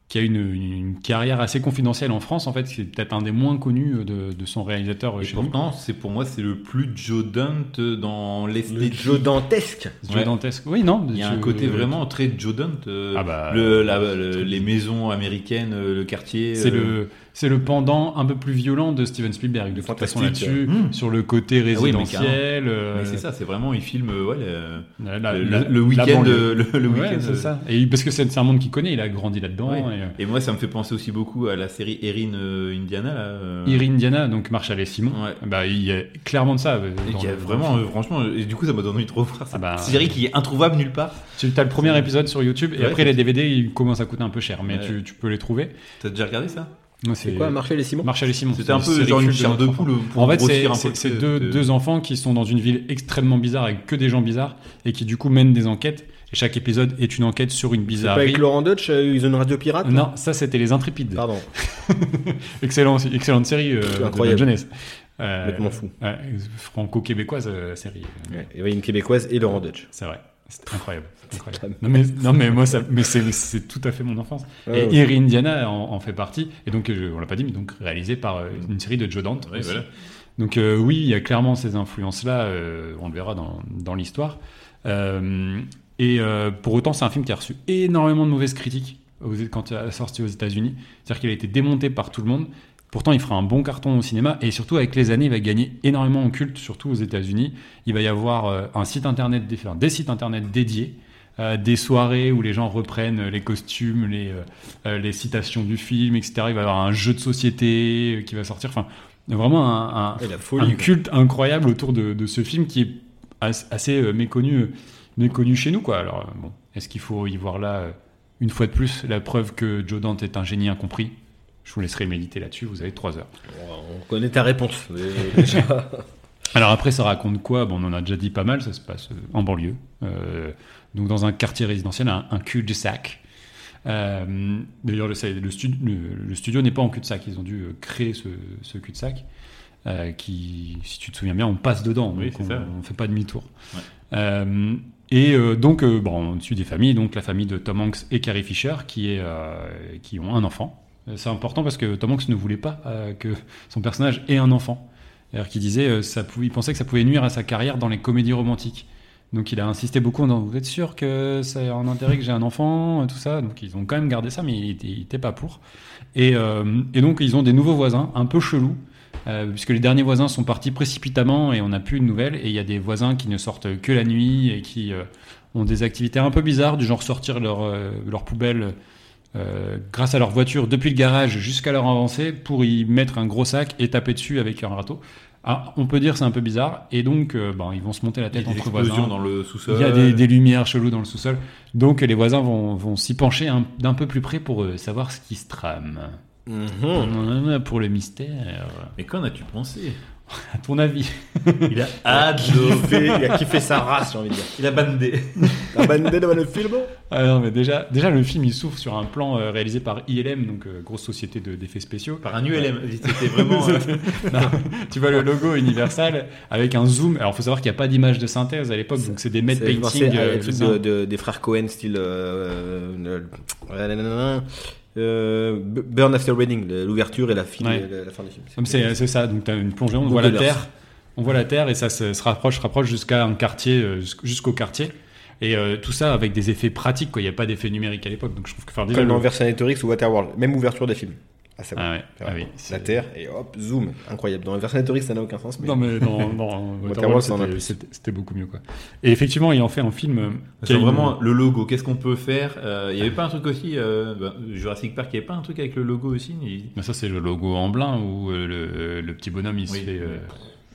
qui a une, une carrière assez confidentielle en France en fait. C'est peut-être un des moins connus de, de son réalisateur Et chez nous. pourtant, c'est pour moi, c'est le plus Joe Dante dans Le l'esthétique. Joe dantesque. Joe Ouais. Dantesque. Oui non. Il y a je- un côté vraiment très Joe Dante. euh, Ah bah, le- la- le- les maisons américaines, euh, le quartier. C'est euh, le c'est le pendant un peu plus violent de Steven Spielberg de Le toute façon fantastique, là-dessus euh. Mmh. sur le côté Ah oui, mais résidentiel. euh, Mais c'est ça, c'est vraiment, il filme euh, ouais, le, la- la- le- Ah, la- le la week-end. banlieue. euh, Le, le Ouais, week-end, c'est euh, ça. Et parce que c'est c'est un monde qu'il connaît, il a grandi là-dedans. Ouais. et, euh, Et moi, ça me fait penser aussi beaucoup à la série Erin euh, Indiana. Là, euh, Irine Diana, donc Marshall et Simon, Ouais. bah, il y a clairement de ça. euh, Hmm. et dans qui a le- vraiment, euh, franchement, euh, et du coup, ça m'a donné envie de revoir cette Ah bah, série qui est introuvable nulle part. Tu as le premier épisode sur YouTube et Ouais, après c'est- les DVD ils commencent à coûter un peu cher, mais Ouais. tu, tu peux les trouver. T'as déjà regardé ça Moi, C'est quoi, marcher les Simons Marshall et Simon. C'était un C'est peu les genre une cultes chair de notre enfance. poule pour En fait, c'est- grossir un peu c'est le c'est truc, deux, euh, deux enfants qui sont dans une ville extrêmement bizarre avec que des gens bizarres et qui du coup mènent des enquêtes. Et chaque épisode est une enquête sur une C'est pas avec bizarrerie. Laurent Dutch, euh, ils ont une radio pirate là Non, ça c'était les Intrépides. Pardon, Excellent, excellente série euh, de Incroyable. notre jeunesse. Euh, complètement fou. ouais, franco-québécoise euh, série. Il y avait une québécoise et Laurent Dutch. C'est vrai. C'était incroyable. incroyable. calme. Non, mais, non, mais moi, ça, mais c'est, c'est tout à fait mon enfance. Ah Ouais, et ouais. Erie Indiana en, en fait partie. Et donc, je- on l'a pas dit, mais donc réalisé par euh, une série de Joe Dante. Ouais, aussi. voilà. Donc, euh, oui, il y a clairement ces influences-là. euh, on le verra dans, dans l'histoire. Euh, et euh, pour autant, c'est un film qui a reçu énormément de mauvaises critiques aux- quand il a sorti aux États-Unis. C'est-à-dire qu'il a été démonté par tout le monde. Pourtant, il fera un bon carton au cinéma et surtout avec les années, il va gagner énormément en culte, surtout aux États-Unis. Il va y avoir euh, un site internet, dé- enfin, des sites internet dédiés, euh, des soirées où les gens reprennent euh, les costumes, les, euh, euh, les citations du film, etc. Il va y avoir un jeu de société euh, qui va sortir. Enfin, vraiment un, un- Et la un folie. quoi. culte incroyable autour de, de ce film qui est as- assez euh, méconnu, euh, méconnu chez nous. Quoi. Alors, euh, bon, est-ce qu'il faut y voir là, euh, une fois de plus, la preuve que Joe Dante est un génie incompris Je vous laisserai méditer là-dessus, vous avez trois heures. On connaît ta réponse. mais déjà. Alors après, ça raconte quoi Bon, on en a déjà dit pas mal, ça se passe euh, en banlieue. Euh, donc dans un quartier résidentiel, un, un cul-de-sac. Euh, D'ailleurs, le, c'est- le stu- le- le studio n'est pas en cul-de-sac, ils ont dû euh, créer ce, ce cul-de-sac. euh, qui, si tu te souviens bien, on passe dedans, Oui, donc c'est ça. on ne fait pas demi-tour. Ouais. Euh, et euh, donc, euh, bon, on suit des familles, donc la famille de Tom Hanks et Carrie Fisher, qui, est, euh, qui ont un enfant. Euh, C'est important parce que Tom Hanks ne voulait pas euh, que son personnage ait un enfant. C'est-à-dire qu'il disait, euh, ça pouvait, il pensait que ça pouvait nuire à sa carrière dans les comédies romantiques. Donc il a insisté beaucoup en disant, vous êtes sûr que c'est un intérêt que j'ai un enfant, euh, tout ça. Donc ils ont quand même gardé ça, mais il était, il était pas pour. Et, euh, et donc ils ont des nouveaux voisins, un peu chelous, euh, puisque les derniers voisins sont partis précipitamment et on n'a plus de nouvelles. Et il y a des voisins qui ne sortent que la nuit et qui euh, ont des activités un peu bizarres, du genre sortir leur, euh, leur poubelle euh, grâce à leur voiture depuis le garage jusqu'à leur avancée pour y mettre un gros sac et taper dessus avec un râteau. Ah, on peut dire c'est un peu bizarre. Et donc, euh, ben, ils vont se monter la Il y tête a des entre voisins. explosions dans le sous-sol. Il y a des, des lumières cheloues dans le sous-sol. Donc les voisins vont, vont s'y pencher un- d'un peu plus près pour euh, savoir ce qui se trame. Oh. Mhm. Pour le mystère. Mais qu'en as-tu pensé À ton avis Il a adoré. Kiffé, Il a kiffé sa race, j'ai envie de dire. Il a bandé. La bande devant le film. Ah non, mais déjà, déjà, le film, il s'ouvre sur un plan euh, réalisé par ILM, donc euh, grosse société de- d'effets spéciaux. Par un ULM. C'était vraiment. euh, tu vois le logo Universal avec un zoom. Alors, faut savoir qu'il n'y a pas d'image de synthèse à l'époque, donc c'est des matte C'est- je pensais painting. à- euh, à truc dessins. de- de- des frères Cohen, style. euh, euh, euh, euh, B- Burn After Reading, le- l'ouverture et la, fin- Ouais. la, la fin du film. Comme Ah, C'est c'est ça, donc tu as une plongée, on Google voit la Earth. Terre, on voit la Terre et ça se, se rapproche, se rapproche jusqu'à un quartier, euh, jusqu- jusqu'au quartier. Et euh, tout ça avec des effets pratiques, quoi. Il n'y a pas d'effet numérique à l'époque, donc je trouve que faire Comme dans Versailles Netflix ou Waterworld, même ouverture des films. Ah, c'est bon. Ah ouais, C'est ah vrai. oui. La c'est- Terre et hop, zoom. Incroyable. Dans la version historique, ça n'a aucun sens. Mais... Non mais dans, dans Waterworld, Waterworld, ça en a c'était- plus. c'était c'était beaucoup mieux quoi. Et effectivement, il en fait un film. euh, qui C'est a une- vraiment le logo, qu'est-ce qu'on peut faire Euh, Il y avait pas un truc aussi, euh, ben, Jurassic Park, il y avait pas un truc avec le logo aussi il- Mais ça, c'est le logo en blanc où euh, le, le petit bonhomme il se Oui. fait. euh,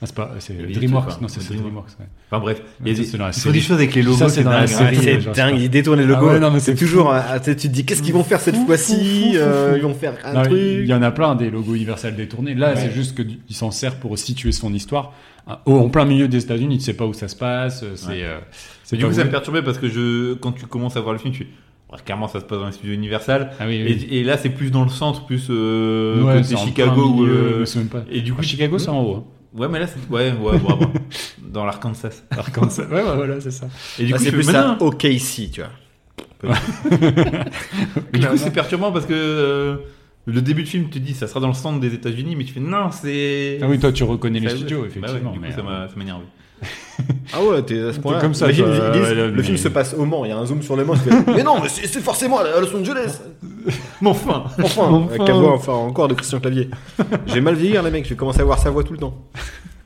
Ah, c'est pas, c'est Il est DreamWorks. tout, Non, c'est enfin, c'est DreamWorks. ouais. Enfin bref, il y a Ça, des- c'est dans la ils font série. des choses avec les logos, Ça, c'est dans la dingue. Ah, série. c'est genre, je dingue, sais pas. ils détournent les logos. Ah ouais, non, mais c'est c'est toujours. ah, tu sais, tu te dis, qu'est-ce qu'ils vont faire cette Fou, fou, fois-ci fou, Euh, fou. Ils vont faire un Non, truc. il y en a plein des logos Universal détournés. Là, Ouais. c'est juste qu'il s'en sert pour situer son histoire. Ah, au- en plein milieu des États-Unis, il ne sait pas où ça se passe. euh, C'est Ouais. euh, c'est Mais du pas coup, ça voulu. me perturbait parce que je, quand tu commences à voir le film, tu fais oh, clairement ça se passe dans les studios Universal. Ah oui, oui. Et, et là, c'est plus dans le centre, plus euh, Ouais, côté c'est en Chicago. plein ou, milieu, euh, je sais même pas. Et du coup, Ah, Chicago, c'est en haut. hein. Ouais, mais là, c'est. Ouais, ouais, bon, bon. Dans l'Arkansas. Arkansas. ouais, ouais, voilà, c'est ça. Et du Bah, coup, c'est je plus fais, mais ça, non. ok, ici, tu vois. Et Du coup, c'est perturbant parce que euh, le début de film, tu te dis ça sera dans le centre des États-Unis, mais tu fais non, c'est. Ah oui, toi, tu reconnais Ça- les studios, bah ouais, effectivement. du coup, mais, ça euh, m'a ça m'a énervé. Ah ouais, t'es à ce T'es point-là. comme ça, Imagine, toi, ils disent, ouais, là, le mais- film se passe au Mans, il y a un zoom sur le Mans. je fais, mais non, mais c'est c'est forcément à Los Angeles. Mais enfin Enfin, Enfin. avec la voix enfin, encore de Christian Clavier. J'ai mal vieillir, les mecs, je vais commencer à voir sa voix tout le temps.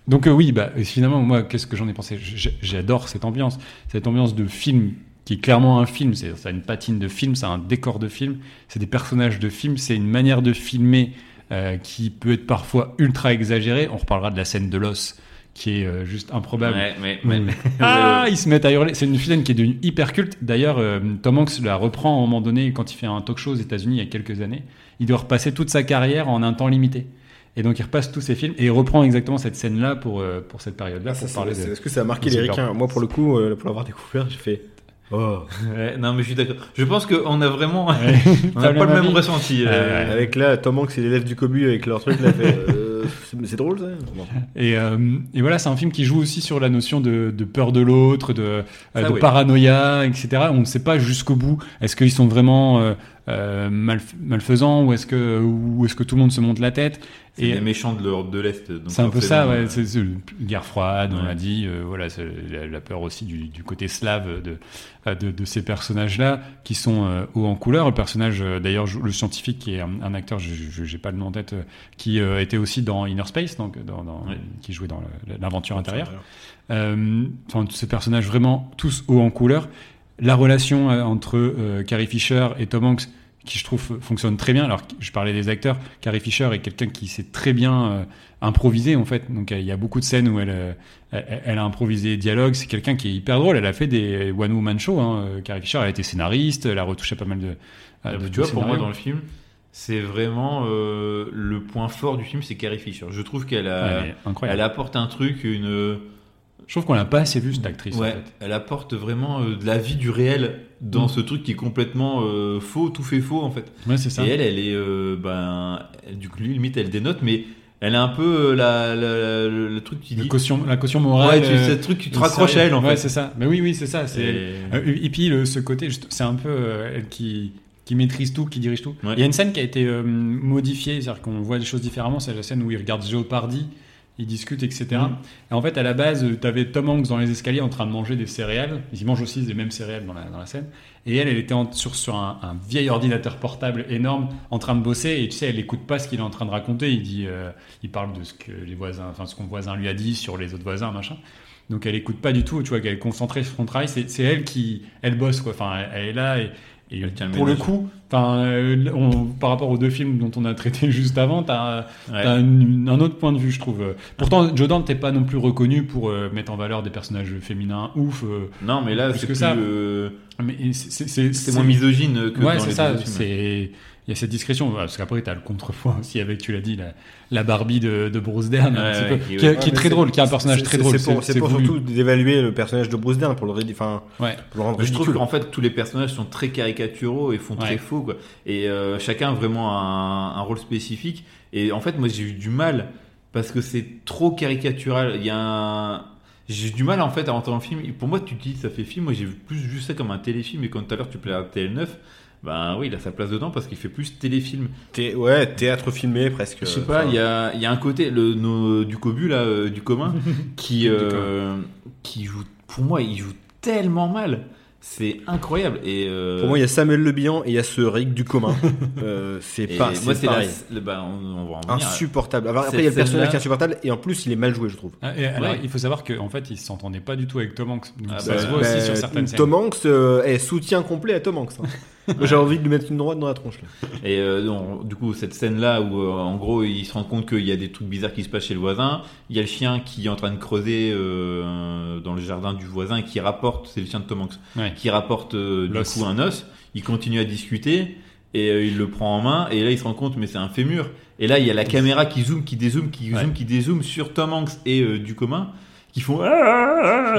Donc euh, oui, bah, finalement, moi, qu'est-ce que j'en ai pensé J- J'adore cette ambiance, cette ambiance de film qui est clairement un film, c'est ça a une patine de film, ça a un décor de film, c'est des personnages de film, c'est une manière de filmer euh, qui peut être parfois ultra exagérée. On reparlera de la scène de l'os qui est euh, juste improbable. Ouais, mais. Ouais. mais- mais- Ah, ils se mettent à hurler. C'est une vilaine qui est devenue hyper culte. D'ailleurs, euh, Tom Hanks la reprend à un moment donné quand il fait un talk show aux États-Unis il y a quelques années. Il doit repasser toute sa carrière en un temps limité. Et donc, il repasse tous ses films et il reprend exactement cette scène-là pour, euh, pour cette période-là. Ah, ça, pour c'est- parler c'est- de... Est-ce que ça a marqué de les Super ricains Moi, pour le coup, euh, pour l'avoir découvert, j'ai fait. Oh. Ouais, non, mais je suis d'accord. Je pense qu'on a vraiment. Ouais. on n'a le pas le même même avis. ressenti. euh, Ouais. Avec là, Tom Hanks et l'élève du cobu avec leur truc, là, fait. euh, c'est- mais c'est drôle, ça Bon. Et, euh, et voilà, c'est un film qui joue aussi sur la notion de, de peur de l'autre, de, euh, Ça, de oui. paranoïa, etc. On ne sait pas jusqu'au bout. Est-ce qu'ils sont vraiment euh, euh, malf- malfaisants ou est-ce que, ou est-ce que tout le monde se monte la tête C'est Et- des méchants de l'Europe de l'Est. donc C'est un peu ça, forcément, ouais. euh, C'est c'est une guerre froide, on Ouais. l'a dit. euh, voilà, c'est la, la peur aussi du, du côté slave de, euh, de, de ces personnages-là qui sont euh, hauts en couleur. Le personnage, euh, d'ailleurs, joue- le scientifique qui est un, un acteur, je- je j'ai pas le nom en tête, euh, qui euh, était aussi dans Inner Space, donc dans, dans- Ouais. qui jouait dans le- l'aventure intérieure. Euh, Enfin, tous ces personnages vraiment tous hauts en couleur. La relation euh, entre euh, Carrie Fisher et Tom Hanks, qui je trouve euh, fonctionne très bien. Alors, je parlais des acteurs, Carrie Fisher est quelqu'un qui sait très bien euh, improviser en fait. Donc, euh, il y a beaucoup de scènes où elle, euh, elle, elle a improvisé des dialogues. C'est quelqu'un qui est hyper drôle. Elle a fait des one woman show. Hein. Euh, Carrie Fisher, elle a été scénariste, elle a retouché pas mal de. euh, de- Ah, tu vois, de pour moi, scénarios. dans le film, c'est vraiment euh, le point fort du film, c'est Carrie Fisher. Je trouve qu'elle a, Ouais, elle est incroyable. elle apporte un truc, une, Je trouve qu'on l'a pas assez vu cette actrice ouais, en fait. elle apporte vraiment euh, de la vie du réel dans Mm. ce truc qui est complètement euh, faux, tout fait faux en fait. Ouais, c'est ça. Et elle, elle est, euh, ben, elle- du coup, lui, limite, elle dénote, mais elle a un peu euh, la, la- la- le truc qui Le dit. caution- la caution Ouais, morale. tu, euh, ce truc, tu te et raccroches à sérieux. elle en Ouais, fait. c'est ça. Mais oui, oui, c'est ça. C'est Et- Euh, Et puis le, ce côté, juste- c'est un peu euh, elle qui, qui maîtrise tout, qui dirige tout. Il Ouais. y a une scène qui a été euh, modifiée, c'est-à-dire qu'on voit les choses différemment. C'est la scène où il regarde Jeopardy, il discute, etc. Mhm. Et en fait, à la base, tu avais Tom Hanks dans les escaliers en train de manger des céréales. Ils mangent aussi les mêmes céréales dans la, dans la scène. Et elle, elle était en- sur, sur un, un vieil ordinateur portable énorme en train de bosser. Et tu sais, elle n'écoute pas ce qu'il est en train de raconter. Il dit, euh, il parle de ce que les voisins, enfin ce qu'on voisin lui a dit sur les autres voisins, machin. Donc elle écoute pas du tout, tu vois, qu'elle est concentrée sur son travail. C'est c'est elle qui, elle bosse quoi. Enfin, elle, elle est là et, et Elle tient le pour le ménage. coup, enfin, euh, on- par rapport aux deux films dont on a traité juste avant, t'as ouais. t'as une- un autre point de vue, je trouve. Euh, Pourtant, Joe Dante n'est pas non plus reconnu pour euh, mettre en valeur des personnages féminins ouf. euh, Non, mais là, Plus c'est que plus, ça. euh, mais c'est- c'est- c'est c'est moins misogyne que Ouais, dans c'est les ça. deux films. C'est il y a cette discrétion parce qu'après t'as le contrepoint aussi avec tu l'as dit la, la Barbie de, de Bruce Dern un Ouais, petit ouais, peu, qui- qui, ouais. qui Ouais, est très mais drôle, qui est un personnage c'est- très drôle. C'est pour, c'est pour voulu. surtout d'évaluer le personnage de Bruce Dern, pour le, ré- enfin, Ouais. pour le rendre Je trouve ridicule. qu'en fait tous les personnages sont très caricaturaux et font Ouais. très faux quoi. Et euh, chacun a vraiment un, un rôle spécifique. Et en fait moi j'ai eu du mal parce que c'est trop caricatural. Il y a un... J'ai eu du mal en fait à rentrer dans le film. Pour moi tu te dis ça fait film, moi j'ai plus vu ça comme un téléfilm et quand tout à l'heure tu plais à TL9, ben oui il a sa place dedans parce qu'il fait plus téléfilm. Thé- ouais, théâtre filmé presque. Je sais pas, il y a, il y a un côté le, nos- du cobu là, euh, du commun, qui, euh, qui joue, pour moi, il joue tellement mal. C'est incroyable. Et euh, Pour moi, il y a Samuel Le Bihan et il y a ce Rick du commun. Euh, c'est et pas c'est moi, c'est la- pareil. le- bah, on, on va en venir. Insupportable. Alors, Après, il Cette y a le personnage scène-là- qui est insupportable et en plus, il est mal joué, je trouve. Ah, et alors, Ouais. il faut savoir qu'en fait, il s'entendait pas du tout avec Tom Hanks. Donc, Ah ça bah, se voit Ben, aussi sur certaines scènes. Tom Hanks euh, est soutien complet à Tom Hanks. hein. Moi, J'ai envie de lui mettre une droite dans la tronche. là. Et euh, non, du coup, cette scène-là où, euh, en gros, il se rend compte qu'il y a des trucs bizarres qui se passent chez le voisin. Il y a le chien qui est en train de creuser euh, dans le jardin du voisin et qui rapporte, c'est le chien de Tom Hanks, Ouais. qui rapporte euh, du L'os. coup un os. Il continue à discuter et euh, il le prend en main. Et là, il se rend compte, mais c'est un fémur. Et là, il y a la caméra qui zoome, qui dézoome, qui Ouais. zoome, qui dézoome sur Tom Hanks et euh, du commun qui font. Ah, ah, ah,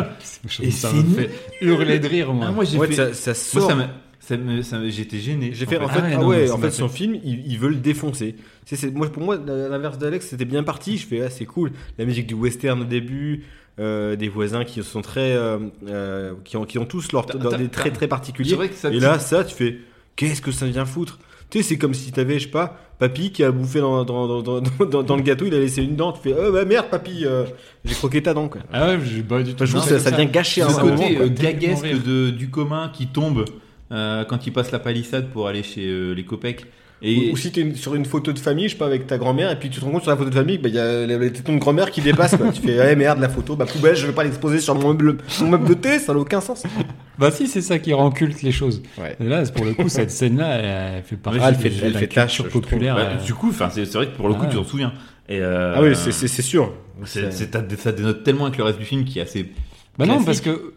ah. Et ça me fait hurler de rire, moi. Ah, moi, j'ai Ouais, fait- ça, ça moi, sort. ça m'a- ça me- ça me- j'étais gêné. J'ai fait en Ah fait, ouais, ah non, ouais, ça en m'a fait, son film, il, il veut le défoncer. C'est, c'est- moi, pour moi, à l'inverse d'Alex, c'était bien parti. Je fais, ah, c'est cool. La musique du western au début, euh, des voisins qui sont très, euh, euh, qui, ont, qui ont tous leurs T'as- leurs- t'as- des traits t'as- très C'est particuliers. vrai que ça. Et là, ça, tu fais, qu'est-ce que ça vient foutre Tu sais, c'est comme si t'avais, je sais pas, papy qui a bouffé dans, dans, dans, dans, dans- dans- dans le gâteau, il a laissé une dent. Tu fais, oh bah merde, papy, euh, j'ai croqué ta dent. Quoi. Ah ouais, j'ai pas du Enfin, tout. Bah, je trouve Non, que ça, c'est ça vient gâcher un C'est ça, le moment. ouais, côté quoi. euh, Terriblement gaguesque rire. de, du commun qui tombe euh, quand il passe la palissade pour aller chez euh, les copecs. Et bah, Ou, ou si t'es une- sur une photo de famille, je sais pas, avec ta grand-mère, et puis tu te rends compte sur la photo de famille, bah, il y a la- la- ton grand-mère qui dépasse, quoi. tu fais, ouais, merde, la photo, bah, poubelle, je vais pas l'exposer sur mon meuble, mon meuble de thé, ça n'a aucun sens. Bah si, c'est ça qui rend culte les choses. Ouais. Et là, c'est- pour le coup, cette scène-là, elle elle fait partie Ouais, elle de fait- la- elle de la fait tâche, culture je trouve. populaire. bah, euh, du coup, enfin, c'est c'est vrai que pour le coup, Ah ouais. tu t'en souviens. Et, euh, ah oui, c'est- c'est c'est sûr. c'est- c'est- t'as- ça dénote tellement avec le reste du film qui est assez. Bah non, classique. parce que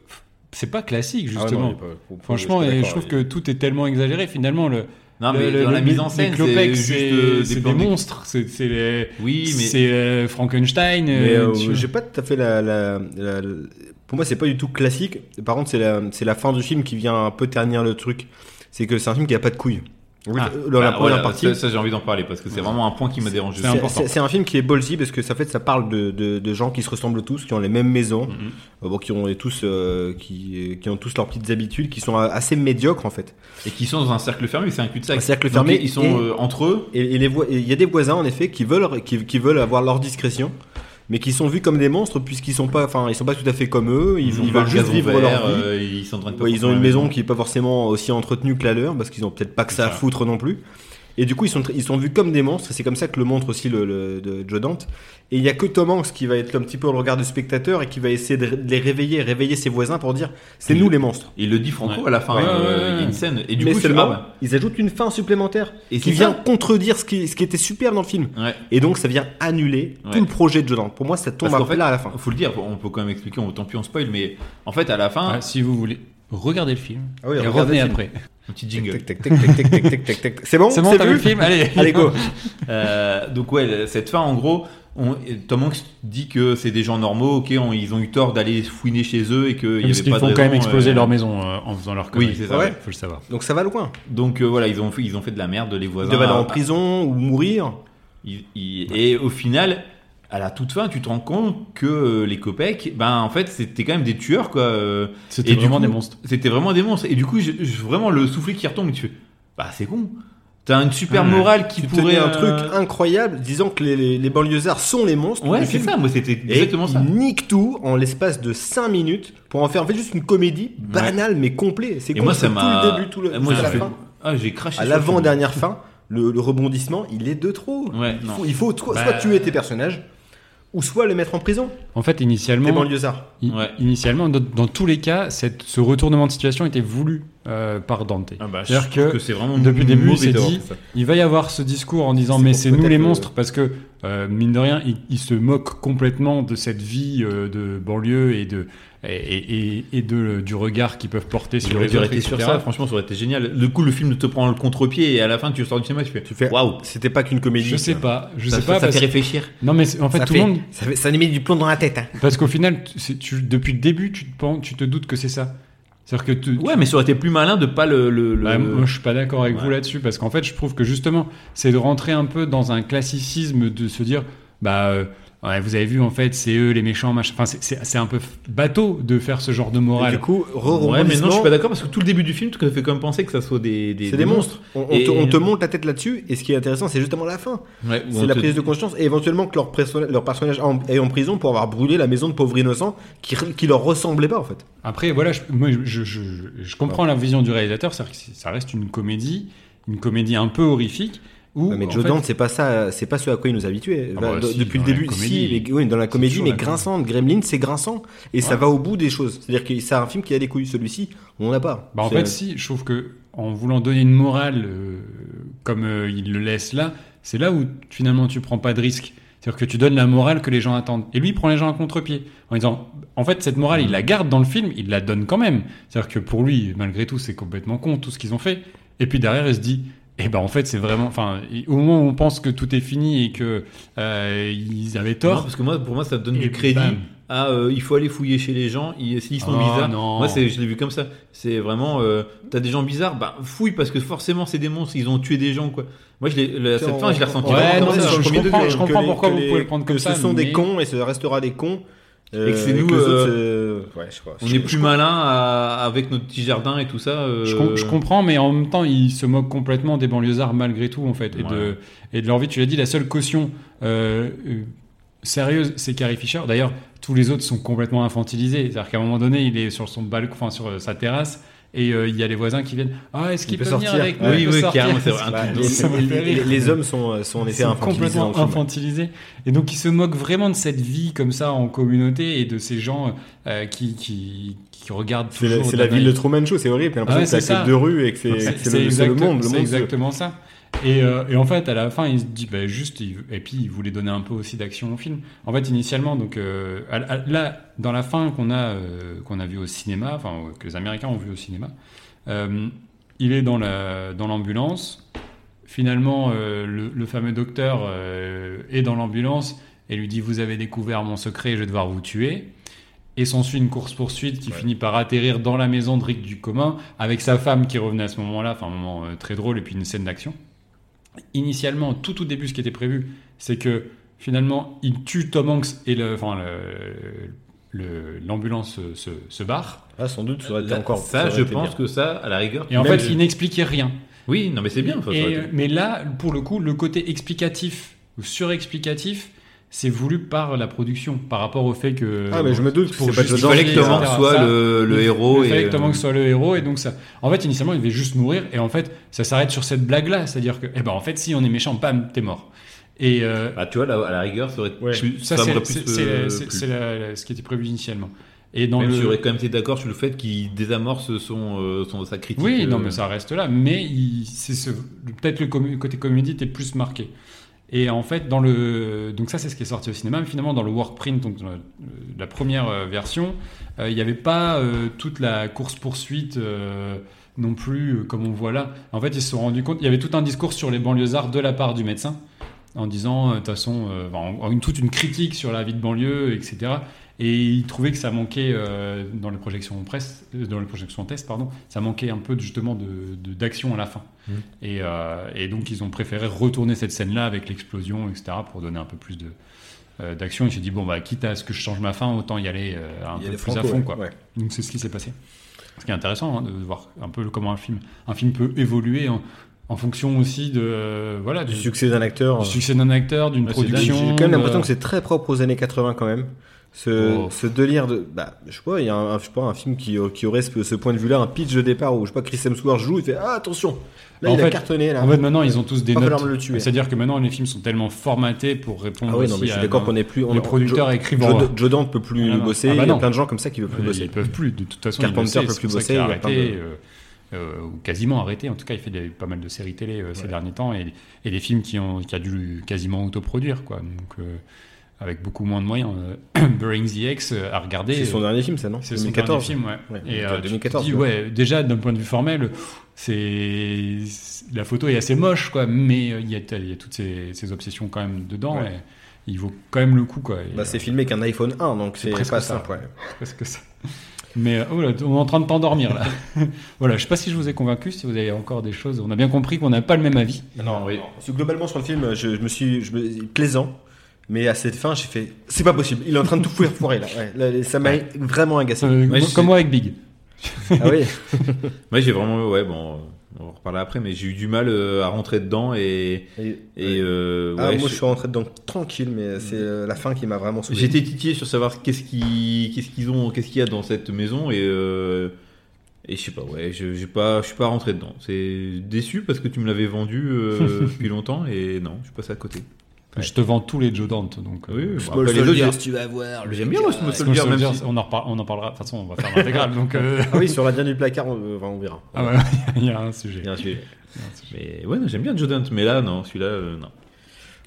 c'est pas classique, Ah ouais, non, justement. il est pas- faut- faut- Franchement, et je d'accord, trouve il- que tout est tellement exagéré, finalement. Le, Non, mais le- dans le- la mise en scène, les c'est Clopex, juste c'est euh, c'est des des, plans de- monstres. C'est c'est les- Oui, mais c'est, euh, Frankenstein. Mais euh, euh, tu vois. j'ai pas tout à fait la. la- la- la- Pour moi, c'est pas du tout classique. Par contre, c'est la, c'est la fin du film qui vient un peu ternir le truc. C'est que c'est un film qui a pas de couilles. Oui, Ah, dans la Bah, première voilà, partie. ça, ça, j'ai envie d'en parler parce que c'est vraiment un point qui m'a dérangé. c'est important. C'est c'est un film qui est ballsy parce que ça fait ça parle de, de- de gens qui se ressemblent tous, qui ont les mêmes maisons, Mhm. euh, bon, qui ont et tous euh, qui, qui ont tous leurs petites habitudes, qui sont euh, assez médiocres en fait. Et qui sont dans un cercle fermé, c'est un cul-de-sac. Un cercle Donc, fermé Ils sont et- euh, entre eux. Et et les voi- et il y a des voisins en effet qui veulent qui, qui veulent avoir leur discrétion, mais qui sont vus comme des monstres puisqu'ils sont pas enfin ils sont pas tout à fait comme eux, ils, ont ils pas veulent le juste gazon vivre vert, leur vie. euh, Ils sont en train de pas Ouais, ils ont construire une la maison qui est pas forcément aussi entretenue que la leur parce qu'ils ont peut-être pas que ça à C'est ça. foutre non plus. Et du coup, ils sont, tr- ils sont vus comme des monstres. et C'est comme ça que le montre aussi le, le- de Joe Dante. Et il y a que Tom Hanks qui va être un petit peu au regard du spectateur et qui va essayer de, de les réveiller, réveiller ses voisins pour dire c'est Oui. nous les monstres. Il le dit Franco Ouais. à la fin, Ouais, euh, ouais, ouais, il y a une ouais. scène. Et du Mais coup, je suis seulement, ah ouais. ils ajoutent une fin supplémentaire Et qui c'est vient ça. contredire ce qui, ce qui était super dans le film. Ouais. Et donc, ça vient annuler Ouais. tout le projet de Joe Dante. Pour moi, ça tombe Parce qu'en à fait, plat à la fin. Faut le dire, on peut quand même expliquer, on, tant pis on spoil, mais en fait à la fin, Ouais, si vous voulez, regardez le film Ah oui, et regardez revenez le film. après. un petit jingle. Tac, tac, tac, tac, tac, tac, tac, tac. C'est bon Oh, C'est bon, t'as vu le film Allez, Allez, go. Euh, donc ouais, cette fin en gros, on, Tom Hanks dit que c'est des gens normaux, ok, on- ils ont eu tort d'aller fouiner chez eux et qu'il y Parce avait qu'ils pas font de quand même raison, exploser euh, leur maison euh, en faisant leur connerie. c'est ça, ouais. Faut le savoir. Donc, ça va loin. Donc euh, voilà, ils ont, fait- ils ont fait de la merde, les Ils voisins. devaient aller en prison ou mourir. Il- il- Et au final, à la toute fin, tu te rends compte que euh, les copecs, ben en fait, c'était quand même des tueurs quoi. euh, C'était Et du vraiment coup, des monstres. C'était vraiment des monstres. Et du coup, j'ai- j'ai vraiment le soufflet qui retombe, tu fais, bah c'est con. T'as une super Ouais. morale qui Tu pourrait tenais un euh, truc incroyable disant que les, les, les banlieusards sont les monstres. Ouais, du c'est film. ça. Moi, c'était Et exactement ils ça. niquent tout en l'espace de 5 minutes pour en faire en fait juste une comédie banale mais complète. C'est Et con, moi, c'est ça m'a. tout le début, tout le, Ah, Moi, jusqu'à j'ai la fait- fin. Ah, j'ai craché. À sur le film. l'avant-dernière fin, le, le rebondissement, il est de trop. Ouais, il non. faut, il faut toi- Bah, soit tuer tes personnages, ou soit les mettre en prison, En fait, les initialement, banlieusards. i- Ouais. initialement, dans, dans tous les cas, cette- ce retournement de situation était voulu euh, par Dante. Ah bah, je C'est-à-dire trouve que que c'est vraiment depuis le début, mauvais il s'est d'avoir dit- fait ça. Il va y avoir ce discours en disant C'est mais pour c'est nous peut-être les le- monstres parce que euh, mine de rien il, il se moque complètement de cette vie euh, de banlieue et de et, et- et de du regard qu'ils peuvent porter sur J'aurais les dû autres arrêter sur etc.. ça. Franchement, ça aurait été génial. Du coup, le film te prend le contre-pied et à la fin, tu sors du cinéma, tu fais. Tu fais, Waouh. c'était pas qu'une comédie. je sais pas je Ça, sais pas ça parce... fait réfléchir. non mais c'est- en fait ça tout fait, le monde ça, fait, ça lui met du plomb dans la tête. hein. parce qu'au final tu- c'est- tu- depuis le début tu te penses- tu te doutes que c'est ça c'est-à-dire que tu- Ouais, mais ça aurait été plus malin de pas le. le, le- Bah, moi, je suis pas d'accord avec Ouais. vous là-dessus parce qu'en fait, je trouve que justement, c'est de rentrer un peu dans un classicisme de se dire, bah, euh, Ouais, vous avez vu, en fait, c'est eux les méchants, machin. Enfin, c'est- c'est c'est un peu bateau de faire ce genre de morale. Du coup, Ouais, mais non, je suis re-rebondissement, pas d'accord parce que tout le début du film, tout fait quand même penser que ça soit des, c'est des monstres. On, on Et- te, on euh, te monte la tête là-dessus, et ce qui est intéressant, c'est justement la fin. Ouais, ou on C'est la te- prise de conscience, et éventuellement que leur, perso- leur personnage en- est en prison pour avoir brûlé la maison de pauvres innocents qui, qui leur ressemblait pas en fait. Après, voilà, je, moi, je, je- je- je comprends la vision du réalisateur, c'est-à-dire que c'est- ça reste une comédie, une comédie un peu horrifique. Où, Ouais, mais en Joe fait, Dante, c'est pas ça, c'est pas ce à quoi il nous habituait. Ah bah, si, depuis dans le la début, si, comédie. mais- oui, dans la comédie, toujours mais la comédie. grinçante. Gremlin, c'est grinçant et ça Ouais. va au bout des choses. C'est-à-dire que c'est un film qui a des couilles. Celui-ci, on n'en a pas. Bah en C'est- fait, si, je trouve que en voulant donner une morale euh, comme euh, il le laisse là, c'est là où finalement tu prends pas de risque. C'est-à-dire que tu donnes la morale que les gens attendent. Et lui, il prend les gens à contre-pied. En disant, en fait, cette morale, il la garde dans le film, il la donne quand même. C'est-à-dire que pour lui, malgré tout, c'est complètement con, tout ce qu'ils ont fait. Et puis derrière, il se dit, eh ben en fait, c'est vraiment. Enfin, au moment où on pense que tout est fini et que euh, ils avaient Non, tort. parce que moi, pour moi, ça donne Et du crédit bam. à euh, il faut aller fouiller chez les gens, ils- s'ils sont Oh, bizarres. non. Moi, c'est- je l'ai vu comme ça. C'est vraiment, euh, t'as des gens bizarres, bah fouille parce que forcément, c'est des monstres, ils ont tué des gens, quoi. Moi, je l'ai- la- cette on- fin, je l'ai on- ressenti on- Ouais, vraiment on- non, comme on- mais je ça. on- comprends- premier degré, je que comprends les- pourquoi que vous les- pouvez le prendre comme que ça, Ce sont des mais- cons et ce restera des cons. euh, Et que c'est nous, les euh, autres, euh, ouais, je sais pas. On Je- est plus malin à- avec notre petit jardin et tout ça. euh, Je, com- je comprends, mais en même temps, il se moque complètement des banlieusards malgré tout, en fait, et, Ouais. de, et de leur vie. Tu l'as dit, la seule caution euh, euh, sérieuse, c'est Carrie Fisher. D'ailleurs, tous les autres sont complètement infantilisés. C'est-à-dire qu'à un moment donné, il est sur son balcon, enfin sur euh, sa terrasse, et euh, il y a les voisins qui viennent. Ah, est-ce qu'il peut, venir avec nous Oui, Il peut oui, sortir. carrément, c'est vrai, un Bah, truc les, de- Ça me les- fait rire. les- les hommes sont, euh, sont en Ils effet sont infantilisés. dans complètement le film. infantilisés. Et donc, ils se moquent vraiment de cette vie comme ça en communauté et de ces gens euh, qui, qui, qui regardent C'est la, toujours. c'est la d'un ville œil- de Truman Show, c'est horrible. T'as l'impression Ouais, que c'est c'est ça. que deux rues et que c'est C'est c'est le, c'est le exact- monde. Le c'est monde se- exactement ça. Et, euh, et en fait, à la fin, il se dit bah, juste, il- et puis il voulait donner un peu aussi d'action au film. En fait, initialement, donc euh, à- à- là, dans la fin qu'on a euh, qu'on a vu au cinéma, enfin euh, que les Américains ont vu au cinéma, euh, il est dans la dans l'ambulance. Finalement, euh, le, le fameux docteur euh, est dans l'ambulance et lui dit vous avez découvert mon secret, je vais devoir vous tuer. Et s'ensuit une course-poursuite qui Ouais. finit par atterrir dans la maison de Rick du commun avec sa femme qui revenait à ce moment-là, enfin un moment euh, très drôle et puis une scène d'action. Initialement, tout au début, ce qui était prévu, c'est que finalement, il tue Tom Hanks et le, enfin, le- le- l'ambulance se- se, se barre. Ah, sans doute, ça aurait été Là, encore. hein. ça, je pense que ça, à la rigueur. Et en même- fait, il n'expliquait rien. Oui, non, mais c'est bien. enfin, ça Et, aurait été- euh, mais là, pour le coup, le côté explicatif ou surexplicatif, c'est voulu par la production par rapport au fait que. Ah, mais je me doute que pour c'est pas Il Joe fallait que Dante, Tom etc. Hanks soit Ça, le, le Il- héros. Il fallait et, que Tom Hanks euh, soit le héros et donc ça. En fait, initialement, il devait juste mourir et en fait, ça s'arrête sur cette blague là, c'est-à-dire que, eh ben, en fait, si on est méchant, bam, t'es mort. Et euh, Bah, tu vois, là, à la rigueur, ça aurait Ouais. plus- ça, ça c'est m'aurait c'est- plus, c'est- euh, c'est- plus. c'est la- la- ce qui était prévu initialement. Et dans Même le si j'aurais quand même été d'accord sur le fait qu'il désamorce son, euh, son, sa critique. oui, euh, non, mais ça reste là. Mais il- c'est ce- peut-être le com- côté comédie était plus marqué. Et en fait, dans le donc ça, c'est ce qui est sorti au cinéma. Mais finalement, dans le workprint, donc dans la, la première euh, version, euh, il n'y avait pas euh, toute la course poursuite non plus, euh, comme on voit là. En fait, ils se sont rendus compte. Il y avait tout un discours sur les banlieusards de la part du médecin, en disant, euh, de toute façon, euh, ben, en- en une, toute une critique sur la vie de banlieue, etc. Et ils trouvaient que ça manquait euh, dans les projections presse, euh, dans les projections test, pardon, ça manquait un peu de- justement de de- d'action à la fin. Mmh. Mhm. Et, euh, et donc ils ont préféré retourner cette scène-là avec l'explosion, etc., pour donner un peu plus de euh, d'action. Ils se sont dit bon bah quitte à ce que je change ma fin, autant y aller euh, un Il y a peu des plus à Franco, fond, ouais. quoi. Ouais. Donc c'est ce qui s'est passé. Ce qui est intéressant hein, de voir un peu comment un film, un film peut évoluer en, en fonction aussi de euh, voilà Du du- succès d'un acteur. euh. du succès d'un acteur, d'une Ouais, c'est dingue. production. euh, J'ai quand même l'impression de- que c'est très propre aux années 80 quand même. Ce, Oh. ce délire de bah je sais pas il y a un, je sais pas un film qui, euh, qui aurait ce, ce point de vue là un pitch de départ où je sais pas Chris Hemsworth joue il fait ah attention là En il a fait- cartonné là En fait, maintenant, ils ont tous des Pas notes. falloir me le tuer. C'est-à-dire que maintenant, les films sont tellement formatés pour répondre ah oui non mais aussi je suis à- d'accord qu'on est plus on, les producteurs Jo- écrivent en- Jo, Jo Dante peut plus Ah non. bosser Ah bah il y a non. plein de gens comme ça qui veulent plus Euh, bosser Ils peuvent plus. De toute façon, Carpenter ils le peut sait, c'est plus pour ça bosser, qu'il a il y a plein arrêté, de- euh, euh, ou quasiment arrêté. En tout cas, il fait des- pas mal de séries télé euh, ces Ouais. derniers temps et, et des films qui ont qui a dû quasiment autoproduire quoi. Donc euh, avec beaucoup moins de moyens. Euh, Burying the X euh, à regarder. c'est son euh, dernier film ça non c'est son 2014 dernier film, ouais. Ouais, donc, Et euh, euh, tu te 2014, dis, ouais. ouais, déjà d'un point de vue formel, c'est c'est- la photo est assez moche, quoi. Mais euh, il y, a- il y a toutes ces, ces obsessions quand même dedans. Ouais. et il vaut quand même le coup, quoi. Et, bah euh, c'est filmé qu'un iPhone 1 donc c'est c'est presque pas ça. simple ouais. parce que ça. Mais euh, oh là, on est en train de t'endormir là. voilà, je sais pas si je vous ai convaincu, si vous avez encore des choses. On a bien compris qu'on n'a pas le même avis. Non, oui. Parce que globalement sur le film, je, je me suis je me- plaisant. Mais à cette fin, j'ai fait c'est pas possible, il est en train de tout foirer, foirer là. Ouais, là, là, ça m'a vraiment agacé. Euh, Ouais, comme- c'est- comme moi avec Big. Ah oui. Moi, j'ai vraiment. Ouais, bon, euh, on va en reparler après, mais j'ai eu du mal euh, à rentrer dedans et. Et- et euh, Ah, ouais, moi, je- je suis rentré dedans tranquille, mais c'est euh, la fin qui m'a vraiment saoulé. J'étais titillé sur savoir qu'est-ce qui- qu'est-ce qu'ils ont, qu'est-ce qu'il y a dans cette maison et. euh, et je sais pas, ouais, je j'ai pas, je suis pas rentré dedans. C'est déçu parce que tu me l'avais vendu euh, depuis longtemps et non, je suis passé à côté. Je te vends tous les Joe Dante, donc. euh, Oui, oui, Small bon, après, les autres, Soldiers, j'ai- tu hein. vas voir. j'aime bien moi Small Small Soldier, même Soldiers, si- on, en reparle- on en parlera. De toute façon, on va faire l'intégrale. donc, euh, Ah oui, sur l'Indien du placard, on, euh, enfin, on verra. ah ouais, il y a un sujet. Il y a un sujet. Il y a un sujet. Mais ouais, non, j'aime bien Joe Dante, mais là, non, celui-là, euh, non.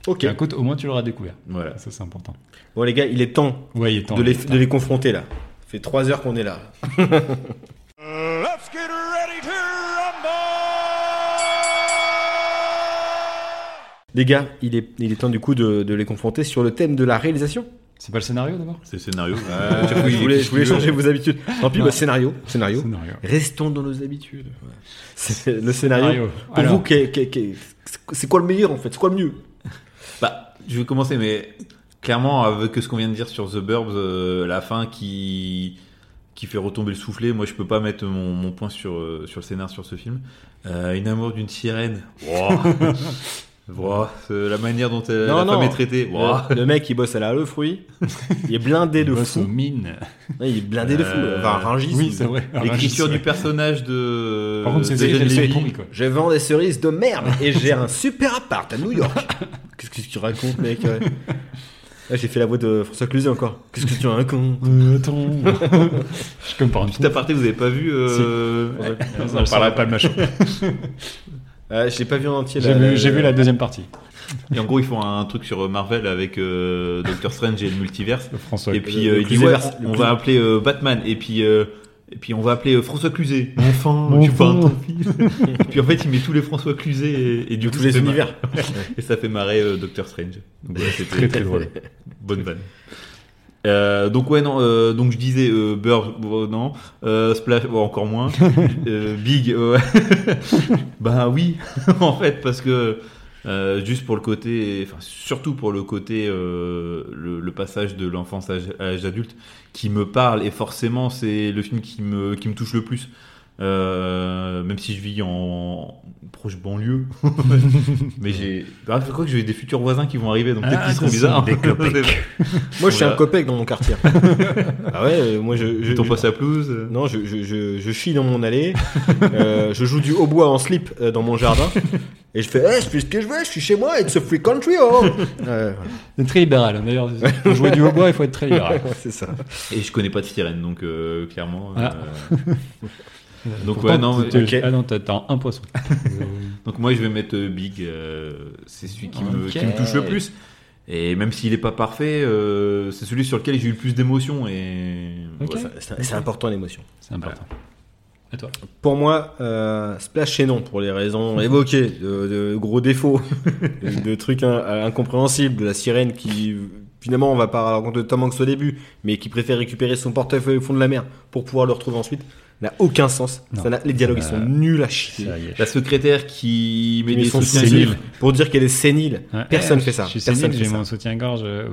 Ok. Écoute, au moins tu l'auras découvert. Voilà. Ça, c'est important. Bon, les gars, il est temps Ouais, il est temps. de les, il est temps. de les confronter là. Ça fait 3 heures qu'on est là. Let's get ready to rumble! Les gars, il est, il est temps du coup de, de les confronter sur le thème de la réalisation. C'est pas le scénario d'abord C'est le scénario. Euh, je voulais, je voulais changer vos habitudes. Tant pis, Non. bah, scénario, scénario. Scénario. Restons dans nos habitudes. Voilà. C'est- Le scénario. Scénario. Pour Alors. vous, qu'est- qu'est- qu'est- c'est quoi le meilleur en fait C'est quoi le mieux Bah, je vais commencer, mais clairement, avec ce qu'on vient de dire sur The Burbs, euh, la fin qui qui fait retomber le soufflet, moi je peux pas mettre mon, mon point sur, euh, sur le scénar sur ce film. Euh, une amour d'une sirène. Wouah. Wouah, c'est la manière dont elle, Non, la non. femme est traitée. Wouah. le, Euh, le mec, il bosse à la le fruit. Il est blindé de Boss aux fou. mines. Ouais, Il est blindé de fou. Euh, Enfin, Rungis, Oui, il- c'est vrai. L'écriture Ah, du euh, je sais. personnage de. Par contre, c'est de une série, Eugène elle est Levy. pourrie, quoi. Je vends des cerises de merde et j'ai un super appart à New York. Qu'est-ce que tu racontes, mec ouais. Là, j'ai fait la voix de François Cluzet encore. Qu'est-ce que tu racontes Euh, attends. je suis comme par un Petit aparté, vous avez pas vu. euh, ouais. On ne parlera pas de machin. euh, Je l'ai pas vu en entier. J'ai là, vu, là, j'ai là. vu la deuxième partie. Et en gros, ils font un truc sur Marvel avec euh, Doctor Strange et le multiverse. François. et puis le- euh, le il dit, Cluzet-verse, ouais, le on Cluzet. va appeler euh, Batman. Et puis. euh, et puis on va appeler euh, François Cluzet. Enfin, Mon tu vois. fond. Et puis en fait, il met tous les François Cluzet et, et du coup, tous ça les fait univers. marrer. Et ça fait marrer euh, Doctor Strange. Donc, voilà, c'était Très, très drôle. Bonne vanne. Euh, donc ouais non euh, donc je disais euh, Burr bon, non Euh, Splash bon, encore moins Euh, Big ouais. bah oui en fait parce que euh, juste pour le côté enfin surtout pour le côté euh, le, le passage de l'enfance à l'âge- à l'âge adulte qui me parle et forcément c'est le film qui me qui me touche le plus Euh, même si je vis en proche banlieue mais j'ai bah, je crois que j'ai des futurs voisins qui vont arriver donc peut-être Ah, qu'ils seront ce sont bizarres des clopecs. Moi, je suis On un verra. copec dans mon quartier. ah ouais, euh, moi, je. je- Ils t'ont je- passé à pelouse euh, Non, je, je, je, je chie dans mon allée, euh, je joue du hautbois en slip euh, dans mon jardin, et je fais Eh, je fais ce que je veux, je suis chez moi, it's a free country, oh Ouais, C'est très libéral. hein. D'ailleurs, pour jouer du hautbois, il faut être très libéral. voilà, C'est ça. Et je connais pas de sirène, donc euh, clairement. Ah. euh, donc ouais, non. T'es- ok. Ah non, t'as t'as un poisson. Donc moi, je vais mettre euh, Big. euh, c'est celui qui, me, Ok. qui me touche le plus. Et même s'il est pas parfait, euh, c'est celui sur lequel j'ai eu le plus d'émotions. Et Ok. voilà. C'est c'est important l'émotion. C'est important. À toi. Pour moi, euh, Splash et non, pour les raisons évoquées, de, de gros défauts, de, de trucs in- incompréhensibles, de la sirène qui, finalement, on va pas à la rencontre de Tom Hanks au début, mais qui préfère récupérer son portefeuille au fond de la mer pour pouvoir le retrouver ensuite, n'a aucun sens. Non. Ça n'a- les dialogues, ils sont Euh, nuls à chier. Ça y est. La secrétaire qui met Mais des son soutiens sénile. griffes. Pour dire qu'elle est sénile. Ouais. Personne Eh, fait ça. Je suis Personne sénile, fait j'ai ça. mon soutien-gorge. euh, euh,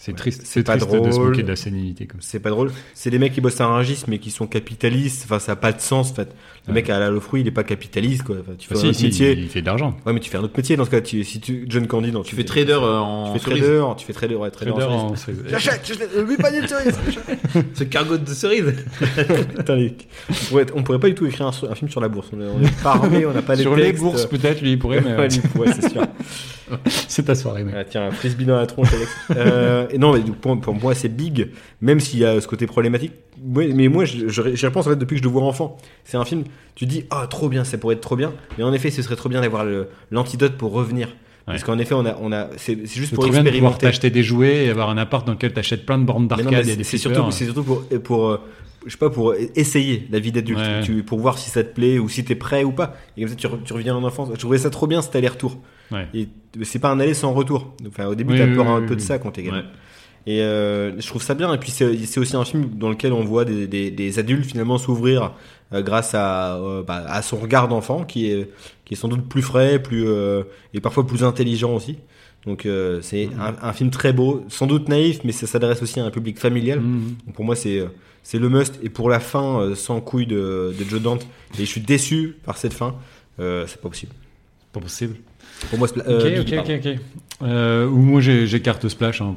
C'est triste. c'est C'est pas triste de se drôle. moquer de la sénilité comme ça. C'est pas drôle. C'est des mecs qui bossent à Rungis, mais qui sont capitalistes. Enfin, ça n'a pas de sens, en fait. Le Ouais. mec à la le fruit, il est pas capitaliste, quoi. Enfin, tu fais Enfin, un Bah, si, autre si, métier. il fait de l'argent. Ouais, mais tu fais un autre métier dans ce cas. Tu, si tu, John Candy, non, Tu fais trader euh, en Tu fais cerise. trader, tu fais trader, ouais, trader. Trader en cerise. en cerise. J'achète, j'achète, euh, huit paniers de cerises. Ce cargo de cerise. Putain, les- on, pourrait, on pourrait pas du tout écrire un, un film sur la bourse. On est, on est pas armé, on n'a pas les Sur les textes. bourses, peut-être, lui, il pourrait, mais Ouais, euh, ouais, c'est sûr. c'est ta soirée, mec. Ah, tiens, un frisbee dans la tronche, Alex. Euh, et non, mais donc, pour, pour moi, c'est big, même s'il y a ce côté problématique. Moi- mais moi, je- je- j'y repense en fait depuis que je le vois enfant. C'est un film, tu te dis, ah, trop bien, ça pourrait être trop bien. Mais en effet, ce serait trop bien d'avoir le- l'antidote pour revenir. Parce qu'en effet, on a, on a, c'est c'est juste C'est pour trop bien de pouvoir expérimenter. t'acheter des jouets et avoir un appart dans lequel t'achètes plein de bornes Mais non, mais d'arcade et c'est des c'est flippers. surtout, c'est surtout pour, pour, euh, je sais pas, pour essayer la vie d'adulte, Ouais. Tu- pour voir si ça te plaît ou si t'es prêt ou pas. Et comme ça, tu, re- tu reviens en enfance. Je trouvais ça trop bien cet aller-retour. Ouais. Et c'est pas un aller sans retour. Enfin, au début, Oui, t'as oui, peur oui, un oui, peu de oui. ça quand t'es gamin. Ouais. Et euh, je trouve ça bien. Et puis c'est c'est aussi un film dans lequel on voit des, des- des adultes finalement s'ouvrir euh, grâce à, euh, bah, à son regard d'enfant qui est, qui est sans doute plus frais, plus euh, et parfois plus intelligent aussi. Donc euh, c'est Mm. un, un film très beau, sans doute naïf, mais ça s'adresse aussi à un public familial. Mm. Mhm. Donc pour moi, c'est euh, c'est le must. Et pour la fin, euh, sans couille de, de Joe Dante, et je suis déçu par cette fin. euh, c'est pas possible. Pas possible. Pour moi, c'est euh, Ok, ok, ok, ok. Euh, ou moi j'ai- j'écarte Splash, hein.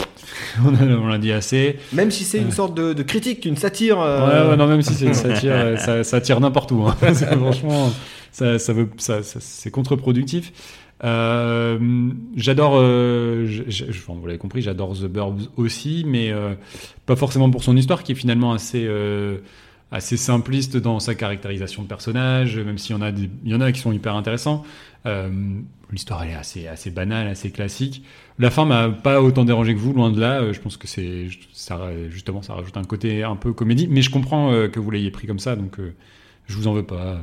on a- on l'a dit assez. Même si c'est une sorte de, de critique, une satire. Ouais, euh, ouais, non, même si c'est- ça tire, euh, ça, ça tire n'importe où. hein. C'est- Franchement, ça, ça veut, ça, ça- c'est contre-productif. Euh, j'adore, euh, j- j- enfin, vous l'avez compris, j'adore The Burbs aussi, mais euh, pas forcément pour son histoire qui est finalement assez, euh, assez simpliste dans sa caractérisation de personnage, même s'il y en a, des- il y en a qui sont hyper intéressants. Euh, L'histoire elle est assez, assez banale, assez classique. La fin m'a pas autant dérangé que vous, loin de là. Euh, Je pense que c'est ça, justement, ça rajoute un côté un peu comédie. Mais je comprends euh, que vous l'ayez pris comme ça, donc euh, je vous en veux pas. Euh,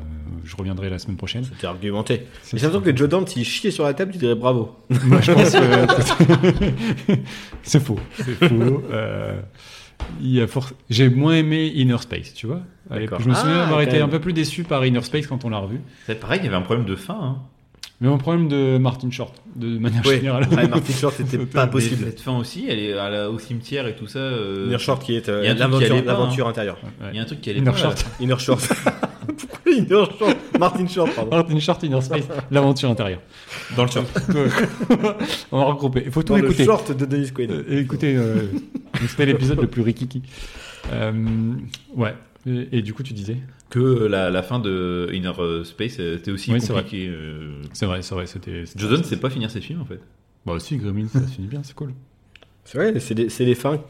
je reviendrai la semaine prochaine. C'était argumenté. Mais j'ai l'impression que Joe Dante, s'il chiait sur la table, tu dirais bravo. Moi, je pense que c'est faux. C'est faux. Euh, il y a for- J'ai moins aimé Inner Space, tu vois. À l'époque, D'accord. Je me souviens Ah, avoir quand été même. un peu plus déçu par Inner Space quand on l'a revu. C'est pareil, il y avait un problème de fin. Hein. Mais mon problème de Martin Short, de manière Ouais. générale. Ouais, Martin Short, c'était pas Mais possible. Cette fin aussi, elle est à la- au cimetière et tout ça. euh, Inner Short qui est euh, Il y a un truc qui l'aventure allait pas, hein. l'aventure intérieure. Il y a un truc qui allait Inner pas. Short. Inner Short. Pourquoi Inner Short Martin Short, pardon. Martin Short, Inner Space, l'aventure intérieure. Dans le short. On va regrouper. Il faut tout Dans le écouter. short de Dennis Quaid. Euh, écoutez, euh, c'était l'épisode le plus rikiki. Euh, ouais. Et, et du coup, tu disais euh, Que la, la fin de Inner euh, Space euh, était aussi Oui, c'est compliquée. euh, C'est vrai, c'est vrai. C'était. c'était- Joe Dante sait pas finir ses films en fait. Bah aussi, Gremlins, ça se finit bien, c'est cool. C'est vrai, c'est des, c'est des fins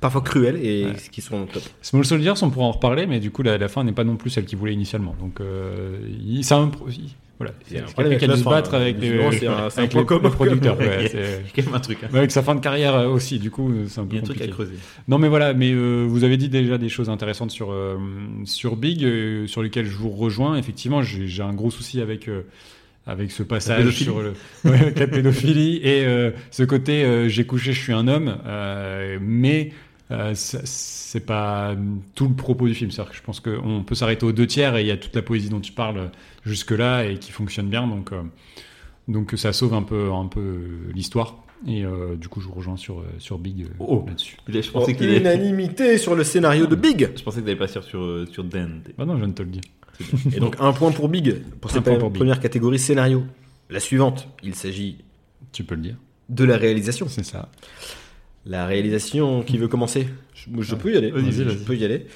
parfois cruelles et Ouais. qui sont top. Small Soldiers, on pourra en reparler, mais du coup, la, la fin n'est pas non plus celle qu'il voulait initialement. Donc, euh, il, c'est un. pro- il- voilà. Il y a un C'est problème quelqu'un qui a dû avec se la fin, battre hein. avec les, Visiblement, c'est un- c'est un avec point les- commun. les producteurs. ouais, Ouais. c'est- Il y a quand même un truc. hein. mais avec sa fin de carrière euh, aussi, du coup, euh, c'est un peu Il y a un truc compliqué. à creuser. Non mais voilà, mais euh, vous avez dit déjà des choses intéressantes sur, euh, sur Big, euh, sur lesquelles je vous rejoins. Effectivement, j'ai j'ai un gros souci avec, euh, avec ce passage pédophilie. sur le, ouais, avec la pédophilie et euh, ce côté euh, j'ai couché, je suis un homme, euh, mais euh, ça- c'est pas euh, tout le propos du film. C'est-à-dire que je pense qu'on peut s'arrêter aux deux tiers et il y a toute la poésie dont tu parles jusque-là et qui fonctionne bien, donc, euh, donc ça sauve un peu, un peu euh, l'histoire. Et euh, du coup, je vous rejoins sur, euh, sur Big euh, Oh. là-dessus. Je Oh, pensais que t'allais- unanimité sur le scénario de Big. je pensais que t'allais pas sur, sur, euh, sur Dante. Bah non, je viens de te le dire. Et donc un point pour Big pour Un cette point pour Big. première catégorie scénario. La suivante, il s'agit Tu peux le dire. de la réalisation. C'est ça. La réalisation qui veut commencer. Je, je peux y aller. Vas-y, je vas-y. peux y aller.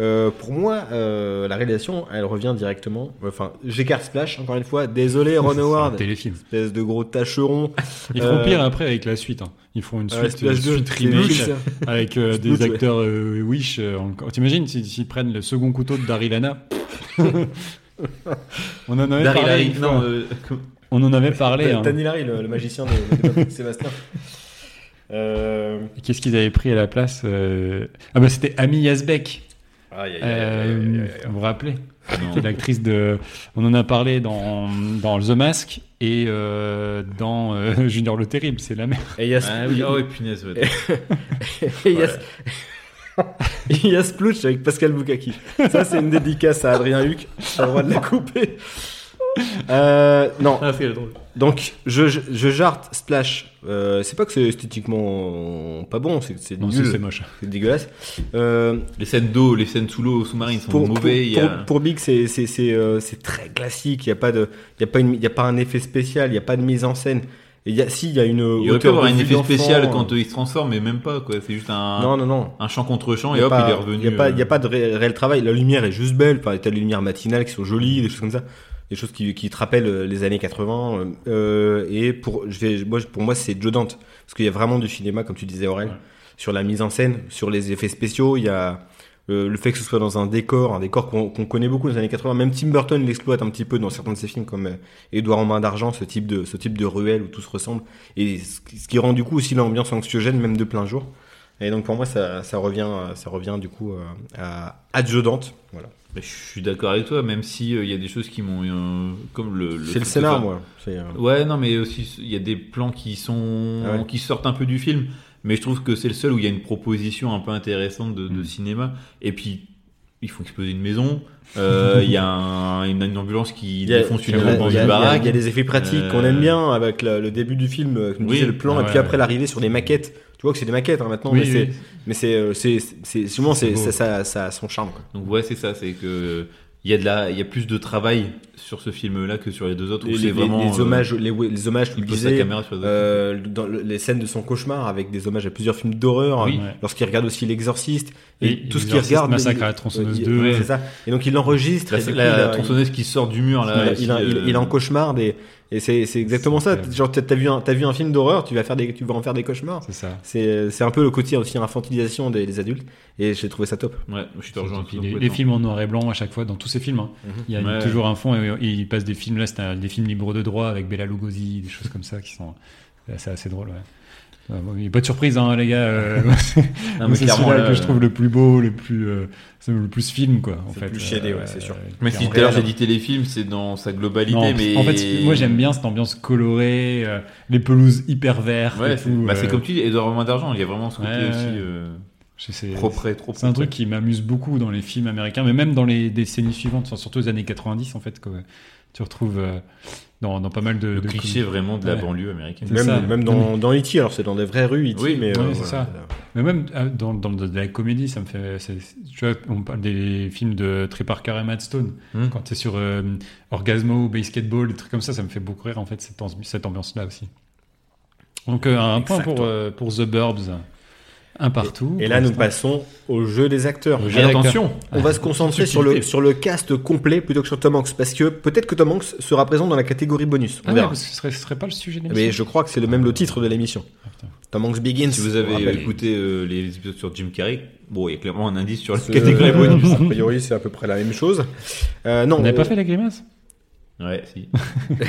Euh, pour moi, euh, la réalisation, elle revient directement. Enfin, j'écarte Splash encore une fois. Désolé, Ron C'est un Howard, téléfilm. espèce de gros tâcheron. Ils Euh, feront pire après avec la suite. hein. Ils feront une Euh, suite, une Splash 2, suite c'est remake Wish. avec euh, Wish, des ouais. acteurs euh, Wish. euh, encore. T'imagines s'ils s'ils prennent le second couteau de Daryl Hannah On en avait Daryl parlé. Harry, une fois. non, euh, comme- On en avait parlé. hein. Tanny Larry, le, le magicien de, de Patrick Sébastien. Euh, hein. Qu'est-ce qu'ils avaient pris à la place euh, Ah bah c'était Ami Yazbek. aïe, aïe, aïe, aïe, aïe, aïe, Euh, aïe, aïe. Vous vous rappelez non. C'est l'actrice de. On en a parlé dans, dans The Mask et euh, dans euh, Junior le Terrible. C'est la même. Et il y a, Ah oui, oh ouais, punaise. ouais. et il y a- et il y a Sploosh avec Pascal Boukaki. Ça, c'est une dédicace à Adrien Huc. J'ai le droit de la couper. Euh, non, Ah, c'est drôle. donc je, je, je jarte Splash. Euh, c'est pas que c'est esthétiquement pas bon, c'est que c'est Non, c'est c'est nul, moche. c'est dégueulasse. Euh, Les scènes d'eau, les scènes sous l'eau, sous-marine Ah, sont pour, mauvais. il y pour, a- pour- pour Big, c'est c'est- c'est, euh, c'est très classique. Il n'y a, pas de- il y a, pas une- il y a pas un effet spécial, il n'y a pas de mise en scène. Et il y a, si, il y a une. Il aurait pu hauteur avoir de un vue effet d'enfant, spécial euh, quand euh, il se transforme, mais même pas quoi. C'est juste un, Non, non, non. un champ contre champ Il et n'y a, hop, pas- il est revenu. y a pas- euh, y a pas de ré- réel travail. La lumière est juste belle. Enfin, t'as les lumières matinales qui sont jolies, des choses comme ça. Des choses qui, qui te rappellent euh, les années 80. euh, et pour, je vais, moi, je- pour moi, c'est Joe Dante. Parce qu'il y a vraiment du cinéma, comme tu disais, Aurel, Ouais. sur la mise en scène, sur les effets spéciaux. Il y a euh, le fait que ce soit dans un décor, un décor qu'on qu'on connaît beaucoup dans les années 80. Même Tim Burton l'exploite un petit peu dans certains de ses films, comme euh, Édouard en main d'argent, ce type de, ce type de ruelle où tout se ressemble. Et ce qui- ce qui rend du coup aussi l'ambiance anxiogène, même de plein jour. Et donc pour moi, ça, ça revient, euh, ça revient du coup euh, à adjudante. Voilà. Mais je suis d'accord avec toi, même si euh, il y a des choses qui m'ont euh, comme le. C'est le scénar, enfin, moi. C'est, euh, Ouais, non, mais aussi il y a des plans qui sont Ah ouais. qui sortent un peu du film, mais je trouve que c'est le seul où il y a une proposition un peu intéressante de, de Mm. cinéma. Et puis ils font exploser une maison. euh, Il y a un- une, une ambulance qui Il y a- défonce il une y a- rampe dans il y a- une il y a- baraque. il y a des effets pratiques qu'on aime Euh, bien avec le, le début du film, euh, que nous oui, disait le plan, ah et puis ouais. après l'arrivée sur des maquettes. Tu vois que c'est des maquettes hein, maintenant, Oui, mais oui. c'est- mais c'est, euh, c'est, c'est, c'est- sûrement C'est c'est, beau. ça, ça, ça a son charme. quoi. Donc ouais, c'est ça, c'est que il y a de la, il y a plus de travail sur ce film-là que sur les deux autres. où Les, c'est les- vraiment les euh, hommages, les, les hommages, tu il le pose sa disais, caméra sur les autres. euh, dans le- les scènes de son cauchemar avec des hommages à plusieurs films d'horreur, Oui. euh, lorsqu'il regarde aussi L'Exorciste et, Et tout ce qu'il Exorcist, regarde. Massacre il- à la tronçonneuse il- 2. ouais, c'est ça. Et donc il l'enregistre. la, et du coup, la- il a- la tronçonneuse qui sort du mur là. il, il, aussi, il- euh, il est en cauchemar des, et c'est, c'est exactement C'est ça. clair. Genre t'as, t'as vu un, t'as vu un film d'horreur, tu vas faire des, tu vas en faire des cauchemars. C'est ça. C'est, c'est un peu le côté aussi infantilisation des, des adultes et j'ai trouvé ça top. Ouais, je te Surtout rejoins. qu'il est- les, films en noir et blanc à chaque fois dans tous ces films hein. il y a Mhm. Ouais. toujours un fond et, et il passe des films là c'est un- des films libres de droit avec Bella Lugosi des choses comme ça qui sont euh, c'est assez, assez drôle ouais. Ouais, bon, il y a pas de surprise hein, les gars euh, Non, mais c'est clairement, euh, celui-là là, que je trouve le plus beau le plus euh, c'est le plus film quoi en C'est fait Euh, le plus shadé, ouais, c'est sûr. Mais clairement. si tout à l'heure j'ai dit téléfilm, c'est dans sa globalité. Non, mais En fait, moi j'aime bien cette ambiance colorée, euh, les pelouses hyper vertes Ouais, et c'est tout. bah, euh, c'est comme tu dis, Edouard Romain d'argent. Il y a vraiment ce côté Ouais, aussi ouais. euh, je sais- trop près, trop C'est un près. truc qui m'amuse beaucoup dans les films américains, mais même dans les décennies suivantes, enfin, surtout les années 90 en fait, que tu retrouves euh, dans, dans pas mal de, Le de cliché comédies. vraiment de la Ouais. banlieue américaine. C'est ça. Même, même Non, dans, dans E.T., alors c'est dans des vraies rues E.T., Oui, mais ouais, euh, c'est voilà. ça. Mais même euh, dans, dans de la comédie, ça me fait. c'est- c'est- tu vois, on parle des films de Trey Parker et Matt Stone. Hmm. Hum. Quand tu es sur euh, Orgasmo ou Basketball, des trucs comme ça, ça me fait beaucoup rire en fait cette, ambi- cette ambiance-là aussi. Donc euh, un point Exacto. pour, euh, pour The Burbs, un partout. Et pour là, nous l'instant. passons au jeu des acteurs. Au jeu Mais Direct. attention, On va se concentrer sur le, sur le cast complet plutôt que sur Tom Hanks, parce que peut-être que Tom Hanks sera présent dans la catégorie bonus. On Ah ouais, verra. parce que ce serait, ce serait pas le sujet de Mais l'émission. je crois que c'est le même le titre de l'émission. Ah, putain. Tom Hanks Begins. si vous on avez rappelle. écouté euh, les épisodes sur Jim Carrey, bon, il y a clairement un indice sur la C'est- catégorie bonus. A priori, c'est à peu près la même chose. Euh, non, On n'avait on- pas fait la grimace Ouais, si.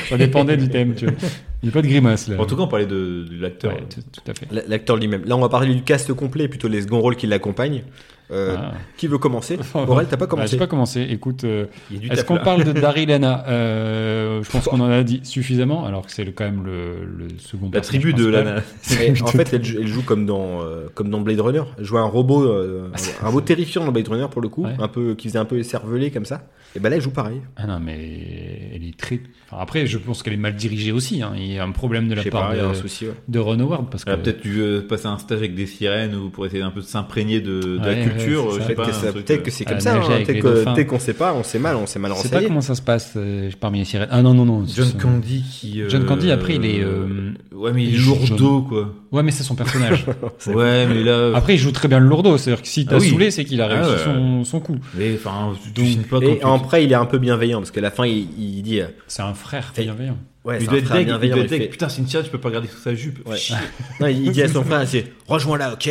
Ça dépendait du thème, tu vois. Il n'y a pas de grimace là. En tout cas, on parlait de, de l'acteur. Ouais, tout, tout à fait. l- l'acteur lui-même. Là, on va parler du cast complet, plutôt les seconds rôles qui l'accompagnent. Euh, Ah. Qui veut commencer Aurel, t'as pas Bah, commencé J'ai pas commencé. Écoute, euh, Il y a du est-ce taf, qu'on là. parle de Daryl Hannah Euh, Je pense qu'on en a dit suffisamment, alors que c'est le- quand même le, le second La personnage tribu de principal. Lana. Mais en fait, elle, jou- elle joue comme dans, euh, comme dans Blade Runner. Elle jouait un robot, euh, un robot terrifiant dans Blade Runner pour le coup, Ah, Ouais. un peu, qui faisait un peu cervelé comme ça. Et ben là, elle joue pareil. Ah non, mais elle est très. enfin, après, je pense qu'elle est mal dirigée aussi. hein. Il y a un problème de la Je sais part pas, il y a un de, souci. ouais. de Ron Howard. Parce que, Elle a peut-être dû euh, passer un stage avec des sirènes ou pour essayer un peu de s'imprégner de, de Ouais, la ouais, culture. c'est euh, ça. je sais Peut-être pas, que, un ça- truc, peut-être euh, que c'est à comme ça. nager hein. avec Peut-être les que- dauphins. peut-être qu'on sait pas, on sait mal, on s'est mal je sais pas renseigné. comment ça se passe euh, parmi les sirènes. Ah non, non, non. John c'est- Candy qui. euh, John Candy, après, il est, euh, ouais, mais il est il joue lourdeau, quoi. Ouais, mais c'est son personnage. C'est- Ouais, mais là. Après, il joue très bien le lourdeau. C'est-à-dire que si t'as Euh, Ah oui. saoulé, c'est qu'il a Ah réussi ouais. son, son coup. Mais enfin, tu- tu Donc- signes pas quand Et tu- après, il est un peu bienveillant parce qu'à la fin, il, il dit euh, C'est un frère Et- bienveillant. Ouais, Il c'est doit un être frère deg, il bienveillant, doit être il deg. fait- Putain, c'est une tienne, je peux pas regarder sous sa jupe. Ouais. Chier. Non, il dit à son frère, c'est rejoins-la, ok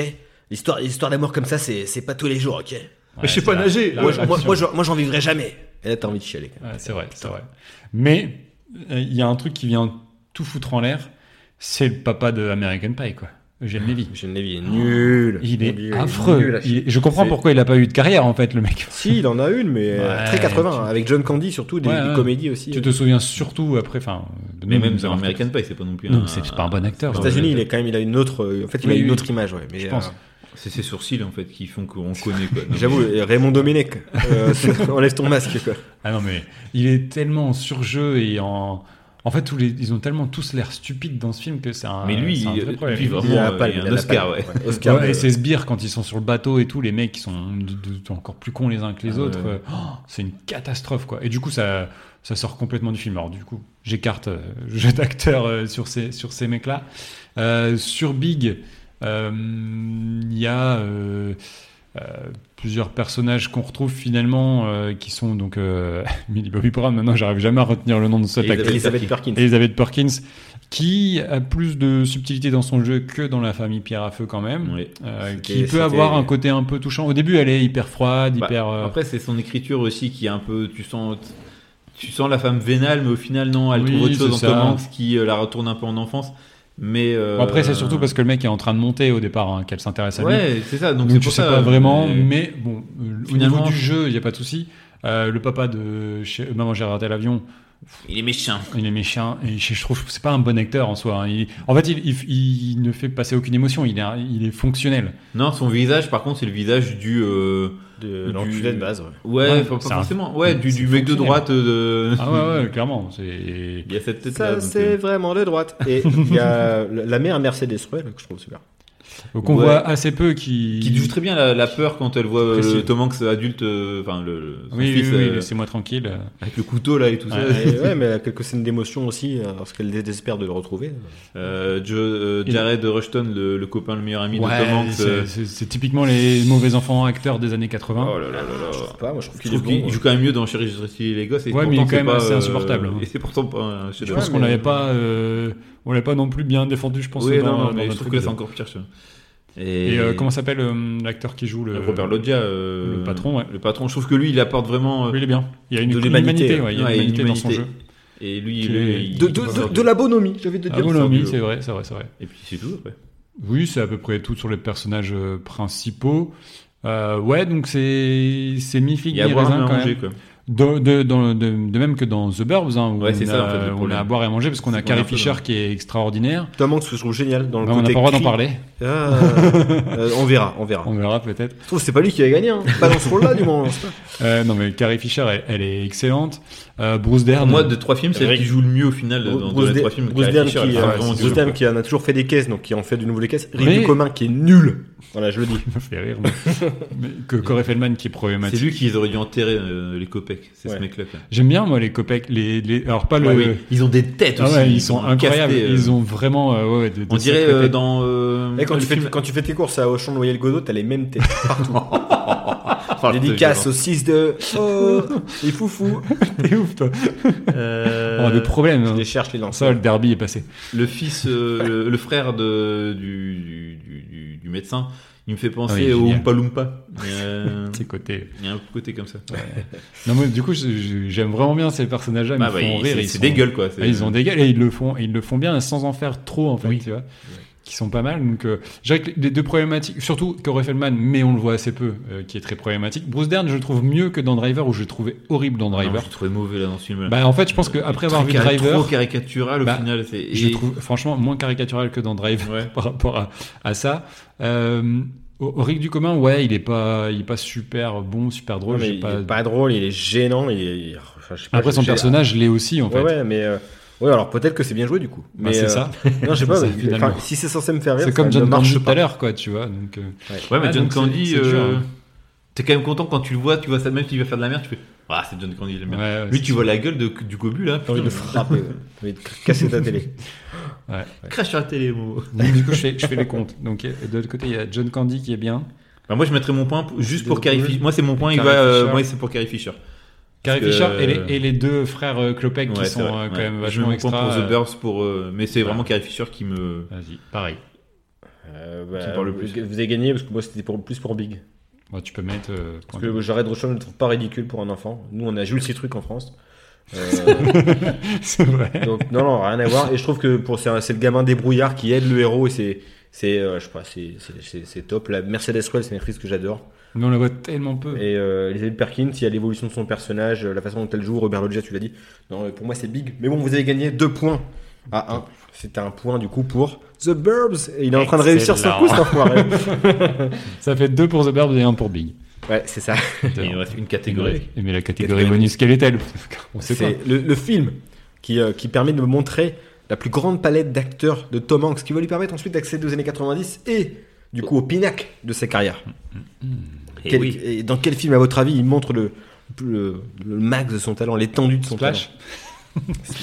L'histoire, l'histoire d'amour comme ça, c'est, c'est pas tous les jours, ok je sais pas nager. Moi, je- ouais, moi, sûr. moi, je- moi, j'en vivrai jamais. Et là, t'as envie de chialer. Ouais, c'est vrai, c'est vrai. Mais euh, il y a un truc qui vient tout foutre en l'air. C'est le papa de American Pie, quoi. Eugène Levy. J'ai une est nul. Il Mon est Dieu, affreux. nul à chier. Il est- Je comprends C'est- pourquoi il a pas eu de carrière, en fait, le mec. Si, il en a une, mais euh, Ouais, très 80, tu- hein, avec John Candy surtout, des, Ouais, des ouais. comédies aussi. Tu te souviens surtout après, enfin. de Mais même ça dans American Pie, c'est pas non plus Non, un. c'est pas un bon acteur. Aux Aux États-Unis, il est quand même, il a une autre, euh, en fait, il Oui, a une oui. autre image, ouais. Mais, je pense. euh, C'est ses sourcils en fait qui font qu'on connaît quoi. Non, j'avoue, mais- euh, Raymond Domenech, euh, c'est- enlève ton masque, quoi. Ah non, mais il est tellement en surjeu et en. En fait, tous les, ils ont tellement tous l'air stupides dans ce film que c'est un. Mais lui, c'est un il- vrai problème. lui, vraiment, Il a euh, la palme, il y a un il a la Oscar, palme, ouais. Oscar, Ouais, euh, et ces sbires, quand ils sont sur le bateau et tout, les mecs, ils sont de- de- encore plus cons les uns que les Ah autres. ouais. euh, oh, c'est une catastrophe, quoi. Et du coup, ça, ça sort complètement du film. Alors, du coup, j'écarte euh, jeu d'acteur euh, sur ces, sur ces mecs-là. Euh, sur Big, euh, il y a euh, euh, plusieurs personnages qu'on retrouve finalement euh, qui sont donc euh, Millie Bobby Brown. Maintenant, j'arrive jamais à retenir le nom de cette Elisabeth actrice. Elisabeth Perkins. Elisabeth Perkins, qui a plus de subtilité dans son jeu que dans la famille Pierre à Feu quand même, Ouais. Euh, C'était- qui peut c'était- avoir un côté un peu touchant. Au début, elle est hyper froide, Bah, hyper. euh, Après, c'est son écriture aussi qui est un peu. Tu sens, tu sens la femme vénale, mais au final, non, elle Oui, trouve autre chose en c'est Tom ça. Hanks qui euh, la retourne un peu en enfance. Mais euh, Après, c'est surtout parce que le mec est en train de monter au départ, hein, qu'elle s'intéresse à lui. Ouais, c'est ça. Donc, Donc, c'est je pour sais ça, pas vraiment, euh, mais bon, euh, au Finalement- niveau du jeu, il n'y a pas de souci. Euh, le papa de chez Maman j'ai raté l'avion, Il est méchant. Il est méchant et je je trouve que c'est pas un bon acteur en soi. hein. Il- en fait, il, il- il ne fait passer aucune émotion. Il est, un- il est fonctionnel. Non, son visage, par contre, c'est le visage du. euh, De Du- l'enculé de base, ouais. Ouais, Ouais, pas, pas c'est un- forcément. Ouais, du, c'est du mec de fonctionnel. droite. euh, de- Ah ouais, ouais, clairement. C'est Il y a cette euh, tête Ça, là. c'est vraiment de droite. Et il y a la la mère Mercedes Ruel, que je trouve super. qu'on Ouais. voit assez peu qui. Qui joue très bien la, la peur quand elle voit euh, Précis. le Tom Hanks adulte, euh, enfin le, le- son Oui, oui, fils oui, euh, laissez-moi tranquille. avec le couteau là et tout ça. Ah, Et ouais, mais elle a quelques scènes d'émotion aussi, euh, parce qu'elle dé- désespère de le retrouver. Euh, Joe- euh, Il- Jared Rushton, le, le copain, le meilleur ami de Tom Hanks. euh, c'est- c'est c'est typiquement les mauvais enfants acteurs des années 80. Oh là là là là. Je sais pas, moi je trouve Je qu'il est trouve qu'il bon. joue quand même mieux dans Chérie, je récite les gosses. Et Ouais, mais il pourtant, est quand c'est même pas, assez euh, insupportable. hein. Et c'est pourtant pas un chef Je d'œuvre. pense qu'on mais- l'avait pas, euh, on l'avait pas non plus bien défendu, je pense. Oui, dans- non, non, dans mais je notre trouve truc. que là, c'est encore pire. ça. Et, Et euh, comment s'appelle euh, l'acteur qui joue le Robert Loggia, euh, le patron, ouais. Le patron, je trouve que lui, il apporte vraiment. euh, Oui, il est bien. Il y a une, De une l'humanité, humanité, ouais, il y a ouais, une humanité, dans son jeu. humanité. Et lui, Qui lui, est- il- De, il de- passe de- dans- de la bonhomie, j'avais de Ah, dire. bon, ça. l'ami, c'est vrai, c'est vrai, c'est vrai. Et puis c'est tout. après. Oui, c'est à peu près tout sur les personnages euh, principaux. Euh, ouais, donc c'est c'est mi figue Il y a à mi boire et raisin à quand manger, même. quoi. De, de, dans- de- de même que dans The Burbs, hein, où Ouais, on, c'est a, ça, en fait, le on a à problème. boire et à manger parce qu'on a C'est Carrie qu'on a un peu Fisher dans- qui est extraordinaire. Tom Hanks, je trouve génial dans le Bah, on n'a côté pas le droit d'en cri. parler. Ah, euh, on verra, on verra. On verra peut-être. Je trouve que c'est pas lui qui a gagné. Hein. Pas dans ce rôle-là, du moins. c'est pas- Euh, non mais Carrie Fisher, elle, elle est excellente. Euh, Bruce Dern. Moi, de trois films, c'est elle Eric- qui joue le mieux au final dans dans Bruce les Da- trois films. Bruce Carrie Dern Fisher, qui, elle fait euh, vraiment du Bruce jeu, Dern quoi. qui en a toujours fait des caisses, donc qui en fait de nouveau les caisses. Rive Mais- du commun qui est nul. Voilà, je le dis. Ça me fait rire. mais- mais que Corey Feldman qui est C'est problématique. lui qui aurait dû enterrer euh, les copecs, c'est ce Ouais. mec-là. quoi. J'aime bien moi les copecs, les, les- alors pas le. Ouais, oui. Ils ont des têtes Ah aussi. ouais, ils sont incroyables. castés, euh, Ils ont vraiment. euh, ouais, ouais, des- On des dirait sacrés euh, têtes. dans. euh, Mmh. Et quand, le tu fais, film- quand tu fais tes courses à Auchan, Noyel, Godot, t'as les mêmes têtes. Oh, Ah, je te Dédicace jure. aux 6 de. Oh, les foufous. T'es ouf toi. Euh, On a des problèmes. Je hein. les cherche, les lanceurs. Ça, le derby est passé. Le fils, euh, le, le frère de, du, du, du- du- du médecin, il me fait Ah penser oui, au génial. Oompa Loompa. Euh, C'est côté. Il y a un côté comme ça. Ah Non mais du coup, je- je- j'aime vraiment bien ces personnages-là. Ils Bah, me bah, font il- rire. c'est ils c'est sont- des gueules quoi. c'est- Ouais, ils ont des gueules et ils le font, et ils le font bien sans en faire trop en fait. Tu vois. Qui sont pas mal. Donc, euh, je dirais que les deux problématiques, surtout Corey Feldman, mais on le voit assez peu, euh, qui est très problématique. Bruce Dern, je le trouve mieux que dans Driver, où je le trouvais horrible dans Non, Driver. je le trouvais mauvais là dans ce film. là Bah, en fait, je pense qu'après avoir vu Driver, trop caricatural au bah, final. c'est- je et- le trouve franchement moins caricatural que dans Driver Ouais. par rapport à, à ça. Euh, au, au Rick du commun, ouais, il est pas, il est pas super bon, super Non, drôle. mais j'ai il pas- est pas drôle, il est gênant. Il est- enfin, je sais pas, Après, son j'ai- personnage l'est aussi en Ouais, fait. ouais, mais. euh, Ouais, alors peut-être que c'est bien joué du coup. Bah, Mais c'est euh, ça. Non, je sais pas. Ça, mais- finalement. enfin, si c'est censé me faire rire, C'est ça comme ne John marche Candy tout pas. à l'heure, quoi, tu vois. Donc, euh, Ouais, mais Ah, John donc, Candy, c'est- c'est euh, dur, hein. t'es quand même content quand tu le vois, tu vois ça, même s'il va faire de la merde, tu fais Ah, c'est John Candy, il aime bien. ouais, ouais, Lui, c'est- tu vois la gueule de- du gobu là, J'ai envie de le frapper, ouais. J'ai envie de casser ta télé. crache sur la télé, moi. Donc, du coup, je fais, je fais les comptes. Donc, euh, de l'autre côté, il y a John Candy qui est bien. Bah, moi, je mettrais mon point pour- juste pour Carrie Fisher. Moi, c'est mon point, il Carrie va. euh, Fisher. moi, c'est pour Carrie Fisher. Carrie Parce que- Fisher et les, et les deux frères euh, Klopek Ouais, qui c'est sont vrai, euh, quand ouais. même Je mets vachement mon extra. point pour euh, The Burst, pour. euh, mais c'est voilà. vraiment Carrie Fisher qui me. Vas-y, pareil. Euh, bah, Qui parle le vous- plus. Vous avez gagné parce que moi c'était pour, plus pour Big. Bon, tu peux mettre. euh, Parce point. que Jared Rochon ne le trouve pas ridicule pour un enfant. Nous on a Jules Citruc en France. Euh, C'est vrai. donc non, non, rien à voir. Et je trouve que pour c'est un- c'est le gamin débrouillard qui aide le héros et c'est. C'est, euh, je sais pas, c'est- c'est- c'est c'est top. La Mercedes Ruel, c'est une actrice que j'adore. Mais on la voit tellement peu. Et euh, Elizabeth Perkins, il y a l'évolution de son personnage, euh, la façon dont elle joue, Robert Loggia, tu l'as dit. Non, euh, pour moi, c'est big. Mais bon, vous avez gagné deux points à 1. C'était un point, du coup, pour The Burbs. Et il est en train de réussir son Excellent. coup, cet enfoiré. Ça fait deux pour The Burbs et un pour Big. ouais, c'est ça. Et Il me reste une catégorie. Et Mais la catégorie Catégorie bonus, quelle est-elle On sait pas. C'est le, le film qui, euh, qui permet de montrer la plus grande palette d'acteurs de Tom Hanks, qui va lui permettre ensuite d'accéder aux années 90 et, du coup, au pinacle de sa carrière. mm, Et Quel- oui. et dans quel film, à votre avis, il montre le, le, le max de son talent, l'étendue de son talent Splash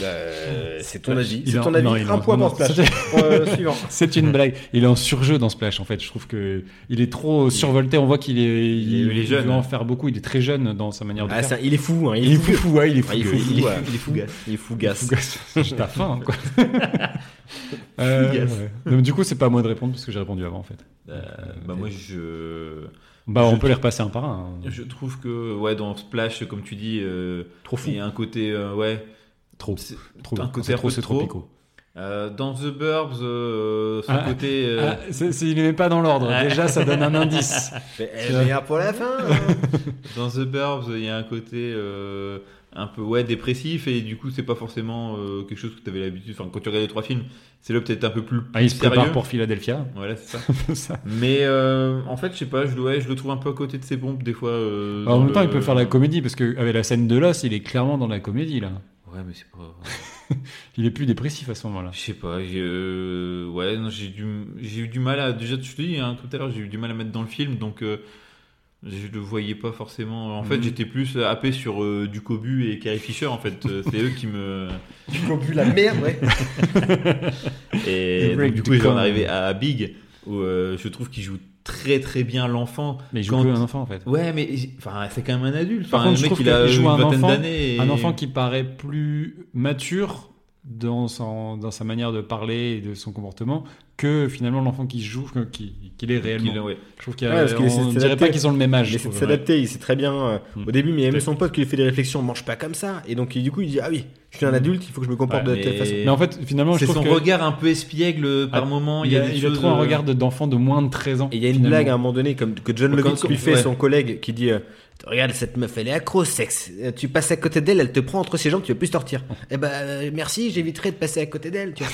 Euh, C'est ton avis. Il C'est en- ton avis. non, il un en- point non, pour Splash. c'est- Euh, suivant. C'est une blague. Il est en surjeu dans Splash, en fait. Je trouve que il est trop survolté. On voit qu'il est, il, est- il est il jeune. veut en faire beaucoup. Il est très jeune dans sa manière de Ah, faire. ça, il est fou. hein, Il est fou, ouais, il est fou. Ah, il est fou, il est- ouais. il est fougace. Il est fougasse. J'étais à faim, quoi. Euh, Fougasse. ouais. Donc, du coup, c'est pas à moi de répondre parce que j'ai répondu avant, en fait. Euh, bah, moi, je. Bah, Je- on peut les repasser un par un. hein. Je trouve que, ouais, dans Splash, comme tu dis, euh, Trop fou. il y a un côté, euh, ouais. Trop. c'est- Trop. un côté C'est un trop, peu c'est trop trop. pico. euh, dans The Burbs, euh, son Ah, côté. euh, Ah, c'est- c'est- il est même pas dans l'ordre. Ah. Déjà, ça donne un indice. Mais, eh, mais, ah, pour la fin. hein. Dans The Burbs, il y a un côté. euh, un peu ouais dépressif et du coup c'est pas forcément euh, quelque chose que tu avais l'habitude enfin quand tu regardais les trois films c'est là peut-être un peu plus, Ah, il se plus sérieux prépare pour Philadelphia. voilà c'est ça Ça. mais euh, en fait je sais pas je le, ouais, je le trouve un peu à côté de ses pompes des fois euh, Alors, Bah, en dans même temps, le- il peut faire la comédie parce que avec la scène de l'os, il est clairement dans la comédie là. ouais mais c'est pas Il est plus dépressif à ce moment-là. je sais pas j'ai, euh, ouais non, j'ai du j'ai eu du mal à déjà je te dis hein, tout à l'heure j'ai eu du mal à mettre dans le film donc euh, je le voyais pas forcément en fait Mhm. j'étais plus happé sur euh, du Cobu et Carrie Fisher en fait Euh, c'est eux qui me Tu copules la merde, ouais. Et Le donc, break du du coup, j'en corps. arrivé à Big, où euh, je trouve qu'il joue très très bien l'enfant. Mais il joue Quand- que un enfant en fait. Ouais, mais enfin, c'est quand même un adulte. Par Enfin, contre, le je mec, trouve il a qu'il joue une un vingtaine enfant- d'années. et- Un enfant qui paraît plus mature dans, son- dans sa manière de parler et de son comportement que finalement l'enfant qui joue, que- qui- qu'il est réellement. qu'il- ouais. Je trouve qu'il y Ouais, a, parce qu'il essaie de on dirait s'adapter. pas qu'ils ont le même âge. Il je essaie de trouve. s'adapter, il sait très bien. euh, Mm. Au début, mais il y a même Tout son pote qui lui fait des réflexions, mange pas comme ça. Et donc, il- du coup, il dit Ah oui, je suis un adulte, il faut que je me comporte Ouais, de telle mais- façon. Mais en fait, finalement, je C'est trouve son que regard un peu espiègle euh, par Ah, moment. il, Il, y a, a, des il a choses, trop un euh, regard de- d'enfant de moins de 13 ans. Et il y a une finalement. blague hein. à un moment donné, comme que John Quand- Lovitz quand- lui fait ouais. son collègue, qui dit euh, Regarde, cette meuf, elle est accro au sexe. Euh, Tu passes à côté d'elle, elle te prend entre ses jambes, tu vas plus sortir. eh ben, euh, merci, j'éviterai de passer à côté d'elle. Tu vois,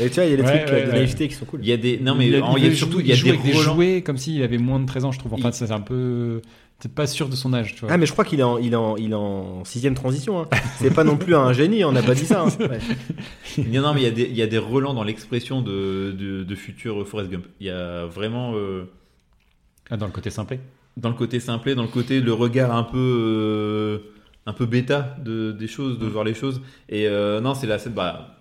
Et tu vois, il y a des Ouais, trucs euh, ouais, de ouais. naïveté qui sont cool. Il y a des. Non, mais il y a, il veut surtout jouer- il y a il joue des avec des relents. jouets comme s'il avait moins de 13 ans, je trouve. Enfin, Il- ça c'est un peu. Peut-être pas sûr de son âge, tu vois. Ah mais je crois qu'il est en, il est en, il est en sixième transition. hein. C'est pas non plus un génie, on n'a pas dit ça. hein. Ouais. Non, non, mais il y a des, il y a des relents dans l'expression de, de, de futur Forrest Gump. Il y a vraiment. euh, Ah, dans le côté simplé. dans le côté simplé, dans le côté le regard un peu euh, un peu bêta de, des choses, de voir les choses. Et euh, non, c'est la scène bah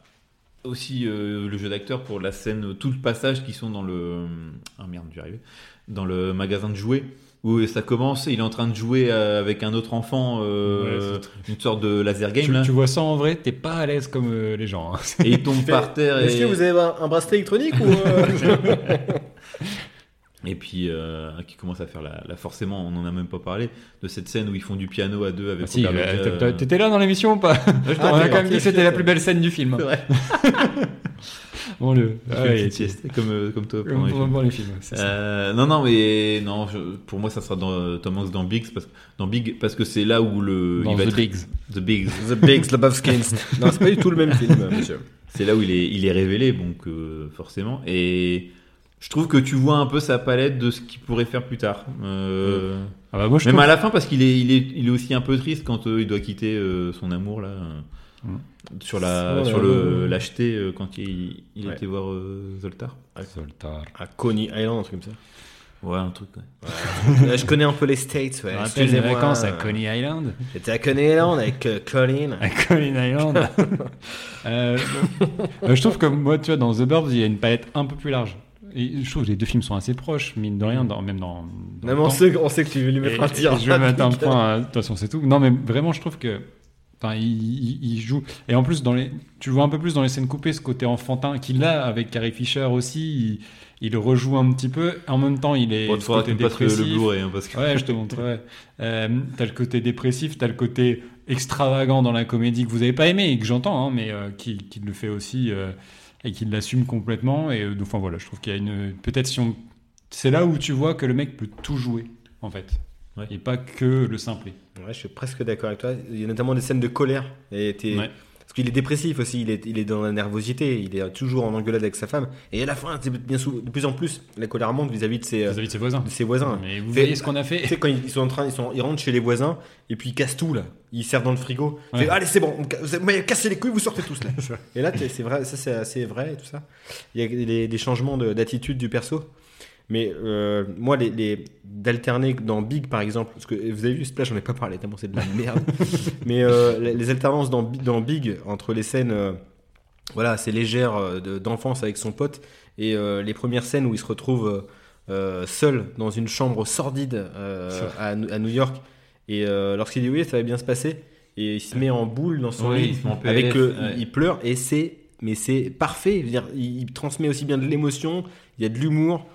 aussi euh, le jeu d'acteur pour la scène tout le passage qui sont dans le ah merde, j'y arrivais. dans le magasin de jouets où ça commence, il est en train de jouer euh, avec un autre enfant euh, Ouais, une sorte de laser game Tu, là tu vois ça en vrai, t'es pas à l'aise comme euh, les gens. hein. et il tombe Fait, par terre et, Est-ce que vous avez un, un bracelet électronique ou euh, et puis euh, qui commence à faire la, la- forcément on en a même pas parlé de cette scène où ils font du piano à deux avec Ah si, Robert euh, Loggia, t'as- euh, t'étais là dans l'émission ou pas ouais, On je a t'entends. quand même dit que c'était la plus belle scène du film. C'est vrai. Bon, le... Je fais ouais, une petite tu- sieste, comme, euh, comme toi. Bon, pendant les bon, films. les films, c'est ça. Euh, non, non, mais non, je- pour moi, ça sera dans, euh, Tom Hanks dans Biggs parce, dans Big, parce que c'est là où le. Dans il va The être- Bigs. The Bigs. The Big Lebowskins Non, c'est pas du tout le même film, monsieur. C'est là où il est, il est révélé, donc euh, forcément. Et je trouve que tu vois un peu sa palette de ce qu'il pourrait faire plus tard. Euh, Ah bah moi je Même trouve- à la fin, parce qu'il est, il est, il est aussi un peu triste quand euh, il doit quitter euh, son amour là. euh, Mm. Sur la, Ouais, sur le ouais. l'acheter euh, quand il, il Ouais. était voir euh, Zoltar. Zoltar. À Coney Island, un truc comme ça. Ouais, un truc. ouais. Euh, je connais un peu les States, ouais. Je me rappelle des Excusez-moi. vacances à Coney Ah, Island. J'étais à Coney Island avec euh, Colin. À Coney Island. Euh, euh, je trouve que moi, tu vois, dans The Burbs, il y a une palette un peu plus large. Et je trouve que les deux films sont assez proches, mine de rien, dans- même dans. dans Même le on temps. sait, on sait que tu veux lui Et- mettre un et tir. je vais mettre un point. hein. De toute façon, c'est tout. Non, mais vraiment, je trouve que. Enfin, il, il- il joue. Et en plus, dans les, tu le vois un peu plus dans les scènes coupées ce côté enfantin qu'il a avec Carrie Fisher aussi. Il, il le rejoue un petit peu. En même temps, il est. Bon, tu ce faudras que côté tu me passes le- le dépressif. Blu-ray hein, parce que. Ouais, je te montrerai. Euh, t'as le côté dépressif, t'as le côté extravagant dans la comédie que vous avez pas aimé et que j'entends, hein, mais euh, qui, qui le fait aussi euh, et qui l'assume complètement. Et euh, donc, enfin voilà, je trouve qu'il y a une. Peut-être si on. C'est là où tu vois que le mec peut tout jouer, en fait. Ouais. Et pas que le simplé. Ouais, je suis presque d'accord avec toi. Il y a notamment des scènes de colère. Et t'es- Ouais. Parce qu'il est dépressif aussi, il est, il est dans la nervosité, il est toujours en engueulade avec sa femme. Et à la fin, c'est bien sou- de plus en plus, la colère monte vis-à-vis de ses, euh, Vis-à-vis de ses voisins. de ses voisins. Mais vous Fait- voyez ce qu'on a Tu fait sais, quand ils ils sont en train, ils, sont, ils rentrent chez les voisins et puis ils cassent tout là. Ils servent dans le frigo. Ouais. Fait, Allez, c'est bon, on ca- vous m'avez cassé les couilles, vous sortez tous là. ça. et là, t'es- c'est vrai, ça c'est assez vrai et tout ça. Il y a des, des changements de- d'attitude du perso. Mais euh, moi, les, les- d'alterner dans Big par exemple, parce que vous avez vu Splash, j'en ai pas parlé, tellement c'est de la merde. Mais euh, les, les alternances dans, Bi- dans Big entre les scènes. euh, voilà, c'est légère euh, de- d'enfance avec son pote et euh, les premières scènes où il se retrouve euh, euh, seul dans une chambre sordide euh, C'est vrai. à, Nou- à New York et euh, lorsqu'il dit oui ça va bien se passer et il se met en boule dans son Oui, lit il se met en PLS, avec euh, ouais. il- il pleure et c'est mais c'est parfait Je veux dire, il, il transmet aussi bien de l'émotion il y a de l'humour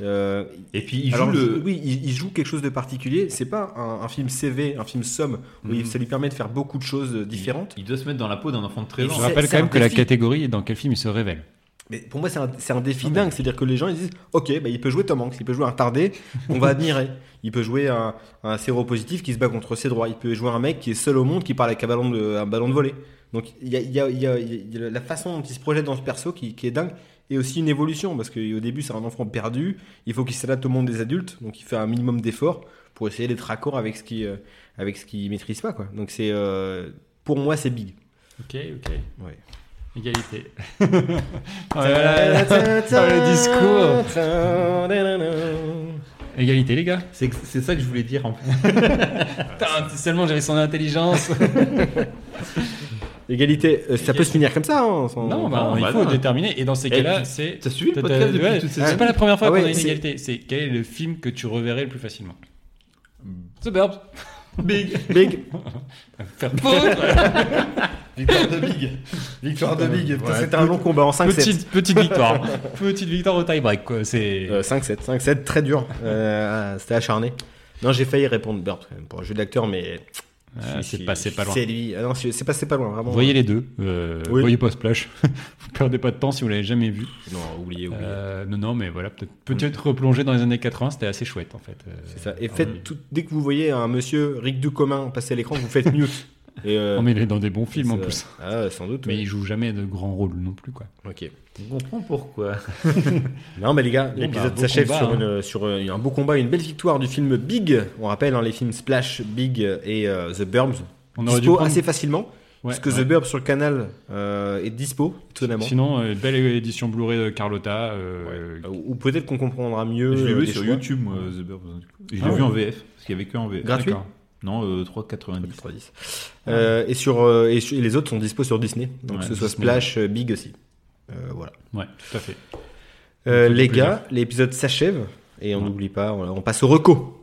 euh, Et puis il joue alors, le. oui, il, il joue quelque chose de particulier. C'est pas un, un film CV, un film somme où Mhm. il- ça lui permet de faire beaucoup de choses euh, différentes. Il doit se mettre dans la peau d'un enfant de 13 Il Je C'est- ans. rappelle c'est quand même un que la défi. catégorie est dans quel film il se révèle. Mais pour moi, c'est un, c'est un défi dingue. C'est-à-dire que les gens, ils disent Ok, bah, il peut jouer Tom Hanks, il peut jouer un tardé, on va admirer. Il peut jouer un, un séropositif qui se bat contre ses droits. Il peut jouer un mec qui est seul au monde, qui parle avec un ballon de, un ballon de volée. Donc, il y a, il y a- il y a- il y a la façon dont il se projette dans ce perso qui, qui est dingue. Et aussi une évolution, parce qu'au début, c'est un enfant perdu. Il faut qu'il s'adapte au monde des adultes. Donc, il fait un minimum d'efforts pour essayer d'être raccord avec ce qu'il avec ce qu'il maîtrise pas. Quoi. Donc, c'est euh, pour moi, c'est big. Ok, ok. Ouais. Égalité. Ah, le discours. Égalité, les gars. C'est c'est ça que je voulais dire en fait. Putain, si seulement j'avais son intelligence. Égalité, euh, ça peut se finir comme ça. hein, sans- non, bah, bah, il bah, faut non. déterminer. Et dans ces Eh, cas-là, tu- c'est. T'as suivi le T'as- podcast depuis ouais, toute cette C'est semaine pas la première fois Ah qu'on ouais, a une c'est- égalité. C'est quel est le film que tu reverrais le plus facilement Suburbs. Big Big. Faire pauvre. Victoire de Big. Victoire de Big. Ouais. C'était un long combat en 5-7. petite, petite victoire. petite victoire au tie-break, quoi. C'est. Euh, 5-7, 5-7, très dur. Euh, ah, C'était acharné. Non, j'ai failli répondre Burp quand même, pour un jeu d'acteur, mais. Ah, Si, c'est si, passé pas loin. C'est lui. Ah non, c'est c'est passé pas loin, vraiment. Voyez les deux. Euh, Oui. Voyez pas Splash. Vous perdez pas de temps si vous l'avez jamais vu. Non, oubliez, oubliez. Euh, non, non, mais voilà, peut-être peut-être replonger dans les années 80, c'était assez chouette en fait. Euh, C'est ça. Et faites tout- dès que vous voyez un monsieur Rick de commun passer à l'écran, vous faites mute. Et, euh, Non, mais il est dans des bons films en c'est- plus. Ah, sans doute. Mais ouais. il joue jamais de grands rôles non plus, quoi. Ok. On comprend pourquoi. Non, mais les gars, Bon, bah, l'épisode beau s'achève combat, sur, hein. une- sur euh, un beau combat, une belle victoire du film Big. On rappelle hein, les films Splash, Big et euh, The Burbs. On aurait dû dispo prendre... assez facilement, Ouais, parce que ouais. The Burbs sur le canal euh, est dispo, étonnamment. Sinon, euh, belle édition Blu-ray de Carlotta. euh, Euh, Ou ou peut-être qu'on comprendra mieux. je l'ai euh, vu les sur choix. YouTube, moi, The Burbs. Et Je Ah l'ai vu ouais. en VF, parce qu'il n'y avait que en VF. Gratuit d'accord. Non, euh, 3,90. 310. Euh, et, sur, euh, et sur- et les autres sont dispo sur Disney, donc Ouais, que ce soit Disney. Splash, euh, Big aussi. Euh, voilà. Ouais, tout à fait. Euh, les plaisir. gars, l'épisode s'achève, et on n'oublie pas, on, on passe au reco.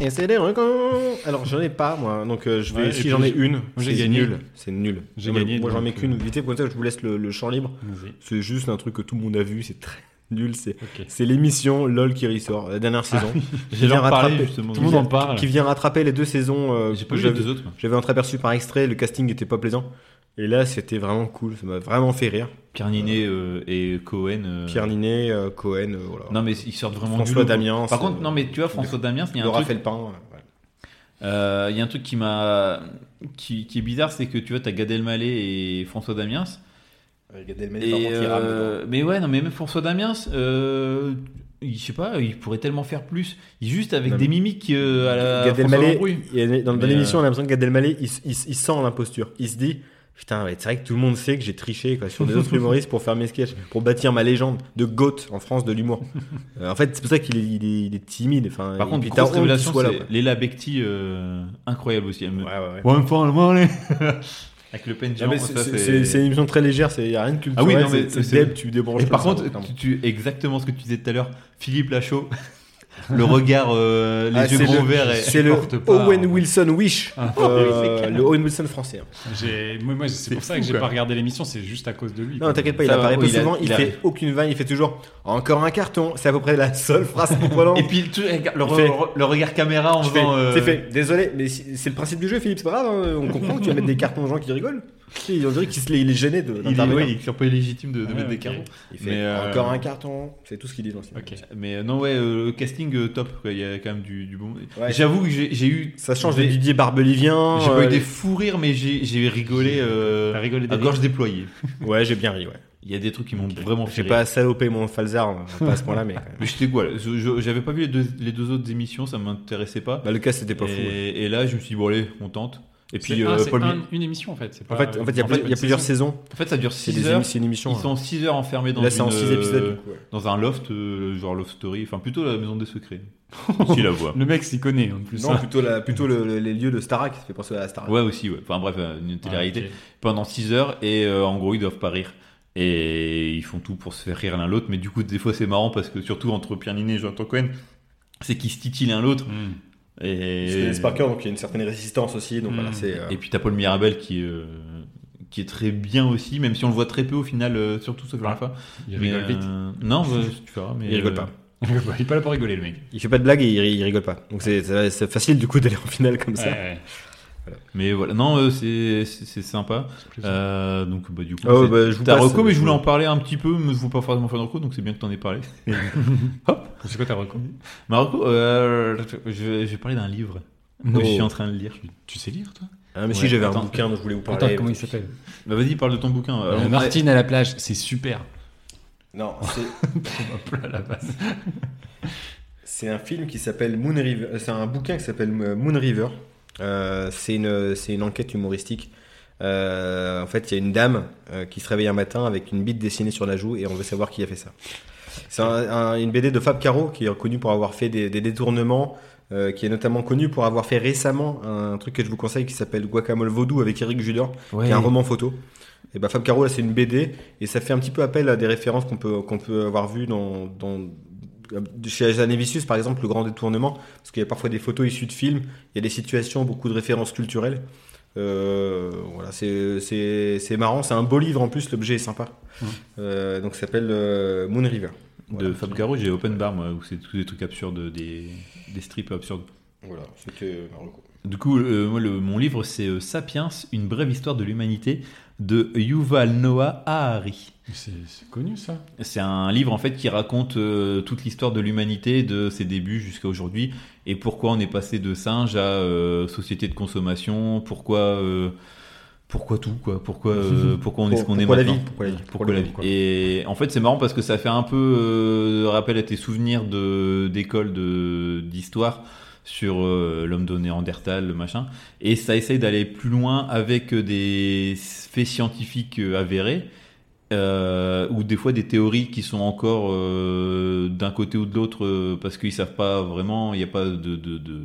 Et c'est les recos Alors j'en ai pas moi, donc euh, je vais Ouais, et si puis j'en ai j'ai- une. j'ai c'est gagné. nul, c'est nul. J'ai Non, mais gagné, Moi j'en donc, mets euh, qu'une. Vite fait, comme ça je vous laisse le- le champ libre. Vas-y. C'est juste un truc que tout le monde a vu, c'est très nul. C'est Ok. c'est l'émission LOL qui ressort, la Ah, dernière saison, J'ai viens leur parlé rattraper. justement. Tout le monde en parle. qui vient rattraper les deux saisons. euh, J'ai que pas vu les j'avais- deux autres. J'avais entreaperçu par extrait, le casting était pas plaisant. Et là, c'était vraiment cool, ça m'a vraiment fait rire. Pierre Ninet euh, et Cohen. euh, Pierre Ninet, euh, Cohen, euh, voilà. Non, mais ils sortent vraiment François du lot. Damiens. Par contre, euh, non, mais tu vois, François Damiens, il y a un Laura truc. Felpin. euh, voilà. Euh, Il y a un truc qui m'a, qui, qui est bizarre, c'est que tu vois, t'as Gad Elmaleh et François Damiens. Et, euh, mais ouais, non, mais même François Damiens, euh, il- je sais pas, il pourrait tellement faire plus. Il juste avec Non, des mimiques euh, à la Gad François Elmaleh, Lambrouille. il y a- dans, dans Mais, l'émission, euh, on a l'impression que Gad Elmaleh, il, s- il s- il sent l'imposture. Il se dit, putain, ouais, c'est vrai que tout le monde sait que j'ai triché quoi, sur des autres humoristes pour faire mes sketchs, pour bâtir ma légende de GOAT en France de l'humour. Euh, en fait, c'est pour ça qu'il est, il est- il est timide. Enfin, Par et contre, puis t'as honte grosse qu'il révélation, soit là, c'est quoi. Léla Becti, euh, incroyable aussi. Elle me- Ouais, ouais, ouais. One for one. Avec le pen Non, Ah, mais c'est- c'est c'est- c'est une émission très légère, c'est y a rien de Ah oui, culturel. non, mais c'est- c'est c'est- Deb, tu débranches. Et par comme ça, contre, clairement. tu, tu- exactement ce que tu disais tout à l'heure, Philippe Lachaud, le regard, euh, les Ah, yeux c'est grands le- ouverts. et- c'est le supporte pas, Owen hein. Wilson Wish, Ah. Euh, le Owen Wilson français. hein. J'ai- Moi, moi, c'est pour ça que j'ai pas regardé l'émission, c'est juste à cause de lui. Non, quoi. t'inquiète pas, il Ça va, apparaît oui, peu il a- souvent, il, il fait arrive. aucune vanne, il fait toujours encore un carton. C'est à peu près la seule phrase comprenante. Et puis le, truc- le, Il fait- re- le regard caméra en Je fais, faisant. euh, C'est fait, désolé, mais si- c'est le principe du jeu, Philippe, c'est pas grave, hein, on comprend que tu vas mettre des cartons aux gens qui rigolent. Il on dirait qu'il se- il est gêné de Il est, d'intervenir. ouais, il est sur- pas illégitime de, de Ah, mettre des ok. carreaux. Il mais, euh, encore un carton, c'est tout ce qu'il dit dans ce film. Ok. Mais euh, non, ouais, euh, le casting euh, top, quoi. il y a quand même du, du bon. Ouais. J'avoue que j'ai j'ai eu. Ça change de des- Didier Barbelivien. J'ai pas euh, eu des fous rires, mais j'ai j'ai rigolé euh, T'as rigolé des Ah, à gorge déployée. Ouais, j'ai bien ri, ouais. Il y a des trucs qui m'ont vraiment fait J'ai rire. pas salopé mon falzar, hein, pas à ce point-là, mais. quand même. Mais j'étais quoi là Je- je- J'avais pas vu les deux, les deux autres émissions, ça m'intéressait pas. Bah, le cas, c'était et, pas fou. ouais. et là, je me suis dit, bon, allez, on tente. Et puis, C'est- ah, euh, c'est Paul Mi- un- une émission en fait. c'est En pas- fait, en fait, il y a, plus- il y a c'est plusieurs ça. saisons. En fait, ça dure C'est 6 des heures. émi- c'est une émission. Ils hein. sont 6 heures enfermés dans Là, une, c'est en 6 épisodes. euh, du coup, ouais. Dans un loft, euh, genre Love Story, enfin plutôt la maison des secrets. si la voix. Le mec s'y connaît en plus. Non, hein. plutôt, la, plutôt le- le- les lieux de Starak, ça fait penser à la Starak. Ouais, aussi, ouais. Enfin bref, euh, une Ah, télé-réalité. ok. Pendant 6 heures, et euh, en gros, ils doivent pas rire. Et ils font tout pour se faire rire l'un l'autre, mais du coup, des fois, c'est marrant parce que surtout entre Pierre Ninet et Jonathan Cohen, c'est qu'ils se titillent l'un l'autre. Hmm. Et... Ils se connaissent par cœur, donc il y a une certaine résistance aussi. Donc Mm. voilà, c'est. euh, Et puis t'as Paul Mirabel qui, euh, qui est très bien aussi, même si on le voit très peu au final, euh, surtout ce Ah, fin. Il Mais, rigole vite. euh, Non, bah, tu verras. Mais, Il rigole pas. il est pas là pour rigoler, le mec. Il fait pas de blagues et il, ri- il rigole pas. Donc c'est- c'est c'est facile du coup d'aller en finale comme ça. Ouais, Mais voilà, non, euh, c'est c'est- c'est sympa. ouais. Euh, donc bah, du coup, Ah ouais, c'est bah, je vous ta passe, reco, mais je je voulais vous- en parler un petit peu, mais je ne pas forcément faire de reco, donc c'est bien que tu en aies parlé. C'est quoi ta reco Ma reco, euh, je, vais- je vais parler d'un livre que Oh. je suis en train de lire. Tu sais lire, toi Ah, mais Ouais, si j'avais un attends. bouquin dont je voulais vous parler. Attends, comment il s'appelle Bah vas-y, parle de ton bouquin. Euh, Alors, Martine à la plage, c'est super. Non, c'est- Hop là, la base. C'est un film qui s'appelle Moon River. euh, C'est un bouquin qui s'appelle euh, Moon River. Euh, c'est une, c'est une enquête humoristique. Euh, en fait, il y a une dame euh, qui se réveille un matin avec une bite dessinée sur la joue et on veut savoir qui a fait ça. C'est un- un- une BD de Fab Caro qui est reconnue pour avoir fait des, des détournements, euh, qui est notamment connue pour avoir fait récemment un truc que je vous conseille qui s'appelle Guacamole Vaudou avec Eric Judor, qui est un roman photo. Et ben Fab Caro, là, c'est une BD et ça fait un petit peu appel à des références qu'on peut, qu'on peut avoir vues dans, dans, euh, chez Janevicius, par exemple, le grand détournement, parce qu'il y a parfois des photos issues de films, il y a des situations, beaucoup de références culturelles. Euh, voilà, c'est- c'est c'est marrant, c'est un beau livre en plus, l'objet est sympa. Mhm. Euh, donc ça s'appelle euh, Moon River. de Fab Caro, j'ai Open Bar, moi, où c'est tous des trucs absurdes, des, des strips absurdes. Voilà, c'était ma reco. Du coup, euh, moi, le- mon livre, c'est euh, Sapiens, une brève histoire de l'humanité, de Yuval Noah Harari. C'est c'est connu, ça. C'est un livre en fait qui raconte euh, toute l'histoire de l'humanité, de ses débuts jusqu'à aujourd'hui, et pourquoi on est passé de singe à euh, société de consommation, pourquoi, euh, pourquoi tout, quoi, pourquoi, euh, pourquoi on est ce qu'on est Pourquoi la maintenant. vie Pourquoi la vie Pourquoi la vie Pourquoi Et en fait, c'est marrant parce que ça fait un peu euh, rappel à tes souvenirs de d'école de d'histoire sur euh, l'homme de Néandertal, le machin. Et ça essaye d'aller plus loin avec des faits scientifiques euh, avérés. euh, ou des fois des théories qui sont encore euh, d'un côté ou de l'autre euh, parce qu'ils savent pas vraiment, il n'y a pas de, de, de,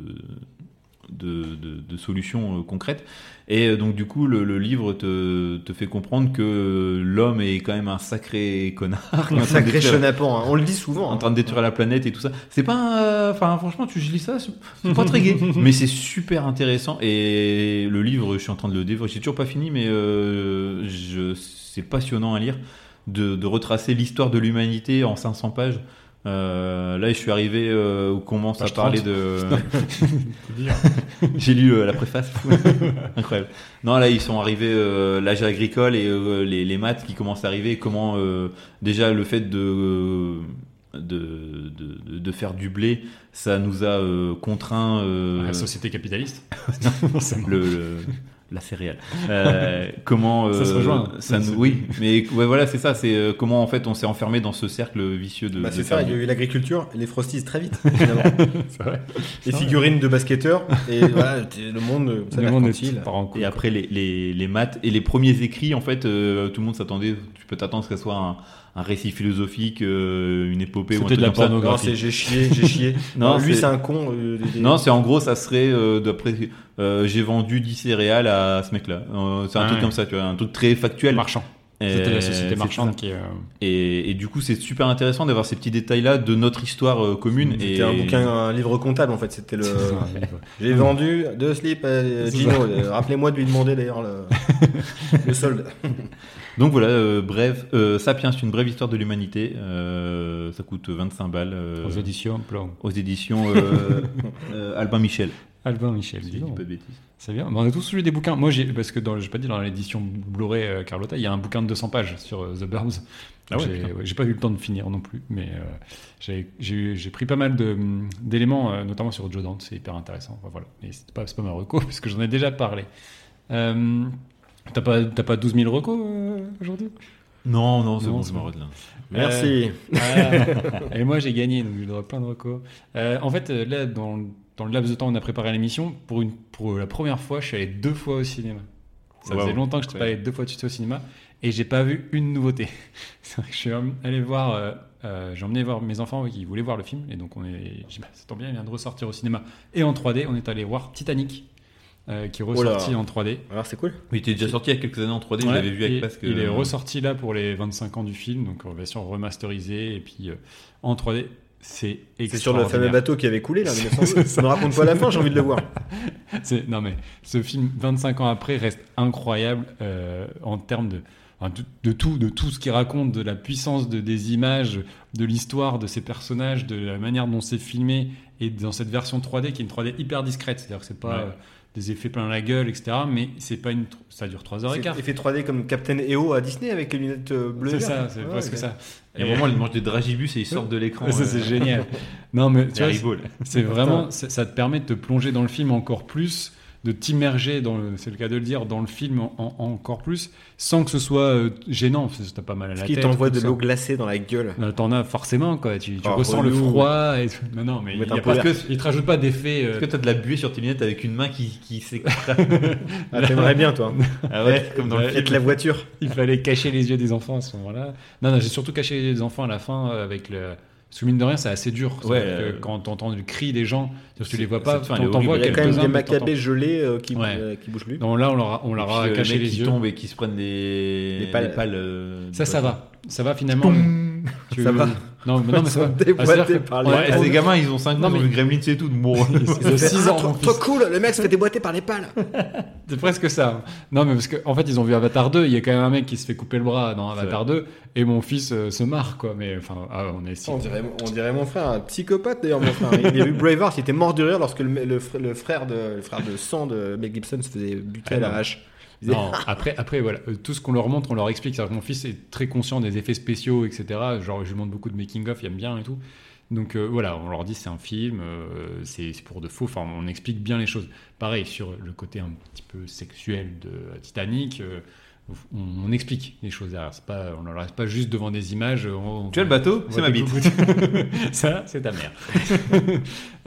de, de- de solution euh, concrète. Et euh, donc du coup, le, le livre te, te fait comprendre que euh, l'homme est quand même un sacré connard, en train Un de sacré détruire- chenapan, hein. on le dit souvent. en hein. train de détruire la planète et tout ça. C'est pas, un- enfin franchement, tu je lis ça, c'est pas très gay, mais c'est super intéressant. Et le livre, je suis en train de le dévorer. J'ai toujours pas fini, mais euh, je- c'est passionnant à lire, de, de retracer l'histoire de l'humanité en 500 pages. Euh, là, je suis arrivé euh, où commence Page à parler 30. de. Faut dire. J'ai lu euh, la préface. Incroyable. Non, là, ils sont arrivés, euh, l'âge agricole et euh, les, les maths qui commencent à arriver. Comment, euh, déjà, le fait de, euh, de, de, de faire du blé, ça nous a euh, contraint euh, La société capitaliste. Non, ça me- le, le- la céréale. Euh, comment Ça se euh, rejoint. ça nous, oui, mais ouais, voilà, c'est ça. C'est euh, comment en fait on s'est enfermé dans ce cercle vicieux de. Bah, de c'est faire ça, il du- y a eu l'agriculture, les frosties très vite, finalement. C'est vrai. les figurines de basketteurs, et voilà, t'es- le monde, euh, ça a Le l'air monde est tranquille. part en couille. Et après les, les, les maths et les premiers écrits, en fait, euh, tout le monde s'attendait, tu peux t'attendre à ce que ce soit un, un récit philosophique, euh, une épopée ou un C'était truc de la comme ça. Non, pornographie. c'est j'ai chié, j'ai chié. Non, Non, lui c'est- c'est un con. euh, des- des- Non, c'est en gros, ça serait euh, d'après. euh, J'ai vendu 10 céréales à ce mec-là. Euh, c'est un Ah truc ouais. comme ça, tu vois, un truc très factuel. Marchand. Et C'était la société c'est marchande ça. qui. euh, Et, et du coup, c'est super intéressant d'avoir ces petits détails-là de notre histoire euh, commune. C'était et un bouquin, un livre comptable en fait. C'était Euh, le. J'ai vendu deux slips à C'est Gino. Euh, Rappelez-moi de lui demander d'ailleurs le... le solde. Donc voilà, euh, bref, euh, Sapiens, une brève histoire de l'humanité. Euh, ça coûte 25 balles. euh, Aux auditions, plan. aux éditions euh, euh, Albin Michel. Albin Michel, Si dis je dis donc. pas de bêtises. C'est bien. Mais on a tous lu des bouquins. Moi, j'ai parce que dans, j'ai pas dit dans l'édition Blu-ray euh, Carlotta, il y a un bouquin de 200 pages sur euh, The Burbs. Ah ouais, j'ai, putain. ouais, j'ai pas eu le temps de finir non plus, mais euh, j'ai, j'ai eu- j'ai pris pas mal de, hum, d'éléments, euh, notamment sur Joe Dante. C'est hyper intéressant. Enfin, voilà. Mais c'est pas, c'est pas ma reco parce que j'en ai déjà parlé. Euh, t'as pas t'as pas 12 000 recos euh, aujourd'hui Non, non, c'est c'est bon, bon, c'est je hein. bon. m'arrête là. Euh, Merci. Ah, et moi j'ai gagné, donc je dois plein de recos. Euh, en fait, euh, là, dans, dans le laps de temps où on a préparé l'émission, pour, une, pour euh, la première fois, je suis allé deux fois au cinéma. Ça Wow. faisait longtemps que je n'étais pas allé deux fois de suite au cinéma et j'ai pas vu une nouveauté. C'est vrai que je suis allé voir, euh, euh, j'ai emmené voir mes enfants oui, qui voulaient voir le film et donc on est, j'ai dit, bah, ça tombe bien, il vient de ressortir au cinéma et en 3D. On est allé voir Titanic euh, qui est Oh là. ressorti en 3D. Alors c'est cool. Mais il était déjà sorti il y a quelques années en 3D, Ouais, je l'avais vu il- avec euh, Pascal. Il est ressorti là pour les 25 ans du film, donc euh, en version remasterisée et puis euh, en 3D. C'est C'est sur le fameux extraordinaire. bateau qui avait coulé là, en C'est 1902. ça. Ne raconte pas la fin, j'ai envie de le voir. C'est- Non mais ce film, 25 ans après, reste incroyable euh, en termes de, enfin, de, de tout, de tout ce qu'il raconte, de la puissance de- des images, de l'histoire, de ses personnages, de la manière dont c'est filmé et dans cette version 3D qui est une 3D hyper discrète, c'est-à-dire que c'est pas Ouais. euh, des effets plein la gueule, etc. Mais c'est pas une, tr- ça dure 3 heures et quart. Il fait 3D comme Captain EO à Disney avec les lunettes euh, bleues. et C'est ça, vertes. c'est Ouais, presque ouais. ça. Et à un moment, il mange des dragibus et il sort de l'écran. euh, Ça, c'est génial. Non mais tu Tu vois, C'est vraiment, ça ça te permet de te plonger dans le film encore plus, de t'immerger dans le, c'est le cas de le dire, dans le film en- en- encore plus, sans que ce soit euh, gênant, parce que t'as pas mal à la Ce tête. qui t'envoie tout de ça. l'eau glacée dans la gueule. Euh, T'en as forcément quoi, tu, tu Ah, ressens le relou. froid. Et... tout. Non non, mais Mettre un il, y a peu pas la- que... il te rajoute pas d'effet. euh, Est-ce que t'as de la buée sur tes lunettes avec une main qui, qui s'écrase Ah, t'aimerais bien, toi. Ah ouais, comme dans le film. Être la voiture. Il fallait cacher les yeux des enfants à ce moment-là. Non non, j'ai surtout caché les yeux des enfants à la fin euh, avec le. Parce que mine de rien, c'est assez dur. Ouais, C'est-à-dire que euh, Quand t'entends le cri des gens, parce que tu les c'est- vois pas, cette fin, t'en elle est t'en vois horrible. Il y a quand même quelques-uns, des mais t'entends- macabés gelés euh, qui, Ouais. euh, qui bougent lui. Non, là, on leur a, on leur a Puis, euh, caché les mecs les qui yeux. tombent et qui se prennent les, Les pales. les pales, euh, Ça, de- ça va. Ça va finalement. Tu- Ça va. Non, mais, non, mais ça va. Déboîté Ah, c'est-à-dire que- par les Ouais, Ouais, ces gamins, ils ont 5 Non, ans, mais- mais... le Gremlin, c'est tout. Bon. Ils ont 6 ans. en plus. Trop cool, le mec se fait déboîter par les pales. C'est presque ça. Non, mais parce qu'en en fait, ils ont vu Avatar 2. Il y a quand même un mec qui se fait couper le bras dans C'est Avatar 2. Et mon fils euh, se marre, quoi. Mais enfin, ah, on est si. On dirait, on dirait mon frère, un psychopathe d'ailleurs, mon frère. Il a vu Braveheart, il était mort de rire lorsque le, le fr- le frère de, le frère de sang de Mel Gibson se faisait buter à la Ah, non. hache. Il disait, Non, après, après, voilà. Euh, Tout ce qu'on leur montre, on leur explique. C'est-à-dire que mon fils est très conscient des effets spéciaux, etc. Genre, je lui montre beaucoup de making-of, il aime bien et tout. Donc euh, voilà, on leur dit c'est un film, euh, c'est c'est pour de faux. Enfin, on explique bien les choses. Pareil, sur le côté un petit peu sexuel de Titanic, euh, on, on explique les choses derrière. C'est Pas, on ne leur reste pas juste devant des images. euh, on- on- Tu as le bateau on C'est voit ma des bite. coucous. Ça, c'est ta mère.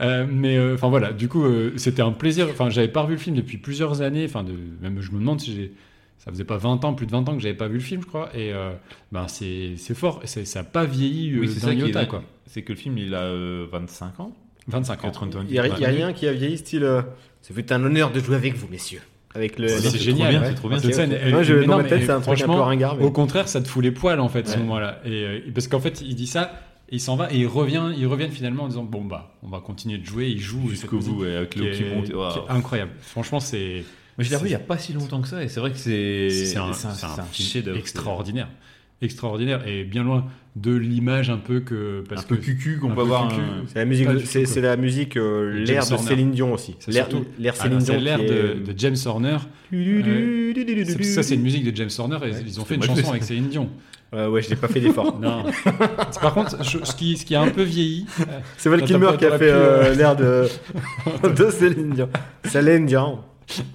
Euh, mais euh, enfin voilà, du coup, euh, c'était un plaisir. Enfin, j'avais pas revu le film depuis plusieurs années. Enfin, de, même je me demande si j'ai. Ça faisait pas 20 ans, plus de 20 ans que j'avais pas vu le film, je crois. Et euh, ben c'est c'est fort. C'est- Ça n'a pas vieilli euh, Oui, c'est d'un ça qui est iota, dingue. quoi. C'est que le film, il a euh, 25 ans. 25 ans. 80 ans. Il n'y a, il y a Ouais. rien qui a vieilli, style. euh, Ça fut un honneur de jouer avec vous, messieurs. Avec le. C'est les- trop génial, bien, ouais. c'est trop bien. Cette Ok, scène, ok. elle- Moi, je- mais dans non, ma tête, mais c'est un truc un peu franchement, ringard. mais- Au contraire, ça te fout les poils en fait ce Ouais. moment-là. Et euh, parce qu'en fait, il dit ça, il s'en va et il revient, il revient finalement en disant bon bah, on va continuer de jouer. Il joue cette Jusqu'au musique bout, ouais, avec qui l'eau est- qui monte. Waouh. qui est incroyable. Franchement, c'est Mais je l'ai C'est- revu il n'y a pas si longtemps que ça, et c'est vrai que c'est c'est un, c'est un film chef-d'œuvre. extraordinaire, extraordinaire et bien loin de l'image un peu que parce Un peu que cucu un qu'on peut peu avoir. cucu. un- C'est la musique, Pas de- du tout, c'est quoi. c'est la musique, euh, James l'air de Horner. Céline Dion aussi. C'est L'air surtout- l'air Ah, Céline c'est Dion. l'air qui de, est- de James Horner. C'est- Ça, c'est une musique de James Horner et ils ont fait une moi, je chanson sais. avec Céline Dion. Euh, ouais, je n'ai pas fait d'effort. Non. Par contre, je- ce, qui, ce qui a un peu vieilli, euh, C'est Val T'as- Kilmer t'as pas- qui a t'aurais fait pu, euh, euh, l'air de, de Céline Dion. Céline Dion.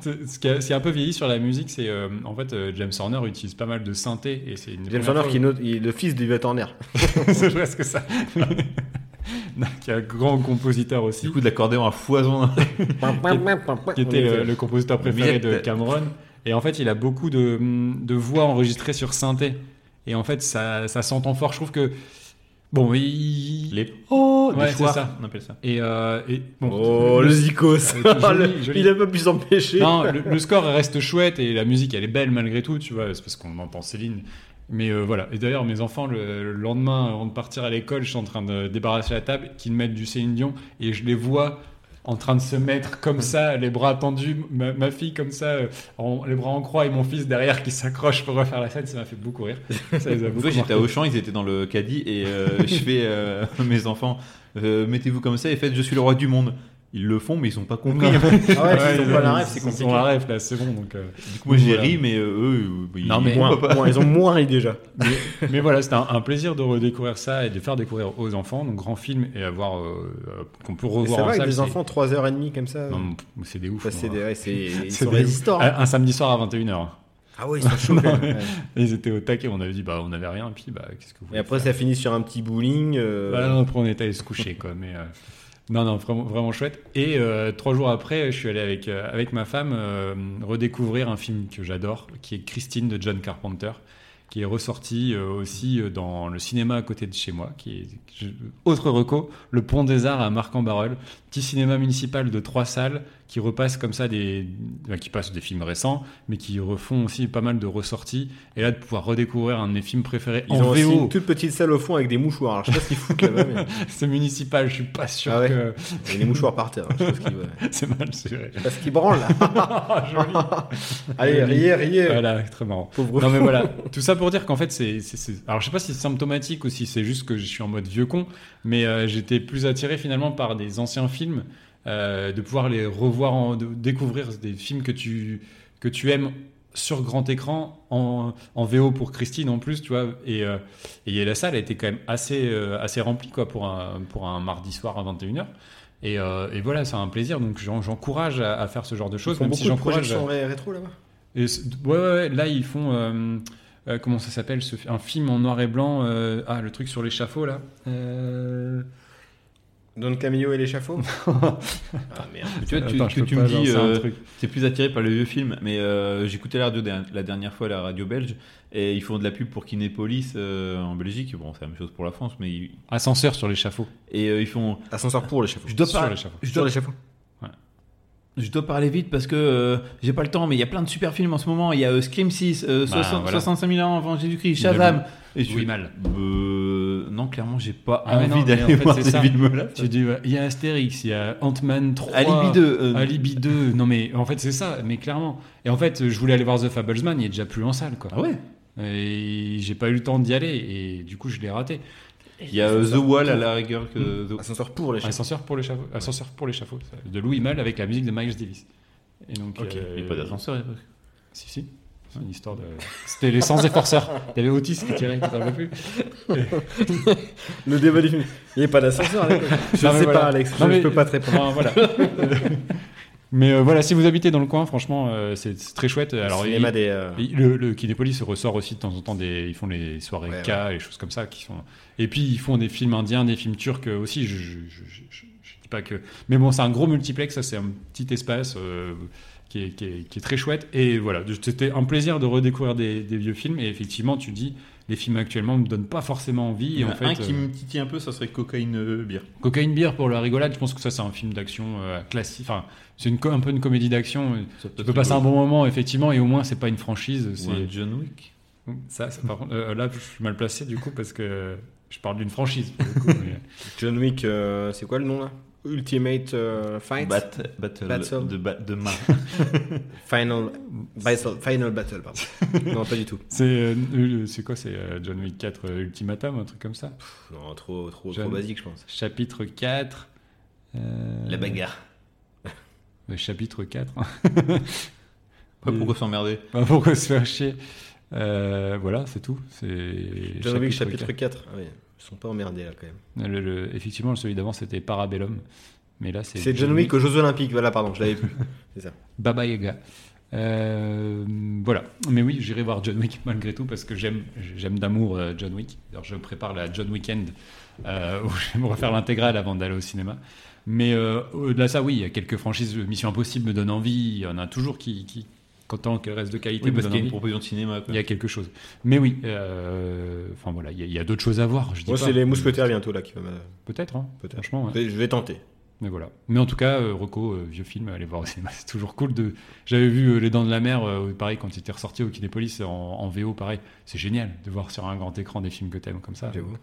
ce qui a, ce qui a un peu vieilli sur la musique, c'est euh, en fait euh, James Horner utilise pas mal de synthé et c'est une James Horner première fois qui est, notre- il est le fils d'Yvette Horner. où- c'est presque ça. Non, qui est un grand compositeur aussi, Du coup, de l'accordéon à foison. qui était le, le compositeur préféré de Mirette. Cameron. Et en fait, il a beaucoup de, de voix enregistrées sur synthé. Et en fait, ça, ça s'entend fort. Je trouve que bon, il... Les... oh, les c'est choirs, ça. on appelle ça. Et, euh, et- bon, Oh, le Zikos. Ah, joli, Le- joli. Il a pas pu s'empêcher. Non, le, le score reste chouette et la musique elle est belle malgré tout, tu vois, c'est parce qu'on entend Céline. Mais euh, voilà, et d'ailleurs mes enfants, le, le lendemain avant de partir à l'école, je suis en train de débarrasser la table, qu'ils mettent du Céline Dion et je les vois en train de se mettre comme ça, les bras tendus, ma, ma fille comme ça, euh, en- les bras en croix et mon fils derrière qui s'accroche pour refaire la scène, ça m'a fait beaucoup rire. Ça les a Une beaucoup fois, j'étais à marqués. Auchan, ils étaient dans le caddie, et euh, je fais euh, à mes enfants euh, mettez-vous comme ça et faites je suis le roi du monde. Ils le font, mais ils n'ont pas compris. Non. du Ah ouais, s'ils ont ils- pas la ref, c'est ils ont compliqué. la ref, là, c'est bon. Donc, euh, coup, moi j'ai Voilà. ri, mais euh, eux, ils Non, mais- ils Moins, comprennent pas. moins, ils ont moins ri déjà. Mais, mais voilà, c'était un, un plaisir de redécouvrir ça et de faire découvrir aux enfants. Donc, grand film et avoir euh, euh, qu'on peut Et revoir ça en va avec salle, des c'est- enfants 3h30 comme ça. Non, non, pff, c'est des ouf. Enfin, c'est moi. des- ouais, c'est- ils C'est sont des ouf. Ah. résistants. hein. Un, un samedi soir à 21h. Ah ouais, ils sont chauds. quand même. Ouais. Ils étaient au taquet. On avait dit, bah, on avait rien. Et puis, bah, qu'est-ce que vous Et voulez après, faire ça finit sur un petit bowling. euh, Bah, non, après, on est allé se coucher, quoi. Mais euh, non, non, vraiment, vraiment chouette. Et euh, trois jours après, je suis allé avec, euh, avec ma femme euh, redécouvrir un film que j'adore, qui est Christine de John Carpenter, qui est ressorti euh, aussi euh, dans le cinéma à côté de chez moi, qui est je- autre reco, le Pont des Arts à Marc-en-Barœul, petit cinéma municipal de trois salles qui repasse comme ça des, enfin, qui passe des films récents, mais qui refont aussi pas mal de ressorties. Et là de pouvoir redécouvrir un de mes films préférés Ils en ont aussi VO, une toute petite salle au fond avec des mouchoirs. Alors, je sais pas ce qu'ils foutent là-bas, mais c'est municipal, je suis pas sûr Ah ouais. que il y a des mouchoirs par terre. hein. Je sais pas ce qu'ils ouais. c'est mal géré. Je sais pas ce qu'ils branlent là. Ah, joli. Allez, riez, riez. Voilà, très marrant. Pauvre. Non mais voilà, tout ça pour dire qu'en fait c'est, c'est- c'est- alors je sais pas si c'est symptomatique ou si c'est juste que je suis en mode vieux con, mais euh, j'étais plus attiré finalement par des anciens films, euh, de pouvoir les revoir, en- de découvrir des films que tu que tu aimes sur grand écran en, en VO pour Christine en plus, tu vois, et, euh, et la salle a été quand même assez euh, assez remplie quoi pour un pour un mardi soir à 21h. Et, euh, et voilà, c'est un plaisir, donc j'en- j'encourage à, à faire ce genre de Ils choses, font même beaucoup si de j'encourage. projections ré- rétro là-bas. Et c- ouais, ouais, ouais, là ils font euh, euh, comment ça s'appelle ce fi- un film en noir et blanc euh, ah le truc sur l'échafaud là Euh, Don Camillo et l'échafaud. ah merde. Tu vois, tu, attends, que je peux tu pas me dis, lancer un euh, truc. t'es plus attiré par le vieux film, mais euh, j'écoutais la radio der- la dernière fois la radio belge et ils font de la pub pour Kinépolis euh, en Belgique. Bon, c'est la même chose pour la France, mais ils- ascenseur sur l'échafaud et euh, ils font. Ascenseur pour l'échafaud. Je dois sur pas. l'échafaud Je Sur dois, l'échafaud. je dois parler vite parce que euh, j'ai pas le temps, mais il y a plein de super films en ce moment. Il y a euh, Scream 6, euh, Bah, 60 voilà. 65 000 ans avant Jésus-Christ, Il a Shazam. Et Oui, mal. Euh, non, clairement, j'ai pas Ah ouais, envie non, mais en d'aller fait, voir c'est ces ça. films-là. tu dis ouais, il y a Astérix il y a Ant-Man 3 Alibi 2. euh, Alibi 2 non mais en fait c'est ça mais clairement et en fait je voulais aller voir The Fablesman il est déjà plus en salle quoi Ah ouais. et j'ai pas eu le temps d'y aller et du coup je l'ai raté Il y a euh, The Wall à la rigueur que. The- Ascenseur pour l'échafaud. ascenseur pour l'échafaud ascenseur pour l'échafaud ça, de Louis Malle avec la musique de Miles Davis et donc Ok. euh, Il y a pas d'ascenseur. il y a pas- Si, si. C'est une histoire de. C'était les sans efforceurs. Il y avait Otis qui tirait, qui ne plus. Le débat du film. Il n'y a pas d'ascenseur. Alex. Je ne Non, mais sais voilà. pas, Alex. Je Non, ne mais- peux pas te répondre. Enfin, voilà. Mais euh, voilà, si vous habitez dans le coin, franchement, euh, c'est c'est très chouette. Alors, le il, cinéma des. euh, il- le, le Kinépolis ressort aussi de temps en temps des. Ils font les soirées Ouais, K et choses comme ça qui sont. Et puis ils font des films indiens, des films turcs euh, aussi. Je, je, je- je- je- je dis pas que. Mais bon, c'est un gros multiplex. Ça, c'est un petit espace. euh, qui est, qui, est, qui est très chouette. Et voilà, c'était un plaisir de redécouvrir des, des vieux films. Et effectivement, tu dis, les films actuellement ne me donnent pas forcément envie. Il Et y en en a fait, un qui euh, me titille un peu, ça serait Cocaine euh, Beer. Cocaine Beer pour la rigolade, je pense que ça c'est un film d'action euh, classique. Enfin, c'est une co- un peu une comédie d'action. euh, Tu peux passer un bon moment effectivement et au moins c'est pas une franchise. Ou un C'est John Wick. ça. ça, par contre, euh, là, je suis mal placé du coup parce que je parle d'une franchise. pour le coup, mais- John Wick, euh, c'est quoi le nom là Ultimate euh, Fight Bat- battle Battle. de, ba- de main. Final, battle, final Battle, pardon. non, pas du tout. c'est euh, euh, c'est quoi C'est euh, John Wick 4 euh, Ultimatum, un truc comme ça. Non, trop, trop, John- trop basique, je pense. Chapitre 4. euh, La bagarre. le Chapitre 4. Ouais, pourquoi s'emmerder Bah, pourquoi se faire chier Euh, Voilà, c'est tout. C'est John Wick, chapitre chapitre 4. Ah, oui. Ils sont pas emmerdés là quand même. Le- le- effectivement, celui d'avant, c'était Parabellum. Mais là, c'est. C'est John Wick aux Jeux Olympiques, voilà, pardon, je l'avais plus. C'est ça. Baba Yaga. Euh, voilà. Mais oui, j'irai voir John Wick malgré tout parce que j'aime, j'aime d'amour euh, John Wick. Alors, je prépare la John Weekend euh, où je vais me refaire l'intégrale avant d'aller au cinéma. Mais euh, au-delà de ça, oui, il y a quelques franchises. euh, Mission Impossible me donne envie. Il y en a toujours qui, qui quand tant qu'elles restent de qualité, Oui, me parce donnent qu'il y a une envie. proposition de cinéma. quoi. Il y a quelque chose. Mais oui, euh, enfin voilà, il y a, il y a d'autres choses à voir. Je dis Moi, pas. c'est les mousquetaires bientôt là qui va me- Peut-être, hein, Peut-être. franchement. ouais. Je vais- Je vais tenter. Mais voilà. Mais en tout cas, euh, Rocco, euh, vieux film, allez voir au cinéma, c'est toujours cool. De... J'avais vu euh, Les Dents de la Mer, euh, pareil, quand il était ressorti au Kinépolis en, en VO, pareil. C'est génial de voir sur un grand écran des films que t'aimes comme ça. J'avoue. Mais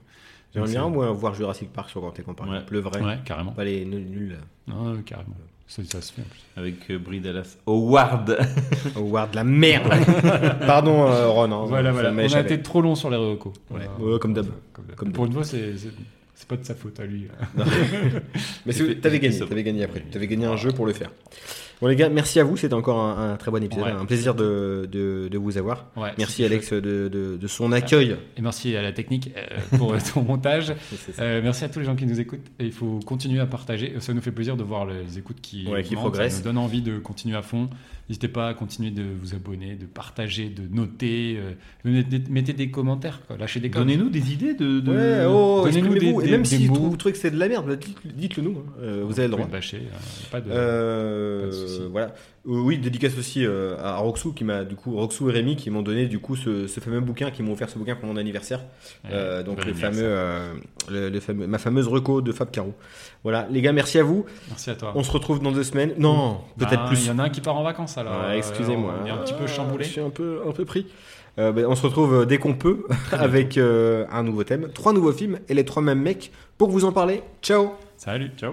J'aimerais c'est- bien, moi, voir Jurassic Park sur Grand Écran, par Ouais. exemple. Le vrai. Ouais, carrément. Pas les nuls. nuls. Non, euh, carrément. Ça, ça se fait. en plus. Avec euh, Brie Dallas Howard. Howard, la merde Pardon, euh, Ron. hein, Voilà, ça voilà. m'a On a échappé. été trop long sur les Rocco. Ouais. On a- Ouais, comme d'hab. Comme d'hab. Comme Pour une fois, c'est c'est- c'est pas de sa faute à lui. Mais J'ai c'est- fait- t'avais j'ai fait gagné, ça. t'avais gagné après. T'avais gagné un jeu pour le faire. Bon les gars, merci à vous. C'était encore un, un très bon épisode. Ouais. Un plaisir de, de, de vous avoir. Ouais, Merci c'était Alex de, de, de son accueil. Et merci à la technique euh, pour euh, ton montage. C'est ça. Euh, merci à tous les gens qui nous écoutent. Et il faut continuer à partager. Ça nous fait plaisir de voir les écoutes qui, Ouais, qui augmentent. progressent. Ça nous donne envie de continuer à fond. N'hésitez pas à continuer de vous abonner, de partager, de noter. euh, donnez- de- mettez des commentaires. quoi. Lâchez des commentaires. Donnez-nous des idées de. de- Ouais, oh, Donnez-nous exprimez-vous. des- Et des- même des si mots. vous trouvez que c'est de la merde, bah, dites- dites-le nous. hein. Euh, vous avez le droit. Bâcher, euh, pas de... Euh, Pas de souci. souci. voilà. Euh, oui, dédicace aussi euh, à Roxou qui m'a du coup Roxou et Rémi qui m'ont donné du coup ce, ce fameux bouquin, qui m'ont offert ce bouquin pour mon anniversaire. Euh, donc bon le anniversaire. fameux, euh, le, le fameux, ma fameuse reco de Fab Caro. Voilà, les gars, merci à vous. Merci à toi. On se retrouve dans deux semaines. Non, peut-être Ah, Il plus. y en a un qui part en vacances alors. Ouais, Excusez-moi. Il est un petit peu chamboulé. chamboulé. Je suis un peu, un peu pris. Euh, ben, on se retrouve euh, dès qu'on peut avec euh, un nouveau thème, trois nouveaux films et les trois mêmes mecs pour vous en parler. Ciao Salut, ciao.